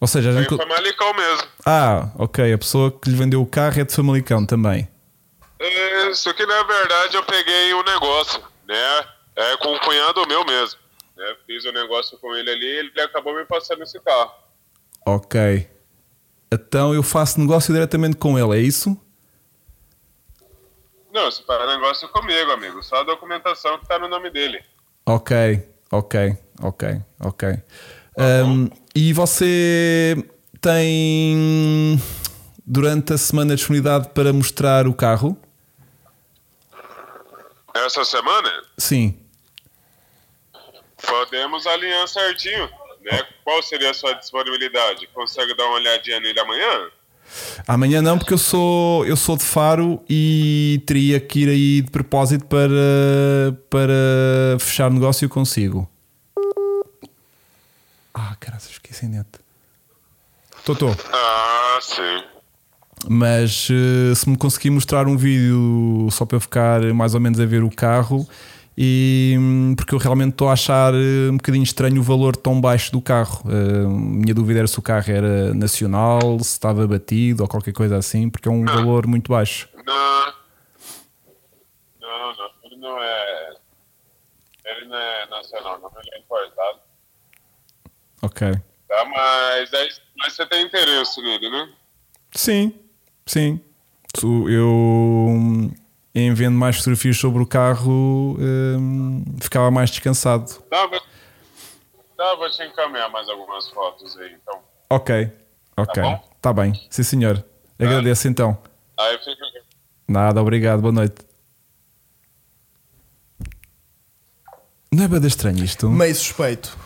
S2: Ou seja, a
S3: Tem
S2: gente...
S3: foi Malicão mesmo.
S2: Ah, ok. A pessoa que lhe vendeu o carro é de Famalicão também.
S3: Isso que na verdade eu peguei um negócio, né? É com um cunhado meu mesmo. Né? Fiz um negócio com ele ali e ele acabou me passando esse carro.
S2: Ok. Então eu faço negócio diretamente com ele, é isso?
S3: Não, se para negócio comigo, amigo. Só a documentação que tá no nome dele.
S2: Ok, ok, ok, ok. Ahm, e você tem durante a semana disponibilidade para mostrar o carro?
S3: Essa semana,
S2: Sim.
S3: podemos alinhar certinho, né? Qual seria a sua disponibilidade? Consegue dar uma olhadinha nele amanhã?
S2: Amanhã não, porque eu sou eu sou de Faro e teria que ir aí de propósito para para fechar negócio consigo. Ah, caralho, esqueci a net. Estou, estou.
S3: Ah, sim.
S2: Mas eh, se me conseguir mostrar um vídeo só para eu ficar mais ou menos a ver o carro, e hum, porque eu realmente estou a achar eh, um bocadinho estranho o valor tão baixo do carro. Eh, minha dúvida era se o carro era nacional, se estava batido ou qualquer coisa assim, porque é um valor muito baixo.
S3: Não. Não, não. Ele não é. Ele não é nacional, não. Ele é importado.
S2: Ok.
S3: Tá, mas, aí- mas você tem interesse nele, né?
S2: Sim, sim. Tu- Eu hum, em vendo mais fotografias sobre o carro hum, ficava mais descansado.
S3: Tá, vou, tá, vou te encaminhar mais algumas fotos aí, então.
S2: Ok, ok.
S3: bom?
S2: Está bem. Sim, senhor. Agradeço então.
S3: Aí fica.
S2: Nada, obrigado, boa noite. Não é bada estranho isto?
S1: Meio suspeito.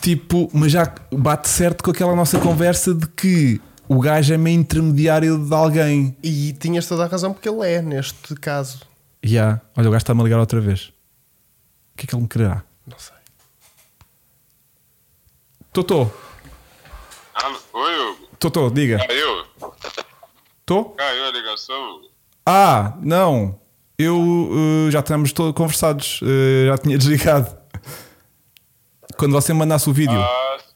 S2: Tipo, mas já bate certo com aquela nossa conversa de que o gajo é meio intermediário de alguém.
S1: E tinhas toda a razão porque ele é, neste caso.
S2: Já, olha, o gajo está-me a ligar outra vez. O que é que ele me quererá?
S1: Não sei.
S2: Totó,
S3: Alô? Ah, Oi, Hugo.
S2: Totó, diga.
S3: Caiu?
S2: Tô?
S3: Caiu a ligação?
S2: Ah, não. Eu eh, já estamos todos conversados. eh, já tinha desligado. Quando você me mandasse o vídeo.
S3: Ah, s-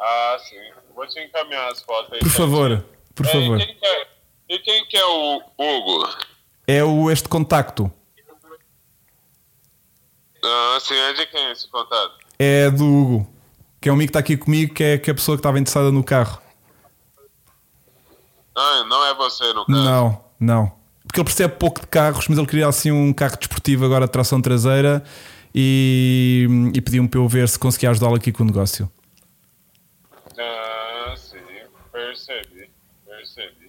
S3: ah, sim. Vou te encaminhar as fotos aí.
S2: Por
S3: certinho.
S2: favor, por
S3: É,
S2: favor.
S3: E quem, que é, e quem que é o Hugo?
S2: É o este contacto.
S3: Ah, sim, é de quem esse contato?
S2: É do Hugo, que é um amigo que está aqui comigo, que é, que é a pessoa que estava interessada no carro.
S3: Ah, não é você no caso.
S2: Não, não. Porque ele percebe pouco de carros, mas ele queria assim um carro desportivo agora de tração traseira e, e pediu-me para eu ver se conseguia ajudá-lo aqui com o negócio.
S3: Ah, sim, percebi, percebi.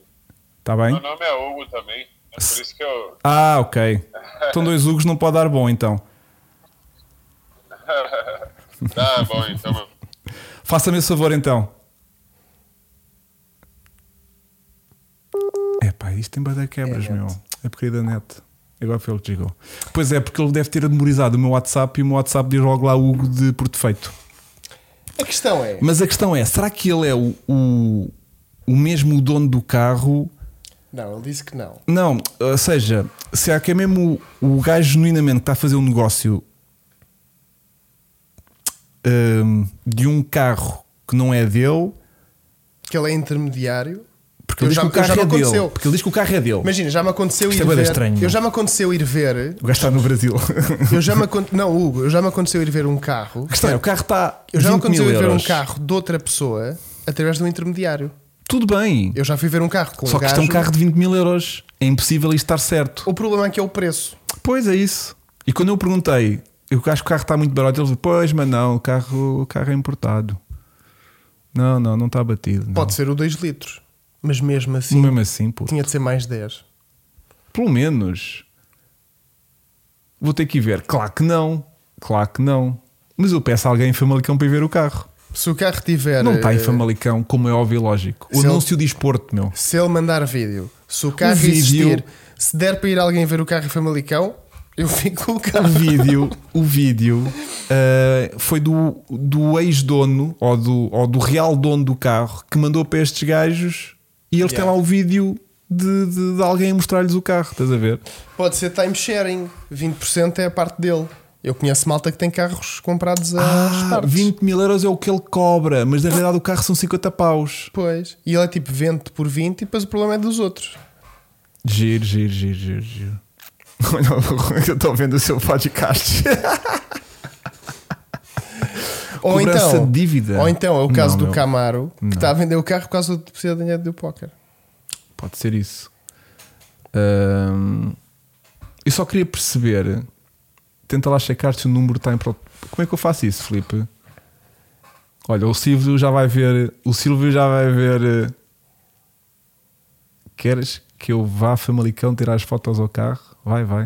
S2: Está Tá bem?
S3: Meu nome é Hugo também, é por isso que eu...
S2: Ah, ok. Então dois Hugos não pode dar bom então.
S3: Tá bom, então, mano.
S2: Faça-me esse favor então. Epá, isto tem bada quebras, meu. É porque da net. Agora foi ele que chegou. Pois é, porque ele deve ter memorizado o meu WhatsApp e o meu WhatsApp diz logo lá Hugo de por defeito.
S1: A questão é.
S2: Mas a questão é, será que ele é o, o, o mesmo dono do carro?
S1: Não, ele disse que não.
S2: Não, ou seja, será que é mesmo o, o gajo genuinamente que está a fazer um negócio hum, de um carro que não é dele?
S1: Que ele é intermediário.
S2: Porque ele
S1: Eu
S2: diz
S1: já-
S2: que o
S1: eu já
S2: carro
S1: me
S2: é dele.
S1: aconteceu.
S2: Porque ele diz que o carro é dele.
S1: Imagina, já me aconteceu
S2: Isto é
S1: ir
S2: bué
S1: ver.
S2: estranho.
S1: Eu já me aconteceu ir ver.
S2: O gajo está no Brasil.
S1: Eu já me acon- Não, Hugo, eu já me aconteceu ir ver um carro.
S2: A questão é, o carro está.
S1: Eu já me
S2: 20 mil
S1: aconteceu ir ver um
S2: euros.
S1: carro de outra pessoa através de um intermediário.
S2: Tudo bem.
S1: Eu já fui ver um carro com
S2: Só
S1: um
S2: que isto é
S1: gajo.
S2: um carro de 20 mil euros. É impossível isto estar certo.
S1: O problema é que é o preço.
S2: Pois é isso. E quando eu perguntei, eu acho que o carro está muito barato, eles dizem, pois, mas não, o carro, o carro é importado. Não, não, não está batido. não."
S1: Pode ser o 2 litros. Mas mesmo assim,
S2: Mesmo assim, pô.
S1: tinha de ser mais 10.
S2: Pelo menos. Vou ter que ir ver. Claro que não. Claro que não. Mas eu peço a alguém em Famalicão para ir ver o carro.
S1: Se o carro tiver.
S2: Não tá, está em
S1: eh,
S2: Famalicão, como é óbvio e lógico. O
S1: Se ele-
S2: anúncio diz Porto, meu.
S1: Se ele mandar vídeo, se o carro
S2: O Um vídeo-
S1: existir, se der para ir alguém ver o carro em Famalicão, eu fico com o
S2: O
S1: carro.
S2: vídeo, o vídeo ah, foi do, do ex-dono ou do, ou do real dono do carro que mandou para estes gajos e eles têm
S1: Yeah.
S2: lá o vídeo de, de, de alguém a mostrar-lhes o carro, estás a ver?
S1: Pode ser time sharing. 20% é a parte dele. Eu conheço malta que tem carros comprados a
S2: Ah,
S1: partes.
S2: 20 mil euros é o que ele cobra, mas na realidade o carro são 50 paus.
S1: Pois. E ele é tipo 20 por 20 e depois o problema é dos outros.
S2: Giro, giro, giro, giro, giro. Olha, o Rui, eu estou vendo o seu podcast.
S1: Ou
S2: Cobrança
S1: então,
S2: de dívida.
S1: ou então é o caso
S2: Não,
S1: do
S2: meu.
S1: Camaro que
S2: Não.
S1: está a vender o carro por causa de precisar de dinheiro do póquer.
S2: Pode ser isso. Ahm, eu só queria perceber. Tenta lá checar se o número está em. pro- Como é que eu faço isso, Felipe? Olha, o Silvio já vai ver. O Silvio já vai ver. eh, Queres que eu vá a Famalicão tirar as fotos ao carro? Vai, vai.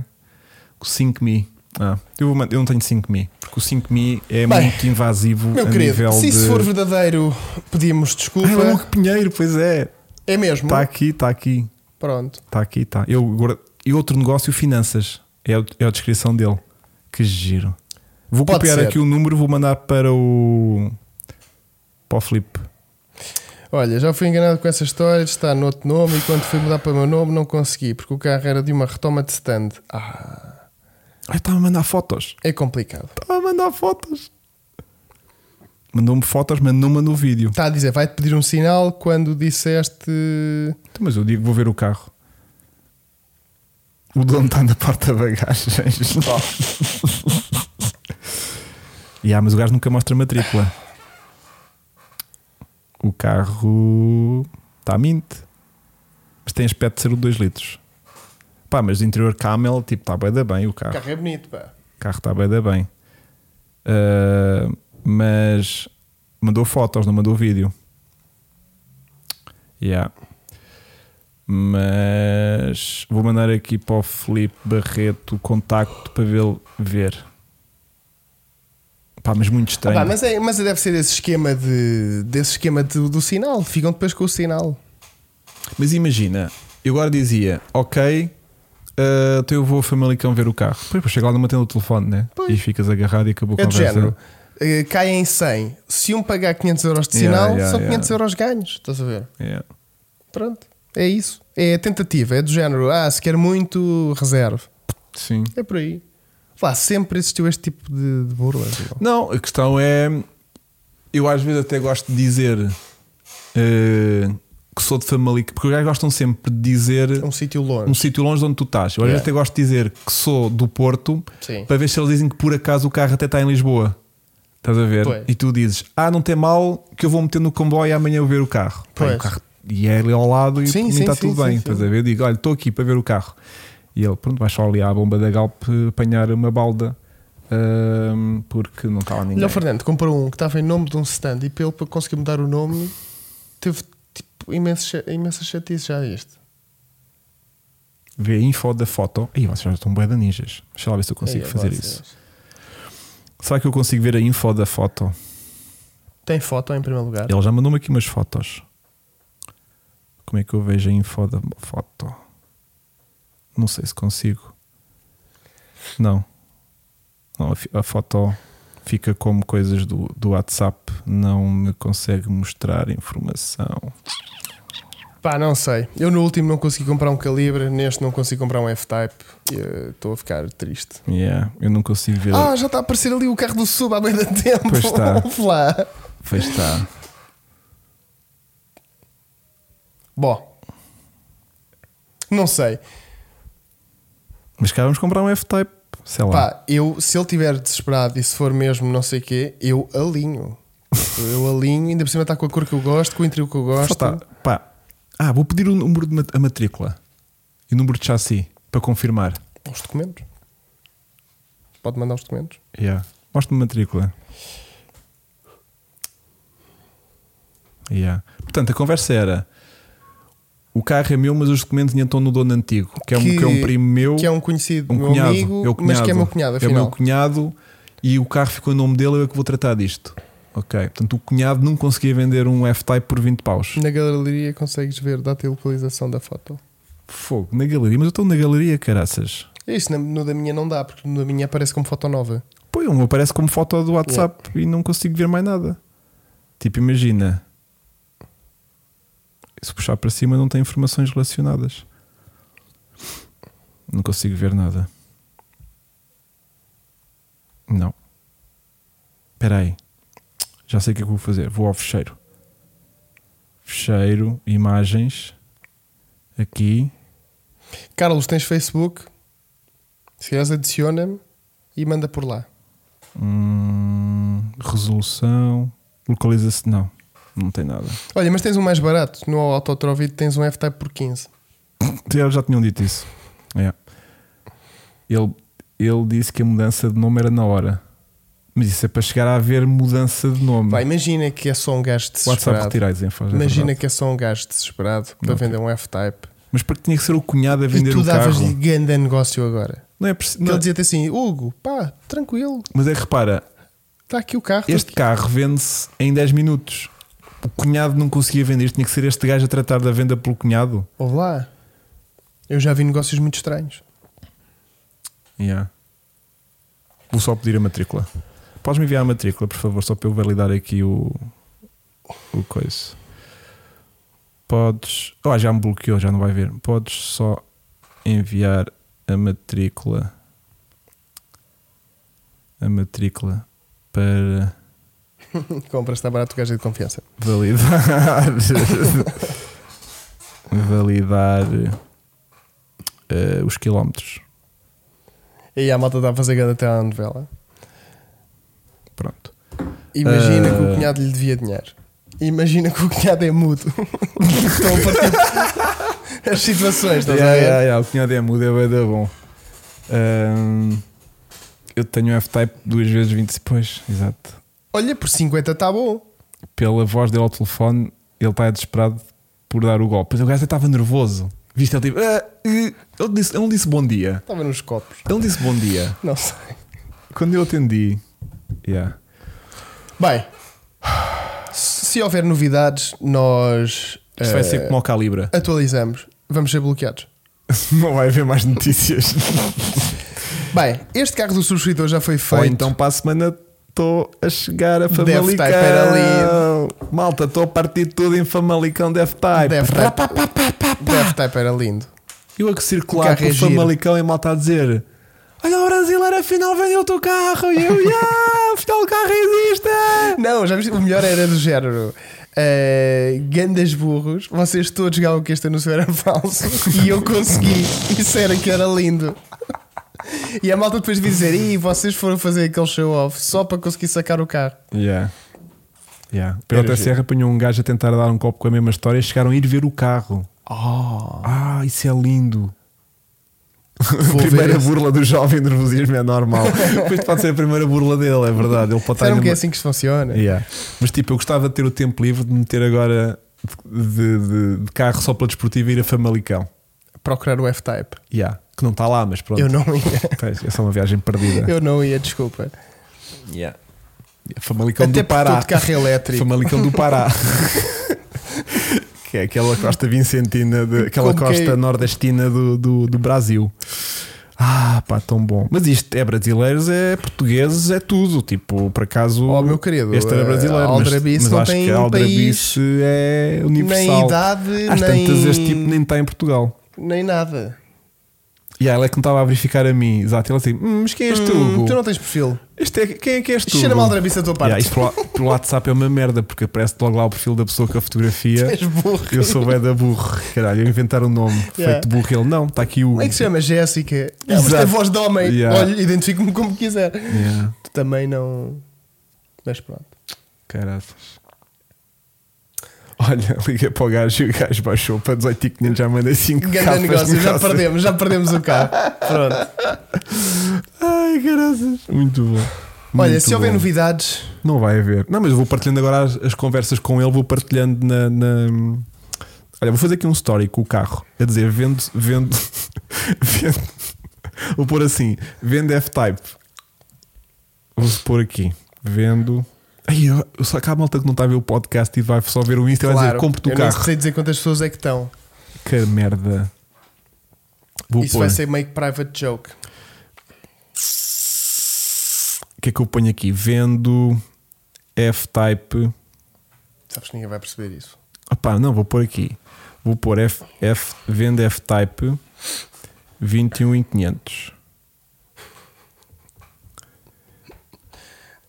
S2: O 5Mi. Ah, eu, vou man- eu não tenho 5Mi, porque o 5Mi é
S1: Bem,
S2: muito invasivo
S1: Meu
S2: a nível
S1: querido, se
S2: de.
S1: isso for verdadeiro, pedimos desculpa.
S2: Ah, é o Hugo Pinheiro, pois é.
S1: É mesmo?
S2: Está aqui, está aqui.
S1: Pronto.
S2: Está Tá aqui, está. Eu, guarda- e outro negócio, finanças. É, o- é a descrição dele. Que giro. Vou
S1: Pode
S2: copiar
S1: ser.
S2: aqui o número, vou mandar para o. para o Filipe.
S1: Olha, já fui enganado com essa história de estar no outro nome e quando fui mudar para o meu nome não consegui, porque o carro era de uma retoma de stand. Ah,
S2: Ai, estava a mandar fotos.
S1: é complicado.
S2: Estava a mandar fotos. Mandou-me fotos, mas não mandou vídeo.
S1: Está a dizer, vai-te pedir um sinal quando disseste.
S2: Então, Mas eu digo, vou ver o carro. O dono está na parte da bagagem. yeah, mas o gajo nunca mostra a matrícula. O carro está mint. Mas tem aspecto de ser o de 2 litros. Pá, mas o interior camel, tipo, está bem da bem o
S1: O
S2: carro.
S1: carro é bonito, pá.
S2: O carro está bem da bem. Ah, mas mandou fotos, não mandou vídeo. Yeah. Mas vou mandar aqui para o Felipe Barreto o contacto para vê-lo ver. Pá, mas muito
S1: Ah,
S2: estranho.
S1: pá, mas, é, mas deve ser esse esquema, de, desse esquema de- do sinal. Ficam depois com o sinal.
S2: Mas imagina, eu agora dizia, ok, ah, então eu vou a Famalicão ver o carro. Pois, pois chega lá numa tenda do telefone, né?
S1: Pois.
S2: E ficas agarrado e acabou a
S1: É do
S2: conversa.
S1: género. eh, Cai em 100. Se um pagar 500 euros de
S2: Yeah,
S1: sinal,
S2: yeah,
S1: são
S2: yeah.
S1: 500 euros ganhos. Estás a ver?
S2: Yeah.
S1: Pronto. É isso. É a tentativa. É do género. Ah, se quer muito, reserve.
S2: Sim.
S1: É por aí. Lá sempre existiu este tipo de, de burlas. não?
S2: Não, a questão é. Eu às vezes até gosto de dizer eh, que sou de Famalicão, porque os gajos gostam sempre de dizer
S1: É um sítio
S2: um
S1: longe.
S2: sítio longe de onde tu estás. Eu às
S1: Yeah.
S2: vezes até gosto de dizer que sou do Porto
S1: Sim.
S2: para ver se eles dizem que por acaso o carro até está em Lisboa. Estás a ver?
S1: Pois.
S2: E tu dizes: Ah, não tem mal que eu vou meter no comboio e amanhã eu ver o carro. Pá, e
S1: Pois.
S2: o carro- E é ali ao lado e
S1: Sim,
S2: por mim
S1: sim,
S2: está
S1: sim,
S2: tudo
S1: sim,
S2: bem.
S1: sim.
S2: Estás a ver? Digo: Olha, estou aqui para ver o carro. E ele: Pronto, vais só ali à bomba da Galp eh, apanhar uma balda ahm, porque não está lá ninguém.
S1: Não, Fernando, comprou um que estava em nome de um stand e pelo para conseguir mudar o nome teve tipo imenso cha- imensa chatice já este.
S2: Vê a info da foto. Ih, vocês já estão bué de ninjas. Deixa lá ver se eu consigo
S1: Aí,
S2: fazer
S1: vocês.
S2: isso. Será que eu consigo ver a info da foto?
S1: Tem foto em primeiro lugar.
S2: Ele já mandou-me aqui umas fotos. Como é que eu vejo a info da foto? Não sei se consigo. Não. Não, a fi- a foto fica como coisas do, do WhatsApp, não me consegue mostrar informação.
S1: Pá, não sei. Eu no último não consegui comprar um calibre, neste não consegui comprar um F-Type. E, eh, Estou a ficar triste.
S2: Yeah, eu não consigo ver.
S1: Ah, já está a aparecer ali o carro do sub há bem da tempo.
S2: Pois está.
S1: Vamos lá.
S2: Pois está.
S1: Bom. Não sei.
S2: Mas cá vamos comprar um F-Type, sei lá.
S1: Pá, eu, se ele tiver desesperado e se for mesmo não sei o quê, eu alinho. Eu alinho, ainda por cima está com a cor que eu gosto, com o interior que eu gosto.
S2: Está- tá, pá. Ah, vou pedir o número de mat- a matrícula e o número de chassi para confirmar.
S1: Os documentos. Pode mandar os documentos.
S2: Yeah. Mostra-me a matrícula. Yeah. Portanto, a conversa era: o carro é meu, mas os documentos ainda estão no dono antigo, que é um, que, é um primo meu,
S1: Que é um conhecido,
S2: um
S1: meu
S2: cunhado,
S1: amigo,
S2: é o cunhado,
S1: mas que é meu cunhado,
S2: É o
S1: afinal.
S2: meu cunhado e o carro ficou em nome dele, eu é que vou tratar disto. Ok, portanto, o cunhado não conseguia vender um F-Type por 20 paus.
S1: Na galeria consegues ver data e localização da foto.
S2: Fogo, na galeria, mas eu estou na galeria, caraças.
S1: Isso na- no da minha não dá, porque no da minha aparece como foto nova.
S2: Pô, ele me aparece como foto do WhatsApp e não consigo ver mais nada. Tipo, imagina. Se puxar para cima não tem informações relacionadas. Não consigo ver nada. Não. Espera aí. Já sei o que é que vou fazer. Vou ao fecheiro. Fecheiro, imagens. Aqui.
S1: Carlos, tens Facebook? Se quiseres, adiciona-me e manda por lá.
S2: Hum, resolução. Localiza-se. Não. Não tem nada.
S1: Olha, mas tens um mais barato. No Autotrovid tens um F-Type por 15.
S2: Eles já tinham dito isso. É. Ele, ele disse que a mudança de nome era na hora. Mas isso é para chegar a haver mudança de nome.
S1: Pá, imagina que é só um gajo
S2: Hum. WhatsApp
S1: desesperado.
S2: retirais em faz.
S1: Imagina que é só um gajo desesperado para
S2: Não.
S1: vender um F-Type.
S2: Mas para que tinha que ser o cunhado a
S1: E
S2: vender
S1: tu
S2: o carro.
S1: davas-lhe grande negócio agora.
S2: Não é preciso-
S1: Que
S2: não é-
S1: ele dizia-te assim: Hugo, pá, tranquilo,
S2: Mas é que repara,
S1: está aqui o carro.
S2: este carro vende-se em 10 minutos. O cunhado não conseguia vender, tinha que ser este gajo a tratar da venda pelo cunhado.
S1: Ouve lá. Eu já vi negócios muito estranhos.
S2: Yeah. Vou só pedir a matrícula. Podes me enviar a matrícula, por favor, só para eu validar aqui o. o coisa. Podes. Ah, já me bloqueou, já não vai ver. Podes só enviar a matrícula. A matrícula para
S1: Compras, está barato, o gajo é de confiança.
S2: validar validar eh, os quilómetros.
S1: E aí a malta está a fazer grande até à novela.
S2: Pronto.
S1: Imagina que o
S2: Ah.
S1: cunhado lhe devia dinheiro. Imagina que o cunhado é mudo. Estão a partir as situações, estás
S2: Yeah,
S1: a ver?
S2: yeah, yeah, O cunhado é mudo, é bué da bom. Ahm, eu tenho um F-Type duas vezes 20 depois, exato.
S1: Olha, por 50 está bom.
S2: Pela voz dele ao telefone, ele está desesperado por dar o golpe. Mas o gajo até estava nervoso. Viste ele tipo. "Ah, eh", ele, disse, ele não disse bom dia.
S1: Estava nos copos.
S2: Ele não disse bom dia.
S1: Não sei.
S2: Quando eu atendi. Yeah.
S1: Bem, se houver novidades, nós
S2: Isto vai ser
S1: eh,
S2: como ao Calibra.
S1: atualizamos. Vamos ser bloqueados.
S2: Não vai haver mais notícias.
S1: Bem, este carro do subscritor já foi feito.
S2: Ou então para a semana estou a chegar a
S1: Deve
S2: Famalicão.
S1: estar para
S2: Malta, estou a partir tudo em Famalicão Def-Type.
S1: Deve estar- Deve estar para lindo.
S2: Eu a que
S1: O
S2: circular
S1: carro é
S2: pelo
S1: giro.
S2: Famalicão e malta a dizer Olha o brasileiro afinal vendeu o teu carro E eu, yeah, afinal o carro existe
S1: Não, já viste? O melhor era do género. Uh, gandas burros, vocês todos jogavam que este anúncio era falso e eu consegui. Isso era que era lindo. E a malta depois de dizer: Ih, vocês foram fazer aquele show-off só para conseguir sacar o carro.
S2: Yeah. Yeah. Pelo
S1: Era
S2: TSR apanhou um gajo a tentar dar um copo com a mesma história e chegaram a ir ver o carro. Ah, isso é lindo.
S1: Vou ver
S2: primeira
S1: esse.
S2: burla do jovem nervosismo é normal. Depois pode ser a primeira burla dele, é verdade. Ele pode estar
S1: Disseram que é
S2: numa-
S1: assim que isto funciona.
S2: Yeah. Mas tipo, eu gostava de ter o tempo livre de meter agora de, de- de carro só para desportivo e ir a Famalicão.
S1: Procurar o F-Type.
S2: Yeah. Que não está lá, mas pronto.
S1: Eu não ia.
S2: Pois, é só uma viagem perdida.
S1: Eu não ia, desculpa.
S2: Yeah. Famalicão
S1: Até
S2: do
S1: porque
S2: Pará.
S1: estou de carro elétrico.
S2: Famalicão do Pará. que é aquela costa vincentina, de- aquela
S1: Como
S2: costa
S1: que-
S2: nordestina do, do, do Brasil. Ah, pá, tão bom. Mas isto é brasileiros, é portugueses, é tudo. Tipo, por acaso.
S1: Oh, meu querido,
S2: Este era brasileiro.
S1: a
S2: mas-
S1: aldrabice
S2: mas
S1: não
S2: acho
S1: tem
S2: que a
S1: um
S2: aldrabice é universal.
S1: Nem idade,
S2: Às
S1: nem...
S2: tantas, este tipo nem está em Portugal.
S1: nem nada.
S2: E ela é que me estava a verificar a mim. Exato. Ela assim, "Hum, mas quem és tu?
S1: Hum,
S2: Hugo?
S1: tu não tens perfil.
S2: Este é, quem é que és tu?
S1: Cheira-me a
S2: Hugo?"
S1: aldrabice da tua parte.
S2: Yeah, isso pelo, pelo WhatsApp é uma merda, porque aparece logo lá o perfil da pessoa com a fotografia.
S1: És burro.
S2: é. Eu sou bué da burro, caralho, eu inventar um nome
S1: Yeah.
S2: feito burro. Ele não, está aqui o.
S1: Como é que se chama? Jéssica. Ela
S2: Exato.
S1: tem voz de homem.
S2: Yeah.
S1: Olha, identifico-me como quiser.
S2: Yeah,
S1: Tu também não. Mas pronto.
S2: caraças. Olha, liga para o gajo e o gajo baixou para 18 e 500, já mandei 5
S1: Grande negócio, já perdemos, já perdemos o carro. Pronto.
S2: Ai, caraças. Muito bom.
S1: Olha,
S2: Muito
S1: se houver
S2: bom.
S1: novidades,
S2: Não vai haver. Não, mas eu vou partilhando agora as, as conversas com ele, vou partilhando na. na- Olha, vou fazer aqui um story com o carro. A dizer, vendo. Vendo. vendo vou pôr assim. Vendo F-Type. Vou pôr aqui. Vendo. Aí, eu, eu só cá a malta que não está a ver o podcast e vai só ver o Insta e vai Então, dizer:
S1: claro,
S2: compre-te o
S1: eu não
S2: carro.
S1: sei dizer quantas pessoas é que estão.
S2: Que merda. Vou
S1: Isso
S2: pôr.
S1: vai ser meio que private joke.
S2: O que é que eu ponho aqui? Vendo F-Type.
S1: Sabes que ninguém vai perceber isso.
S2: Opá, não, vou pôr aqui. Vou pôr F, F, venda F-Type 21 em 500.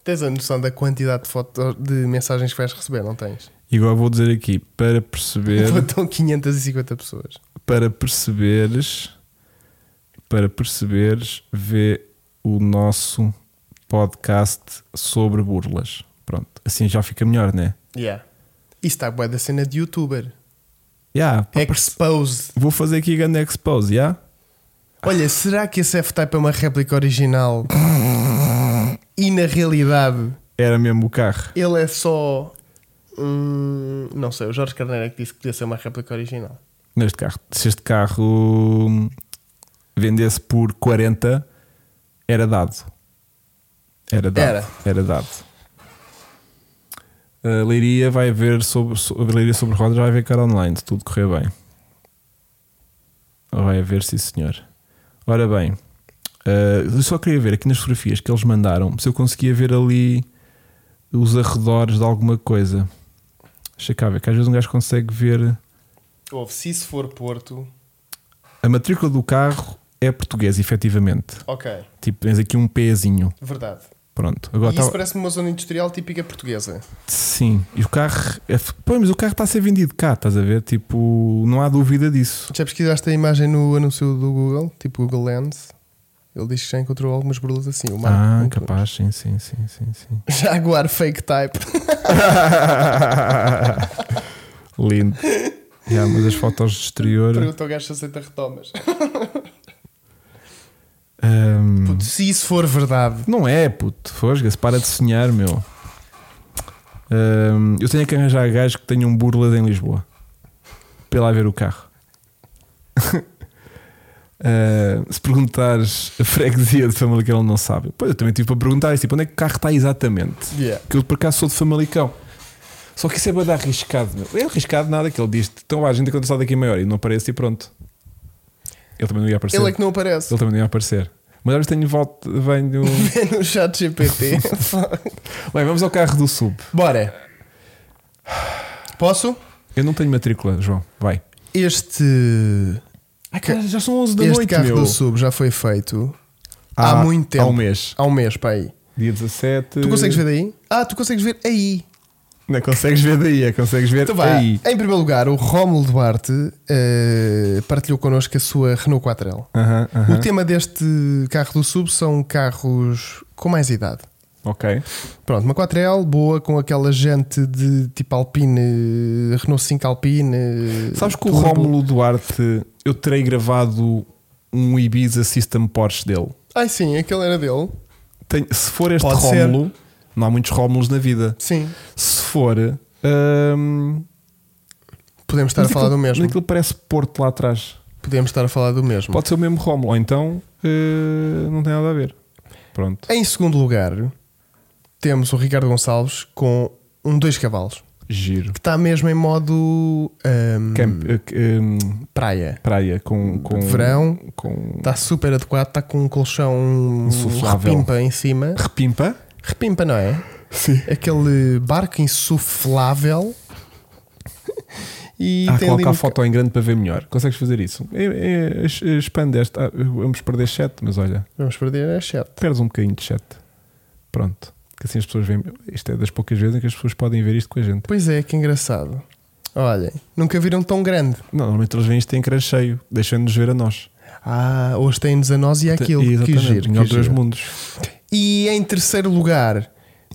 S1: Tens a noção da quantidade de, foto, de mensagens que vais receber, não tens? Então,
S2: E agora vou dizer aqui, para perceber,
S1: Estão 550 pessoas.
S2: para perceberes, para perceberes, vê o nosso podcast sobre burlas. Pronto, assim já fica melhor, né?
S1: Yeah. Isso está boa da cena de youtuber. É
S2: Yeah, pá,
S1: Exposed.
S2: Vou fazer aqui grande expose, yeah?
S1: Olha, será que esse F-Type é uma réplica original? e na realidade
S2: Era mesmo o carro.
S1: ele é só. hum, não sei, o Jorge Carneiro é que disse que podia ser uma réplica original.
S2: neste carro. Se este carro hum, vendesse por 40, era dado. Era dado.
S1: Era.
S2: Era, dado. A Leiria vai ver sobre, sobre Leiria sobre rodas, vai ver cara online, se tudo correr bem. Vai ver, sim senhor. Ora bem, ah, eu só queria ver aqui nas fotografias que eles mandaram se eu conseguia ver ali os arredores de alguma coisa. Deixa cá ver, que às vezes um gajo consegue ver.
S1: Ouve, se isso for Porto,
S2: A matrícula do carro é portuguesa, efetivamente.
S1: ok,
S2: Tipo, tens aqui um Pzinho.
S1: verdade.
S2: Pronto. Agora
S1: e isso
S2: tá-
S1: parece-me uma zona industrial típica portuguesa.
S2: Sim. E o carro. É... Pô, mas o carro está a ser vendido cá, estás a ver? Tipo, não há dúvida disso.
S1: Já pesquisaste a imagem no anúncio do Google, tipo Google Lens? Ele diz que já encontrou algumas burlas assim. O Marco
S2: ah,
S1: encontrou.
S2: capaz, sim, sim, sim, sim, sim.
S1: Jaguar fake type.
S2: Lindo. Já, mas as fotos de exterior.
S1: Pergunta ao gajo se aceita retomas.
S2: ahm,
S1: Puto, se isso for verdade,
S2: Não é, puto. Fosga-se, para de sonhar, meu. Ahm, eu tenho que arranjar gajos que tenham burlas em Lisboa. Para ir lá ver o carro. Ah, se perguntares a freguesia de Famalicão, ele não sabe. Pois eu também tive para perguntar isso. Tipo, onde é que o carro está exatamente?
S1: yeah.
S2: Que eu por acaso sou de Famalicão. Só que isso é bada arriscado. Meu. É arriscado nada que ele diz. Então vá, a gente aconteceu daqui a meia hora e não aparece e pronto. Ele também não ia aparecer.
S1: ele é que não aparece.
S2: Ele também não ia aparecer. Mas às vezes tenho volta. Venho. um-
S1: Vê no chat GPT.
S2: Bem, vamos ao carro do sub.
S1: Bora. Posso?
S2: Eu não tenho matrícula, João. Vai.
S1: Este.
S2: já são 11
S1: este carro do sub já foi feito há muito tempo.
S2: Há um mês.
S1: há um mês para aí.
S2: Dia 17.
S1: Tu consegues ver daí? Ah, tu consegues ver aí.
S2: Não consegues ver daí, é, consegues ver
S1: Então vá,
S2: aí.
S1: Em primeiro lugar, o Rómulo Duarte eh, partilhou connosco a sua Renault 4L.
S2: Aham, aham.
S1: O tema deste carro do sub são carros com mais idade.
S2: Ok.
S1: Pronto, uma 4L boa com aquela gente de tipo Alpine, Renault 5 Alpine.
S2: Sabes que o
S1: Turbo.
S2: Rómulo Duarte, eu terei gravado um Ibiza System Porsche dele.
S1: Ai sim, aquele era dele.
S2: Tenho- se for este
S1: Pode ser.
S2: Rómulo, não há muitos Rómulos na vida.
S1: Sim,
S2: Se for. hum,
S1: podemos estar
S2: mas
S1: a falar
S2: aquilo-
S1: do mesmo.
S2: mas Aquilo parece Porto lá atrás.
S1: Podemos estar a falar do mesmo.
S2: Pode ser o mesmo Rómulo, ou então eh, não tem nada a ver. Pronto.
S1: Em segundo lugar, temos o Ricardo Gonçalves com um 2 cavalos.
S2: Giro.
S1: Que está mesmo em modo ahm,
S2: Camp- eh, que, hum,
S1: praia.
S2: praia com, com.
S1: Verão.
S2: Com.
S1: Está super adequado, está com um colchão
S2: Insuflável.
S1: repimpa em cima.
S2: Repimpa?
S1: Repimpa, não é?
S2: Sim.
S1: Aquele barco insuflável. E
S2: Ah,
S1: tem ali
S2: coloca a
S1: um-
S2: foto em grande para ver melhor. Consegues fazer isso? É, é, es- expande esta. Ah, vamos perder chat, mas olha,
S1: Vamos perder é a chat.
S2: perdes um bocadinho de chat. Pronto. Que assim as pessoas veem. Isto é das poucas vezes em que as pessoas podem ver isto com a gente.
S1: Pois é, que engraçado. Olhem, nunca viram tão grande.
S2: Não, normalmente eles veem isto em crânio cheio, deixando-nos ver a nós.
S1: Ah, hoje tem-nos a nós e é aquilo.
S2: E
S1: Que
S2: exatamente,
S1: giro, que
S2: melhor dos dois
S1: giro.
S2: mundos.
S1: E em terceiro lugar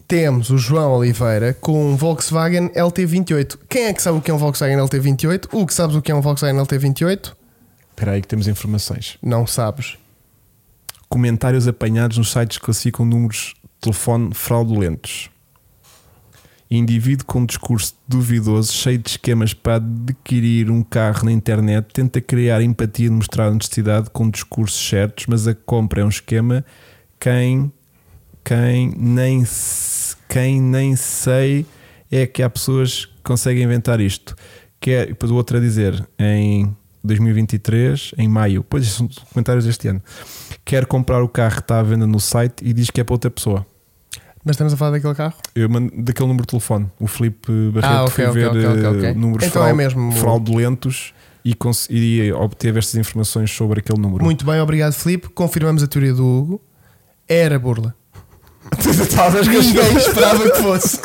S1: temos o João Oliveira com um Volkswagen LT28. Quem é que sabe o que é um Volkswagen LT28? O que sabes o que é um Volkswagen LT28?
S2: Espera aí que temos informações.
S1: Não sabes.
S2: Comentários apanhados nos sites que classificam números de telefone fraudulentos. Indivíduo com um discurso duvidoso, cheio de esquemas para adquirir um carro na internet, tenta criar empatia e mostrar honestidade com discursos certos, mas a compra é um esquema. Quem, quem, nem, se- quem nem sei é que há pessoas que conseguem inventar isto. Quer, e depois o outro a dizer, em 2023, em maio, pois são comentários deste ano, quer comprar o carro que está à venda no site e diz que é para outra pessoa.
S1: Mas estamos a falar daquele carro?
S2: Eu mando daquele número de telefone. O Filipe Barreto
S1: Ah, ok,
S2: foi
S1: ok, ok,
S2: ver
S1: ok, ok.
S2: eh, números
S1: Então é
S2: fraud-
S1: mesmo-
S2: fraudulentos e, cons- e obteve estas informações sobre aquele número.
S1: Muito bem, obrigado Filipe. Confirmamos a teoria do Hugo. Era burla.
S2: Talvez que eu-
S1: Ninguém esperava que fosse.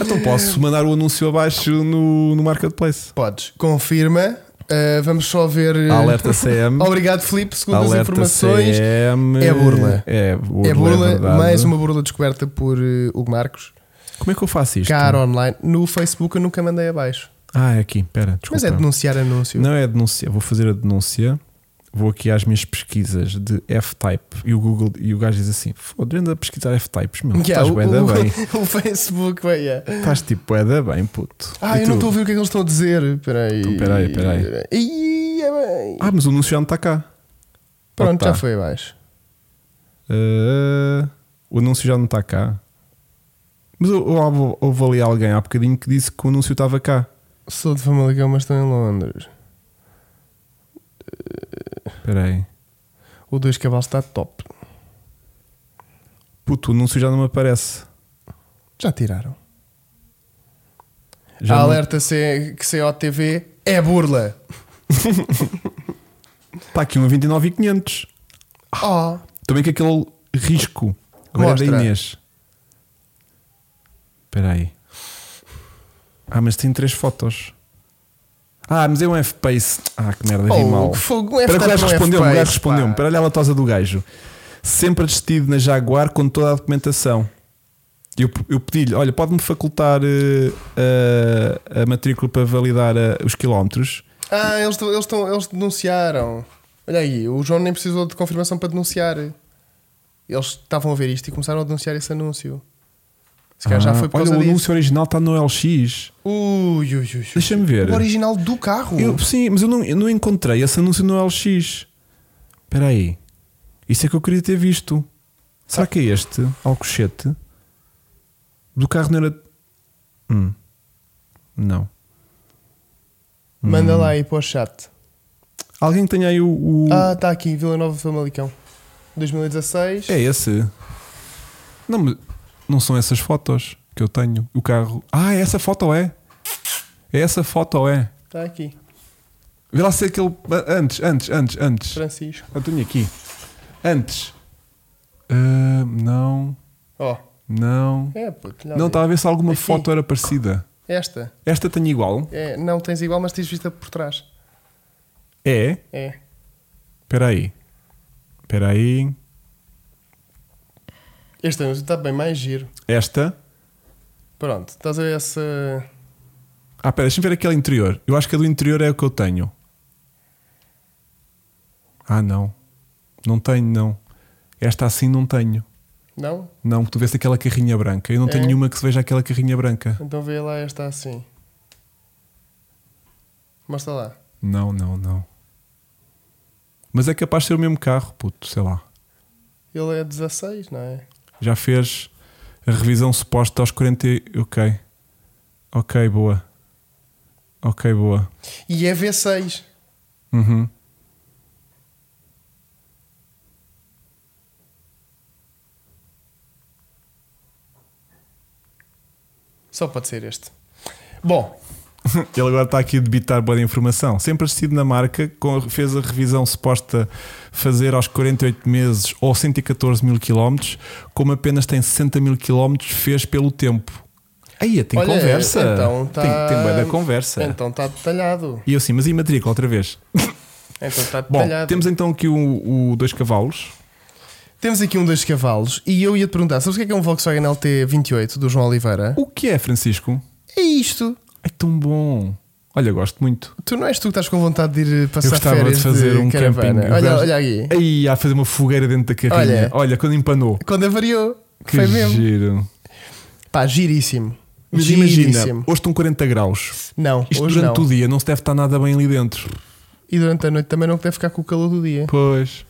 S2: Então posso mandar o anúncio abaixo no, no Marketplace.
S1: Podes. Confirma. Ah, vamos só ver. eh,
S2: Alerta CM.
S1: Obrigado Filipe, segundo as
S2: Alerta
S1: informações.
S2: CM.
S1: é burla.
S2: É burla.
S1: É burla,
S2: verdade.
S1: mais uma burla descoberta por eh, Hugo Marcos.
S2: Como é que eu faço isto?
S1: Cara online. No Facebook eu nunca mandei abaixo.
S2: Ah, é aqui. Espera, desculpa.
S1: Mas é denunciar anúncio.
S2: Não é a denúncia, vou fazer a denúncia. Vou aqui às minhas pesquisas de F-type e o Google e o gajo diz assim: foda-se, anda a pesquisar F-types, meu.
S1: Yeah,
S2: Estás
S1: é o,
S2: bué da
S1: o-
S2: bem.
S1: o Facebook, vai, yeah.
S2: Estás tipo bué da bem, puto.
S1: Ah,
S2: E
S1: eu
S2: tu?
S1: não estou a ouvir o que é que eles estão a dizer. Peraí.
S2: Então, peraí, peraí.
S1: Ih, é bem.
S2: Ah, mas o anúncio já não está cá.
S1: Pronto,
S2: tá.
S1: já foi abaixo.
S2: Ah, o anúncio já não está cá. Mas eu- eu- houve- houve ali alguém há bocadinho que disse que o anúncio estava cá.
S1: Sou de Famalicão, mas estou em Londres.
S2: Espera aí.
S1: O 2 cavalos está top.
S2: Puto, o anúncio já não me aparece.
S1: Já tiraram.
S2: Já
S1: a
S2: não-
S1: Ah, alerta C, que COTV é burla.
S2: Está aqui um 29,500.
S1: Oh,
S2: Também com aquele risco. Agora é da
S1: Mostra.
S2: Inês. Espera aí. Ah, mas tem três fotos. Ah, mas é um F-Pace. Ah, que merda, vi
S1: Oh,
S2: mal.
S1: que fogo, um
S2: Espera que o
S1: F-Type não é
S2: gajo respondeu-me, o
S1: F-Pace,
S2: gajo respondeu-me.
S1: pá.
S2: Espera olha a latosa do gajo. Sempre assistido na Jaguar com toda a documentação. Eu, eu pedi-lhe, olha, pode-me facultar eh, a- a matrícula para validar eh, os quilómetros?
S1: ah, eles, tão- eles, tão- eles denunciaram. Olha aí, o João nem precisou de confirmação para denunciar. Eles estavam a ver isto e começaram a denunciar esse anúncio. Se calhar já
S2: Ah,
S1: foi por
S2: olha,
S1: causa
S2: o
S1: disso.
S2: anúncio original está no LX.
S1: Ui, ui, ui, ui.
S2: Deixa-me ver.
S1: O original do carro.
S2: Eu- sim, mas eu não, eu não encontrei esse anúncio no LX. Espera aí. Isso é que eu queria ter visto. Será que é este? Alcochete? Do carro não era. Hum. Não. Hum.
S1: Manda lá aí para o chat.
S2: Alguém que tenha aí o. o-
S1: Ah, está aqui, Vila Nova Famalicão. 2016.
S2: É esse. Não, mas não são essas fotos que eu tenho. O carro. Ah, é essa foto é. É essa foto é.
S1: Está Tá aqui.
S2: Vê lá se é aquele. Antes, antes, antes, antes.
S1: Francisco.
S2: Eu tenho aqui. Antes. Ah, não.
S1: Ó,
S2: Não.
S1: É, puto,
S2: Não, tá. estava a ver se alguma
S1: Aqui.
S2: foto era parecida.
S1: Esta.
S2: Esta tenho igual.
S1: É, não tens igual, mas tens vista por trás.
S2: É?
S1: É.
S2: Espera aí. Espera aí.
S1: Este está bem mais giro.
S2: Esta.
S1: Pronto, estás a ver essa.
S2: Ah, espera, deixa-me ver aquele interior. Eu acho que a do interior é o que eu tenho. Ah, não. Não tenho, não. Esta assim não tenho.
S1: Não?
S2: Não, tu vês aquela carrinha branca. Eu não tenho
S1: É.
S2: nenhuma que se veja aquela carrinha branca.
S1: Então vê lá esta assim. Mostra lá.
S2: Não, não, não. Mas é capaz de ser o mesmo carro, puto, sei lá.
S1: Ele é 16, não é?
S2: Já fez a revisão suposta aos 40. e- Ok. Ok, boa. Ok, boa.
S1: E é V6.
S2: Uhum.
S1: Só pode ser este. Bom,
S2: Ele agora está aqui a debitar boa informação. Sempre assistido na marca, com- fez a revisão suposta fazer aos 48 meses ou 114 mil quilómetros, como apenas tem 60 mil quilómetros, fez pelo tempo. Aí tem
S1: Olha,
S2: conversa.
S1: então tá-
S2: Tem, tem bem da conversa.
S1: então está detalhado.
S2: E eu assim, mas e matrícula outra vez?
S1: Então está
S2: Bom,
S1: detalhado.
S2: temos então aqui o, o dois cavalos.
S1: Temos aqui um dos cavalos e eu ia te perguntar: sabes o que é, que é um Volkswagen LT28 do João Oliveira?
S2: O que é, Francisco?
S1: É isto.
S2: É tão bom. Olha, eu gosto muito.
S1: Tu não és tu que estás com vontade de ir eh,
S2: Eu
S1: passar
S2: gostava
S1: férias
S2: de fazer um
S1: caravana.
S2: camping. Eu
S1: Olha,
S2: gosto-
S1: olha aqui.
S2: Aí, a fazer uma fogueira dentro da carrinha. Olha,
S1: Olha.
S2: quando empanou.
S1: Quando avariou.
S2: Que
S1: Foi mesmo.
S2: giro.
S1: Pá, giríssimo.
S2: Mas imagina,
S1: Giríssimo.
S2: hoje estão 40 graus.
S1: Não,
S2: Isto
S1: hoje
S2: durante
S1: não.
S2: o dia não se deve estar nada bem ali dentro.
S1: E durante a noite também não deve ficar com o calor do dia.
S2: Pois.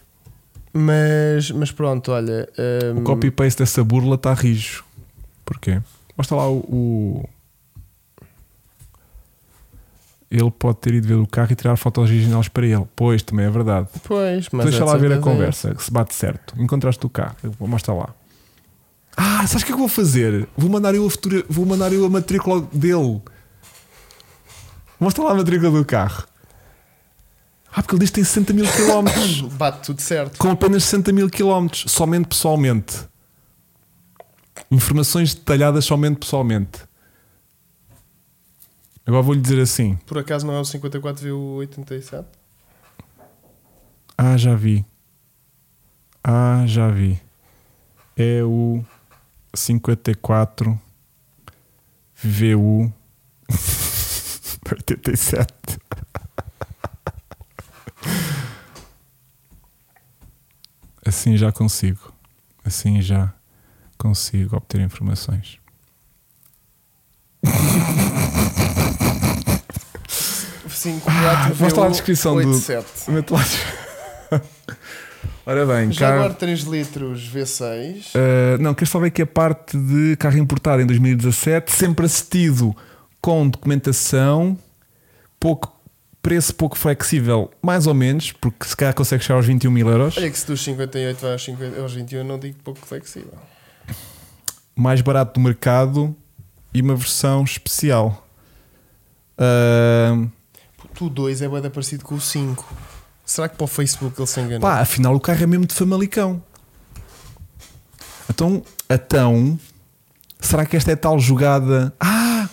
S1: Mas, mas pronto, olha. hum,
S2: O copy-paste dessa burla está rijo. Porquê? Mostra lá o, o- Ele pode ter ido ver o carro e tirar fotos originais para ele. Pois, também é verdade.
S1: Pois, mas.
S2: Deixa
S1: é
S2: lá
S1: de
S2: ver a
S1: certeza
S2: conversa, que se bate certo. Encontraste o carro. Eu- Mostra lá. Ah, sabes o que é que eu vou fazer? Vou mandar eu a, futura, vou mandar eu a matrícula dele. Mostra lá a matrícula do carro. Ah, porque ele diz que tem 60 mil quilómetros.
S1: isso. Bate tudo certo.
S2: com apenas 60 mil quilómetros, somente pessoalmente. Informações detalhadas somente pessoalmente. Agora vou-lhe dizer assim.
S1: Por acaso não é o 54 viu 87?
S2: Ah, já vi. Ah, já vi. É o 54 VU 87. Assim já consigo. Assim já consigo obter informações. Ah, mostra lá a descrição do-
S1: 87.
S2: Mete lá. Ora bem,
S1: Já
S2: cá-
S1: agora 3 litros V6.
S2: Uh, não, queres saber que a parte de carro importado em 2017, sempre assistido com documentação, pouco, preço pouco flexível, mais ou menos, porque se calhar consegue chegar aos 21 mil euros,
S1: Olha que se dos 58 vai aos, 50, aos 21, não digo pouco flexível.
S2: mais barato do mercado e uma versão especial. Uh,
S1: Tu 2 é bem parecido com o 5. Será que para o Facebook ele se enganou?
S2: pá, afinal o carro é mesmo de Famalicão. Então, então, será que esta é tal jogada? Ah,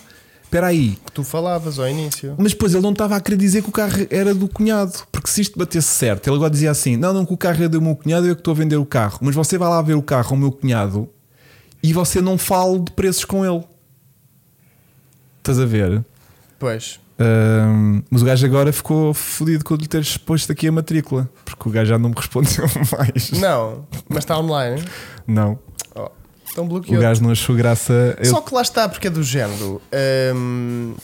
S2: espera aí,
S1: Que tu falavas ao início.
S2: Mas depois ele não estava a querer dizer que o carro era do cunhado, porque se isto batesse certo, ele agora dizia assim: não, não, que o carro é do meu cunhado, eu é que estou a vender o carro. Mas você vai lá ver o carro ao meu cunhado e você não fala de preços com ele. Estás a ver?
S1: Pois.
S2: Ahm, mas o gajo agora ficou fodido quando lhe teres posto aqui a matrícula, porque o gajo já não me respondeu mais.
S1: Não, mas está online.
S2: Não.
S1: Oh, então
S2: O
S1: bloqueou.
S2: gajo não achou graça. Eu-
S1: Só que lá está, porque é do género. hum,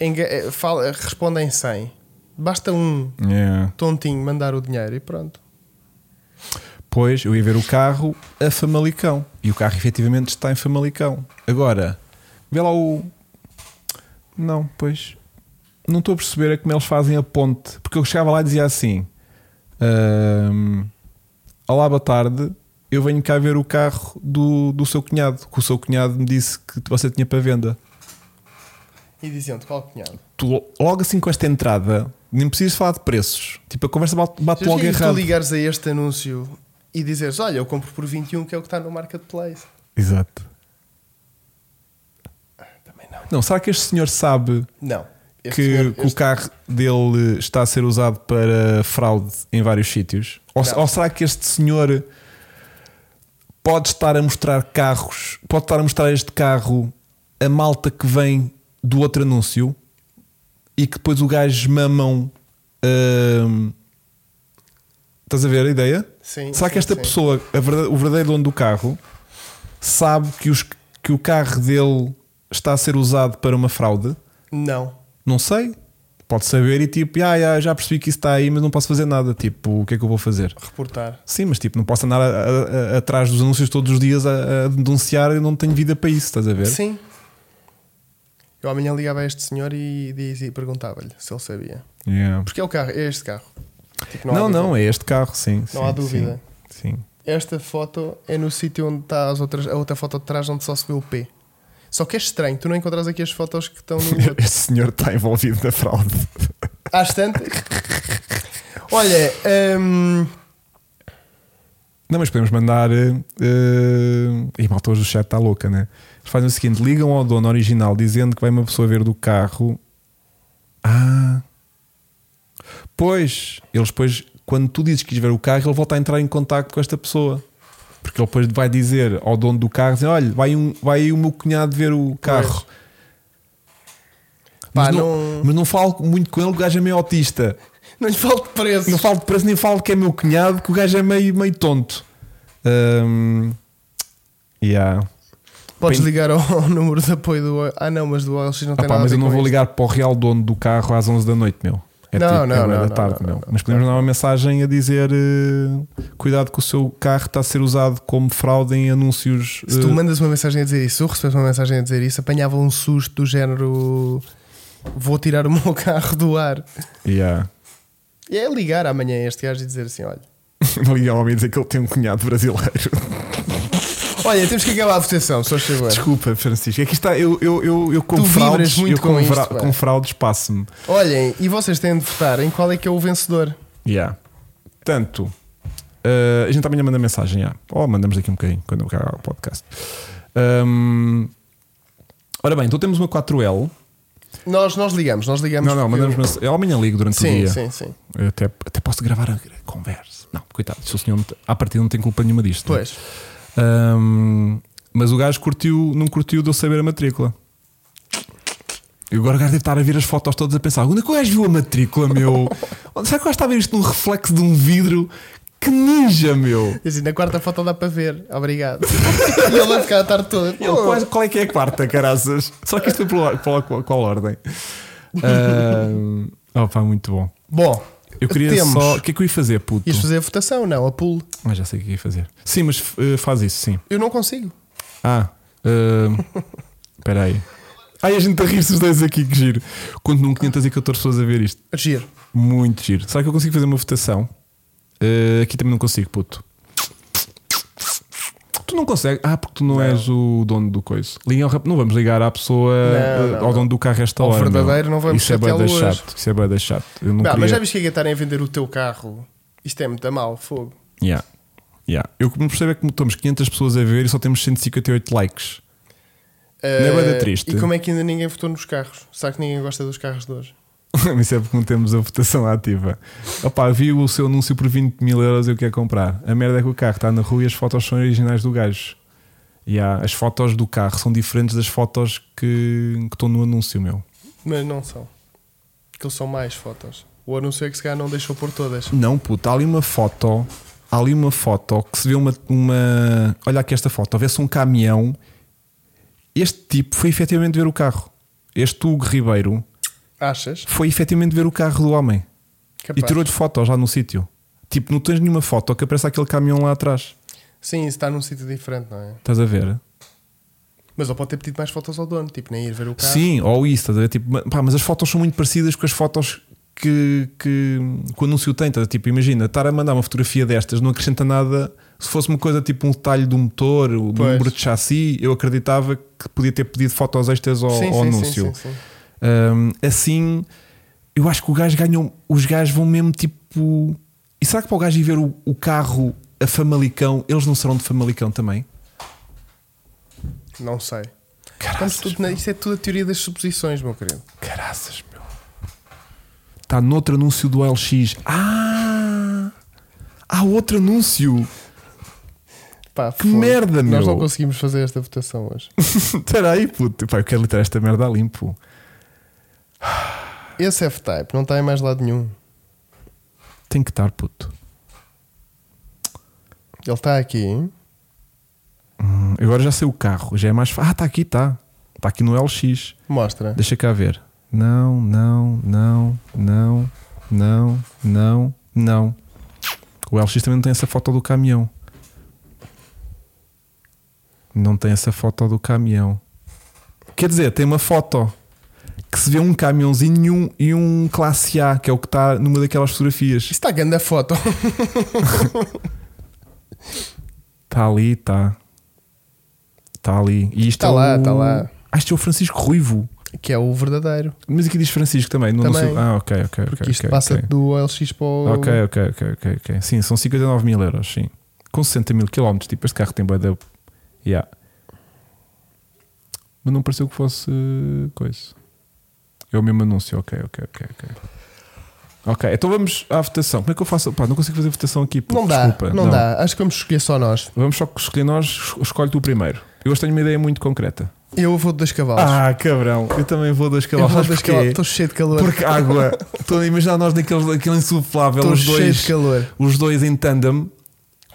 S1: enga- eh, fala, responde em 100. Basta um
S2: Yeah.
S1: tontinho mandar o dinheiro e pronto.
S2: Pois, eu ia ver o carro a Famalicão. E o carro efetivamente está em Famalicão. Agora, vê lá o. Não, pois. Não estou a perceber a como eles fazem a ponte. Porque eu chegava lá e dizia assim: "Ahm, Olá, boa tarde. Eu venho cá ver o carro do, do seu cunhado. Que o seu cunhado me disse que você tinha para venda.
S1: E diziam-te qual cunhado.
S2: Tu, lo- logo assim com esta entrada, nem precisas falar de preços. Tipo, a conversa bate, bate
S1: Já
S2: logo
S1: digo, tu
S2: errado.
S1: um, ligares a este anúncio e dizeres: Olha, eu compro por 21, que é o que está no Marketplace. Ah,
S2: Exato.
S1: Também não.
S2: Não, será que este senhor sabe
S1: Não. Este
S2: que,
S1: senhor-
S2: que o
S1: este-
S2: carro dele está a ser usado para fraude em vários sítios? Ou,
S1: Não.
S2: ou será que este senhor pode estar a mostrar carros, pode estar a mostrar este carro a malta que vem do outro anúncio e que depois o gajo mamam? hum, estás a ver a ideia?
S1: Sim,
S2: será
S1: sim,
S2: que esta
S1: sim.
S2: pessoa, a verda- o verdadeiro dono do carro, sabe que, os- que o carro dele está a ser usado para uma fraude?
S1: Não.
S2: Não sei. Pode saber e tipo, ah, já, já percebi que isso está aí, mas não posso fazer nada. Tipo, o que é que eu vou fazer?
S1: Reportar.
S2: Sim, mas tipo, não posso andar a- a- a- atrás dos anúncios todos os dias a, a denunciar e não tenho vida para isso, estás a ver?
S1: Sim. Eu amanhã ligava a este senhor e, dizia- e perguntava-lhe se ele sabia.
S2: Yeah.
S1: Porque é o carro, é este carro. Tipo, há
S2: Não,
S1: dúvida.
S2: não, é este carro, sim. sim,
S1: há dúvida.
S2: Sim. sim.
S1: Esta foto é no sítio onde está as outras, a outra foto de trás onde só se vê o P. Só que é estranho, tu não encontras aqui as fotos que estão no outro.
S2: Este senhor está envolvido na fraude.
S1: Às tantas. Olha, hum,
S2: Não, mas podemos mandar. eh, eh, e malta hoje o chat está louca, né? Eles fazem o seguinte: ligam ao dono original dizendo que vai uma pessoa ver do carro. Ah. Pois, eles depois, quando tu dizes que quis ver o carro, ele volta a entrar em contato com esta pessoa. Porque ele depois vai dizer ao dono do carro: dizer, olha, vai, um, vai aí o meu cunhado ver o carro.
S1: Pá,
S2: mas,
S1: não-
S2: mas não falo muito com ele, o gajo é meio autista.
S1: não lhe falta preço.
S2: Não falo de preço, nem falo que é meu cunhado, que o gajo é meio, meio tonto. Hum, yeah.
S1: Podes
S2: Pen-
S1: ligar ao, ao número de apoio do. Ah, não, mas do OLX não
S2: Ah
S1: tem
S2: pá,
S1: nada
S2: mas
S1: a ver
S2: eu não
S1: com
S2: vou
S1: isto.
S2: ligar para o real dono do carro às 11 da noite, meu. É
S1: Não,
S2: tipo,
S1: não,
S2: é bué
S1: não,
S2: da
S1: não,
S2: tarde,
S1: não,
S2: meu.
S1: não,
S2: mas podemos mandar uma mensagem a dizer: eh, cuidado que o seu carro está a ser usado como fraude em anúncios.
S1: Se tu
S2: eh,
S1: mandas uma mensagem a dizer isso, ou recebes uma mensagem a dizer isso, apanhava um susto do género. Vou tirar o meu carro do ar.
S2: yeah.
S1: E é ligar amanhã a este gajo e dizer assim: olha,
S2: Vou ligar ao homem e dizer que ele tem um cunhado brasileiro.
S1: olha, temos que acabar a votação, só chegou.
S2: Desculpa, Francisco. É que está, eu, eu, eu, eu com
S1: Tu vibras
S2: fraudes,
S1: muito
S2: eu
S1: com isto,
S2: fra-
S1: pá.
S2: com fraudes passo-me.
S1: Olhem, e vocês têm de votar em qual é que é o vencedor?
S2: Yeah. Portanto, eh, a gente também lhe manda mensagem. Yeah. Ou mandamos aqui um bocadinho quando eu acabar o podcast. Ahm, ora bem, então temos uma 4L.
S1: Nós, nós ligamos, nós ligamos.
S2: Não, não,
S1: porque
S2: mandamos
S1: eu-
S2: mensagem. Eu amanhã ligo durante o
S1: Sim,
S2: dia.
S1: sim, sim.
S2: Eu até, até posso gravar a conversa. Não, coitado, se o senhor não te- à partida não tem culpa nenhuma disto. não é?
S1: Pois.
S2: Ahm, mas o gajo curtiu, não curtiu de eu saber a matrícula. E agora o gajo deve estar a ver as fotos todas a pensar: onde é que o gajo viu a matrícula, meu? Onde- Será que o gajo está a ver isto num reflexo de um vidro? Que ninja, meu!
S1: Diz assim, na quarta foto dá para ver, obrigado. e ele vai ficar a tarde toda.
S2: Ele, qual, qual é que é a quarta, caraças? Só que isto é pela, pela qual, qual ordem? Ahm, opa, muito bom.
S1: Bom,
S2: Eu queria
S1: temos.
S2: só. O que é que eu ia fazer, puto?
S1: Ias fazer a votação? Não, a pulo.
S2: Ah, já sei o que ia fazer. Sim, mas eh, faz isso, sim.
S1: Eu não consigo.
S2: Ah, espera aí. Ai, a gente a rir-se os dois aqui, que giro. um Quando não 514 pessoas a ver isto.
S1: Giro.
S2: Muito giro. Será que eu consigo fazer uma votação? Eh, aqui também não consigo, puto. Tu não consegues. Ah, porque tu não, és o dono do coiso. Liga ao rap- Não vamos ligar à pessoa,
S1: Não,
S2: eh,
S1: não,
S2: ao
S1: não.
S2: dono do carro esta
S1: Ao
S2: hora. meu.
S1: verdadeiro não vamos
S2: Isso é bué
S1: chateá-lo
S2: da
S1: hoje.
S2: chato. Isso é bué da chato. Eu não
S1: Pá,
S2: queria...
S1: Mas já viste que é que estarem a vender o teu carro? Isto é muito a mal, fogo.
S2: Yeah. Yeah. Eu que me percebo é que estamos 500 pessoas a ver e só temos 158 likes. é bué da
S1: Ah,
S2: triste?
S1: E como é que ainda ninguém votou nos carros? Será que ninguém gosta dos carros de hoje?
S2: Isso é porque não temos a votação ativa. Opá, vi o seu anúncio por 20 mil euros e eu quero comprar. A merda é que o carro está na rua e as fotos são originais do gajo. E há- as fotos do carro são diferentes das fotos que, que estão no anúncio, meu.
S1: Mas não são. Aquilo são mais fotos. O anúncio é que se calhar não deixou por todas.
S2: Não, puta, há ali uma foto. Há ali uma foto que se vê uma. uma olha aqui esta foto, vê-se um caminhão. Este tipo foi efetivamente ver o carro. Este Hugo Ribeiro
S1: Achas?
S2: foi efetivamente ver o carro do homem. E
S1: Capaz.
S2: tirou-lhe fotos lá no sítio. Tipo, não tens nenhuma foto que apareça aquele caminhão lá atrás.
S1: Sim, isso está num sítio diferente, não é?
S2: Estás a ver?
S1: Mas ele pode ter pedido mais fotos ao dono, tipo, nem ir ver o carro.
S2: Sim, ou isso, estás a ver? Tipo, ma- pá, mas as fotos são muito parecidas com as fotos que, que, que o anúncio tem. Estás a- Tipo, imagina, estar a mandar uma fotografia destas não acrescenta nada. Se fosse uma coisa tipo um detalhe do motor, o do
S1: Pois.
S2: número de chassi, eu acreditava que podia ter pedido fotos extras ao,
S1: Sim,
S2: ao
S1: sim, sim,
S2: anúncio.
S1: sim, sim.
S2: Hum, assim, eu acho que o gajo ganhou. Os gajos vão mesmo tipo. E será que para o gajo ir ver o, o carro a Famalicão, eles não serão de Famalicão também?
S1: Não sei. Estamos
S2: Caraças,
S1: tudo na- isto é tudo a teoria das suposições, meu querido.
S2: Caraças, meu. Está noutro anúncio do LX. Ah! Há outro anúncio.
S1: Pá,
S2: Que
S1: fogo.
S2: merda,
S1: Nós
S2: meu.
S1: não conseguimos fazer esta votação hoje.
S2: Espera aí, puto. Pá, eu quero literar esta merda a limpo.
S1: Esse F-Type não está em mais lado nenhum.
S2: Tem que estar, puto.
S1: Ele está aqui. hein?
S2: Hum, agora já sei o carro. Já é mais fácil. Ah, está aqui, está. Está aqui no LX.
S1: Mostra.
S2: Deixa cá ver. Não, não, não, não, não, não, não. O LX também não tem essa foto do caminhão. Não tem essa foto do caminhão. Quer dizer, tem uma foto que se vê um caminhãozinho e um, e um classe A, que é o que está numa daquelas fotografias.
S1: Isto está grande a foto.
S2: Está Tá ali, está. Está ali. E isto
S1: Tá
S2: é
S1: lá,
S2: o...
S1: tá lá.
S2: Ah, isto é o Francisco Ruivo.
S1: Que é o verdadeiro.
S2: Mas aqui diz Francisco também. Não,
S1: Também.
S2: Não sei... Ah, ok, ok.
S1: Porque
S2: ok,
S1: isto
S2: ok,
S1: passa
S2: ok.
S1: do OLX para o.
S2: Ok, ok, ok, ok, ok. Sim, são 59 mil euros, sim. Com 60 mil quilómetros, tipo, este carro tem bué de... Yeah. Mas não pareceu que fosse eh, coisa. É o mesmo anúncio, ok, ok, ok, ok. Ok, então vamos à votação. Como é que eu faço? Pá, não consigo fazer votação aqui, pô,
S1: Não dá,
S2: desculpa.
S1: não, dá. Acho que vamos escolher só nós.
S2: Vamos só escolher nós, es- escolhe tu o primeiro. Eu hoje tenho uma ideia muito concreta.
S1: Eu vou de dois cavalos.
S2: Ah, cabrão, eu também vou das
S1: eu
S2: cavalos.
S1: vou de
S2: Sabes
S1: dois
S2: porquê?
S1: cavalos. Estou cheio de calor.
S2: Porque água. Estou a imaginar nós naquele, naquele insuflável,
S1: Estou
S2: os
S1: cheio
S2: dois.
S1: de calor.
S2: os dois em tandem,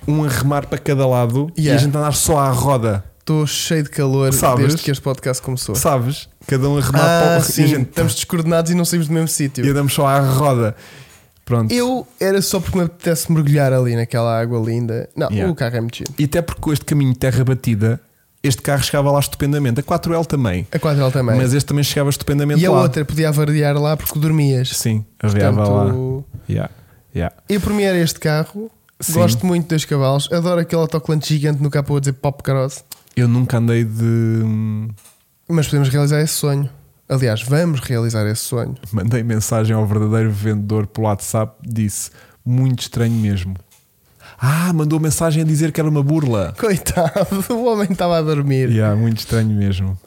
S2: um a remar para cada lado e a
S1: Yeah.
S2: gente andar só à roda,
S1: Estou cheio de calor
S2: Sabes?
S1: desde que este podcast começou.
S2: sabes? Cada um a remar para
S1: Ah,
S2: o
S1: sim,
S2: e a gente
S1: estamos descoordenados e não saímos do mesmo
S2: e
S1: sítio.
S2: andamos só à roda. Pronto.
S1: Eu era só porque me apetece mergulhar ali naquela água linda. Não,
S2: Yeah.
S1: o carro é muito giro.
S2: E até porque com este caminho de terra batida, este carro chegava lá estupendamente. A 4L também,
S1: A quadrilha também.
S2: mas este também chegava estupendamente
S1: e a
S2: lá.
S1: outra podia variar lá porque dormias.
S2: Sim, arriava lá.
S1: Portanto,
S2: Yeah. Yeah.
S1: eu para mim era este carro.
S2: Sim.
S1: Gosto muito dos cavalos. Adoro aquele autocolante gigante no capô a dizer pop caroço.
S2: Eu nunca andei de. hum,
S1: Mas podemos realizar esse sonho. Aliás, vamos realizar esse sonho.
S2: Mandei mensagem ao verdadeiro vendedor pelo WhatsApp, disse muito estranho mesmo. Ah, mandou mensagem a dizer que era uma burla.
S1: Coitado, o homem estava a dormir.
S2: Yeah, muito estranho mesmo.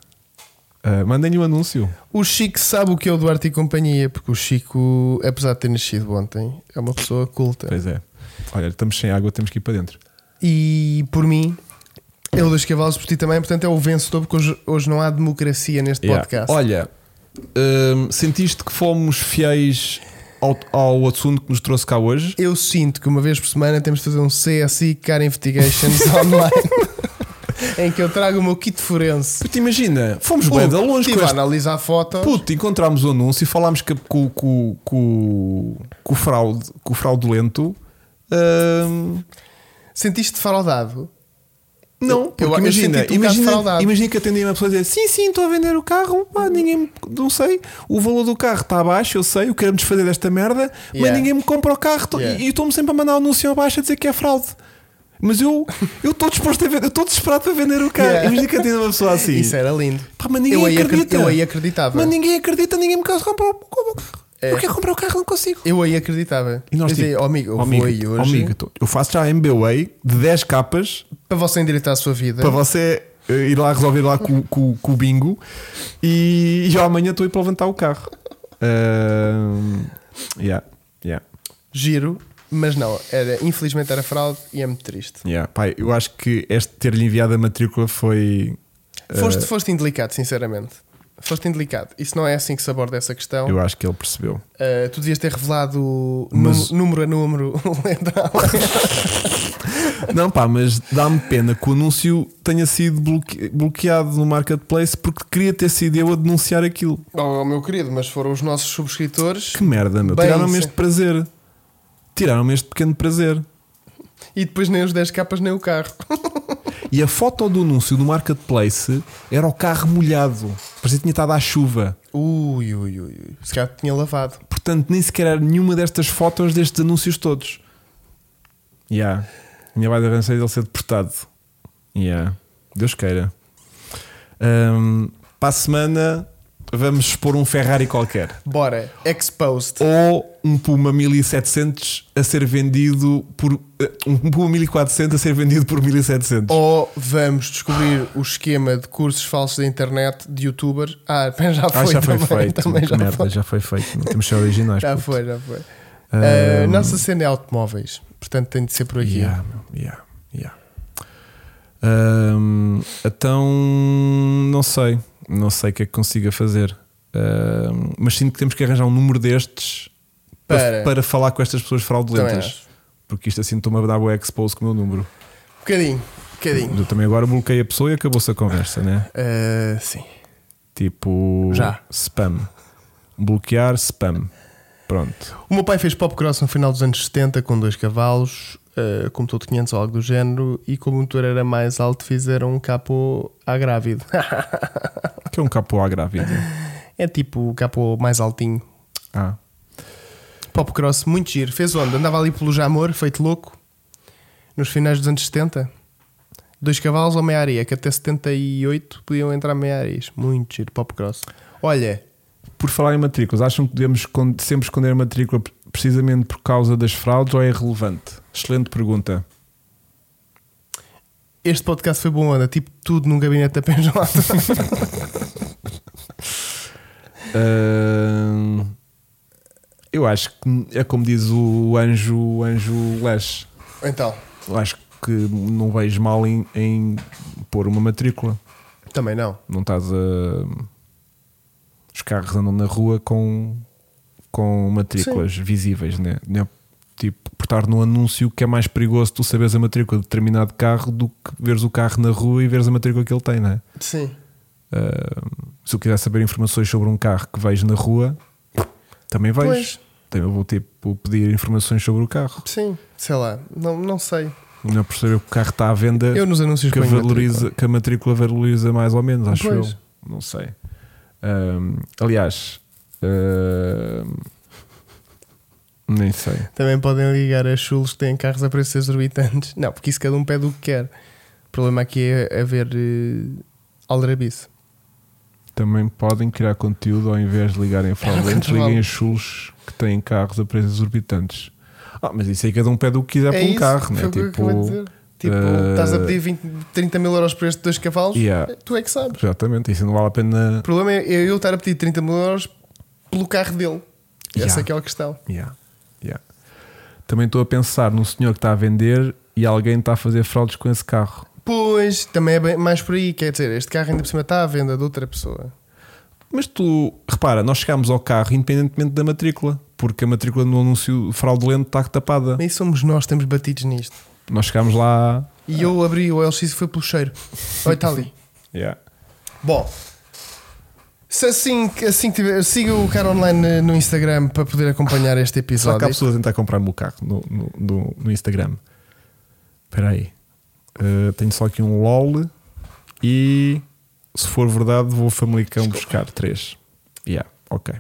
S2: Ah, Mandem-lhe um anúncio.
S1: O Chico sabe o que é o Duarte e companhia, porque o Chico, apesar de ter nascido ontem, é uma pessoa culta.
S2: Pois é. Olha, estamos sem água, temos que ir para dentro.
S1: E por mim, eu dos cavalos por ti também, portanto é o vencedor, porque hoje, hoje não há democracia neste
S2: Yeah.
S1: podcast.
S2: Olha, hum, sentiste que fomos fiéis ao, ao assunto que nos trouxe cá hoje?
S1: Eu sinto que uma vez por semana temos de fazer um CSI Car Investigations online em que eu trago o meu kit forense.
S2: Puta, imagina, fomos bem da longe
S1: Estive
S2: com
S1: a
S2: este.
S1: analisar fotos.
S2: Puto, encontramos o anúncio e falámos que- com, com, com, com o fraude, com o fraudulento. Hum,
S1: Sentiste-te fraudado?
S2: Não,
S1: Eu-
S2: porque
S1: eu
S2: imagina,
S1: senti-te um bocado
S2: imagina,
S1: fraudado. Hum.
S2: imagina que atendia uma pessoa a dizer sim, sim, estou a vender o carro, pá, ninguém me- não sei, o valor do carro está abaixo, eu sei, eu quero me desfazer desta merda, mas
S1: Yeah.
S2: ninguém me compra o carro tô-
S1: Yeah.
S2: e e estou-me sempre a mandar um anúncio abaixo a dizer que é fraude. Mas eu eu estou disposto a vender, eu estou desesperado para vender o carro.
S1: Yeah.
S2: Imagina que atendia uma pessoa assim.
S1: Isso era lindo.
S2: Pá, mas ninguém
S1: eu, aí acre-
S2: acredita.
S1: eu aí acreditava. É.
S2: Mas ninguém acredita, ninguém me quer comprar o comprar o carro. Eu quero comprar o carro, não consigo.
S1: Eu aí acreditava.
S2: E nós
S1: eu dizia,
S2: tipo,
S1: "Oh, amigo, eu
S2: "Oh,
S1: vou aí
S2: oh,
S1: hoje
S2: amigo, eu tô- eu faço já MBWay de 10 capas
S1: para você endireitar a sua vida.
S2: para você eh, ir lá resolver lá com, com- com o bingo e, e eu amanhã estou aí para levantar o carro. Ahm, yeah, yeah,
S1: Giro, mas não, era, infelizmente era fraude e é muito triste.
S2: yeah. Pai, eu acho que este ter-lhe enviado a matrícula foi. eh,
S1: Foste, foste indelicado, sinceramente. Foste indelicado. Isso não é assim que se aborda essa questão.
S2: Eu acho que ele percebeu.
S1: Ah, tu devias ter revelado
S2: Mas-
S1: num- número a número, letra a
S2: Não, pá, mas dá-me pena que o anúncio tenha sido bloque- bloqueado no marketplace porque queria ter sido eu a denunciar aquilo.
S1: Oh, meu querido, mas foram os nossos subscritores
S2: Que merda, meu.
S1: Bem,
S2: Tiraram-me
S1: sim.
S2: este prazer. Tiraram-me este pequeno prazer.
S1: e depois nem os 10 capas nem o carro.
S2: E a foto do anúncio do marketplace era o carro molhado. Parecia que tinha estado à chuva.
S1: Ui, ui, ui, ui. Se calhar tinha lavado.
S2: Portanto, nem sequer era nenhuma destas fotos destes anúncios todos. Yeah. Ainda vai dar receio dele é ser deportado. Yeah. Deus queira. Ahm, para a semana vamos expor um Ferrari qualquer.
S1: Bora, exposed.
S2: Ou um Puma 1700 a ser vendido por. eh, Um Puma 1400 a ser vendido por 1700.
S1: Ou vamos descobrir o esquema de cursos falsos da internet de youtubers. Ah, bem, já foi.
S2: ah, já foi
S1: também,
S2: feito.
S1: também já,
S2: Merda,
S1: foi.
S2: já foi feito. Não temos que ser originais.
S1: já
S2: puto.
S1: foi, já foi. Ah, nossa cena é automóveis, portanto tem de ser por aqui.
S2: Yeah, meu, yeah, yeah. Ahm, então, não sei. Não sei o que é que consiga fazer. Ahm, mas sinto que temos que arranjar um número destes para,
S1: Para.
S2: para falar com estas pessoas
S1: Também
S2: fraudulentas.
S1: acho.
S2: Porque isto assim toma a dar o expose com o meu número.
S1: Bocadinho, bocadinho.
S2: Eu também agora bloqueei a pessoa e acabou-se a conversa, né?
S1: Ah, sim.
S2: Tipo,
S1: Já.
S2: spam. Bloquear spam. Pronto.
S1: O meu pai fez pop cross no final dos anos 70 com dois cavalos, eh, como todo 500 ou algo do género, e como o motor era mais alto, fizeram um capô à grávida.
S2: Que é um capô à grávida.
S1: é tipo o capô mais altinho.
S2: Ah,
S1: Pop cross, muito giro. Fez onde? Andava ali pelo Jamor, feito louco, nos finais dos anos 70. Dois cavalos ou meia-areia, que até 78 podiam entrar meia-areias. Muito giro, pop cross. Olha,
S2: Por falar em matrículas, acham que devemos escon- sempre esconder a matrícula p- precisamente por causa das fraudes ou é irrelevante? Excelente pergunta.
S1: este podcast foi bom, anda, tipo tudo num gabinete da Penjolata.
S2: Ahn, eu acho que é como diz o anjo, o anjo Lash.
S1: então,
S2: Eu acho que não vejo mal em, em pôr uma matrícula.
S1: também não.
S2: Não estás a. Os carros andam na rua com, com matrículas visíveis, né? Não é Tipo, portar num anúncio que é mais perigoso tu saberes a matrícula de determinado carro do que veres o carro na rua e veres a matrícula que ele tem, né?
S1: Sim.
S2: Ah, se eu quiser saber informações sobre um carro que vejo na rua, também vejo.
S1: Pois.
S2: Também vou tipo pedir informações sobre o carro.
S1: Sim, sei lá, não, não sei.
S2: Não é por saber que o carro está à venda.
S1: Eu nos anúncios
S2: que,
S1: ponho
S2: valoriza, que a matrícula valoriza mais ou menos, acho
S1: Pois.
S2: eu. Não sei. Ahm, aliás, ahm, nem sei.
S1: matrícula. Também podem ligar a chulos que têm carros a preços exorbitantes. Não, porque isso cada um pede o que quer. O problema aqui é haver uh, aldrabice.
S2: Também podem criar conteúdo ao invés de ligarem fraudulentos,
S1: Vale.
S2: liguem chulos que têm carros a preços exorbitantes. Ah, mas isso aí cada um pede o que quiser para um
S1: É isso,
S2: carro, né?
S1: foi o que eu acabei de
S2: Tipo,
S1: dizer. Tipo,
S2: eh,
S1: estás a pedir 20, 30 mil euros por este dois cavalos?
S2: yeah,
S1: Tu é que sabes.
S2: exatamente. Isso não vale a pena.
S1: O problema é eu estar a pedir 30 mil euros pelo carro dele. Essa
S2: Yeah.
S1: é que é a questão.
S2: Yeah, yeah. Também estou a pensar num senhor que está a vender e alguém está a fazer fraudes com esse carro.
S1: Pois, também é bem, mais por aí. Quer dizer, este carro ainda por cima está à venda de outra pessoa.
S2: Mas tu, repara, nós chegámos ao carro independentemente da matrícula, porque a matrícula no anúncio fraudulento está tapada.
S1: Mas somos nós que estamos batidos nisto.
S2: Nós chegámos lá.
S1: E eu abri o LX e foi pelo cheiro. Olha, está ali.
S2: Yeah.
S1: Bom, se assim, que- assim que tiver, siga o cara online no Instagram para poder acompanhar este
S2: Será que há
S1: episódio.
S2: pessoas a tentar comprar-me o carro no, no, no- no Instagram? Espera aí. Uh, tenho só aqui um LOL e se for verdade vou a Famalicão buscar três. Yeah, ok.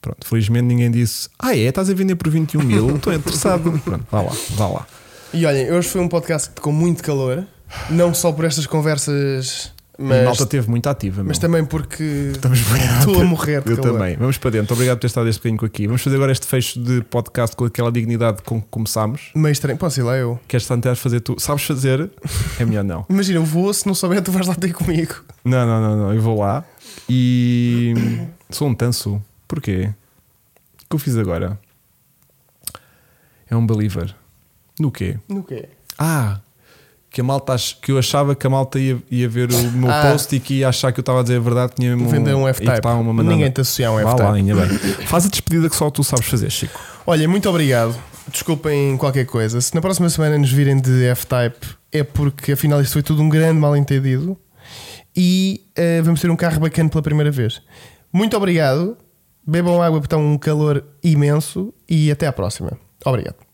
S2: Pronto, felizmente ninguém disse Ah é, estás a vender por 21 mil, estou interessado. Pronto, vá lá, vá lá.
S1: E olhem, hoje foi um podcast com muito calor, não só por estas conversas,
S2: a
S1: mas,
S2: malta esteve muito ativa.
S1: mas
S2: meu.
S1: também porque
S2: Estamos bem
S1: estou a morrer de
S2: Eu
S1: calor.
S2: também. Vamos para dentro. Obrigado por ter estado este bocadinho aqui. Vamos fazer agora este fecho de podcast com aquela dignidade com que começámos.
S1: Meio estranho. Posso ir lá eu?
S2: Queres tentar fazer tu? Sabes fazer? É melhor não.
S1: Imagina, eu vou, se não souber, tu vais lá ter comigo.
S2: Não, não, não, não. Eu vou lá e sou um tanso. Porquê? O que eu fiz agora? É um believer. No quê?
S1: No quê?
S2: Ah! Que, a malta ach- que eu achava que a malta ia, ia ver o meu
S1: Ah.
S2: post e que ia achar que eu estava a dizer a verdade, tinha mesmo
S1: Vender um
S2: e que
S1: F-Type.
S2: estava uma maneira-
S1: Ninguém te associa a um
S2: Vá lá,
S1: F-Type.
S2: ainda bem. Faz a despedida que só tu sabes fazer, Chico.
S1: Olha, muito obrigado. Desculpem qualquer coisa. Se na próxima semana nos virem de F-Type, é porque afinal isto foi tudo um grande mal-entendido e eh, vamos ter um carro bacana pela primeira vez. Muito obrigado. Bebam água porque está um calor imenso e até à próxima. Obrigado.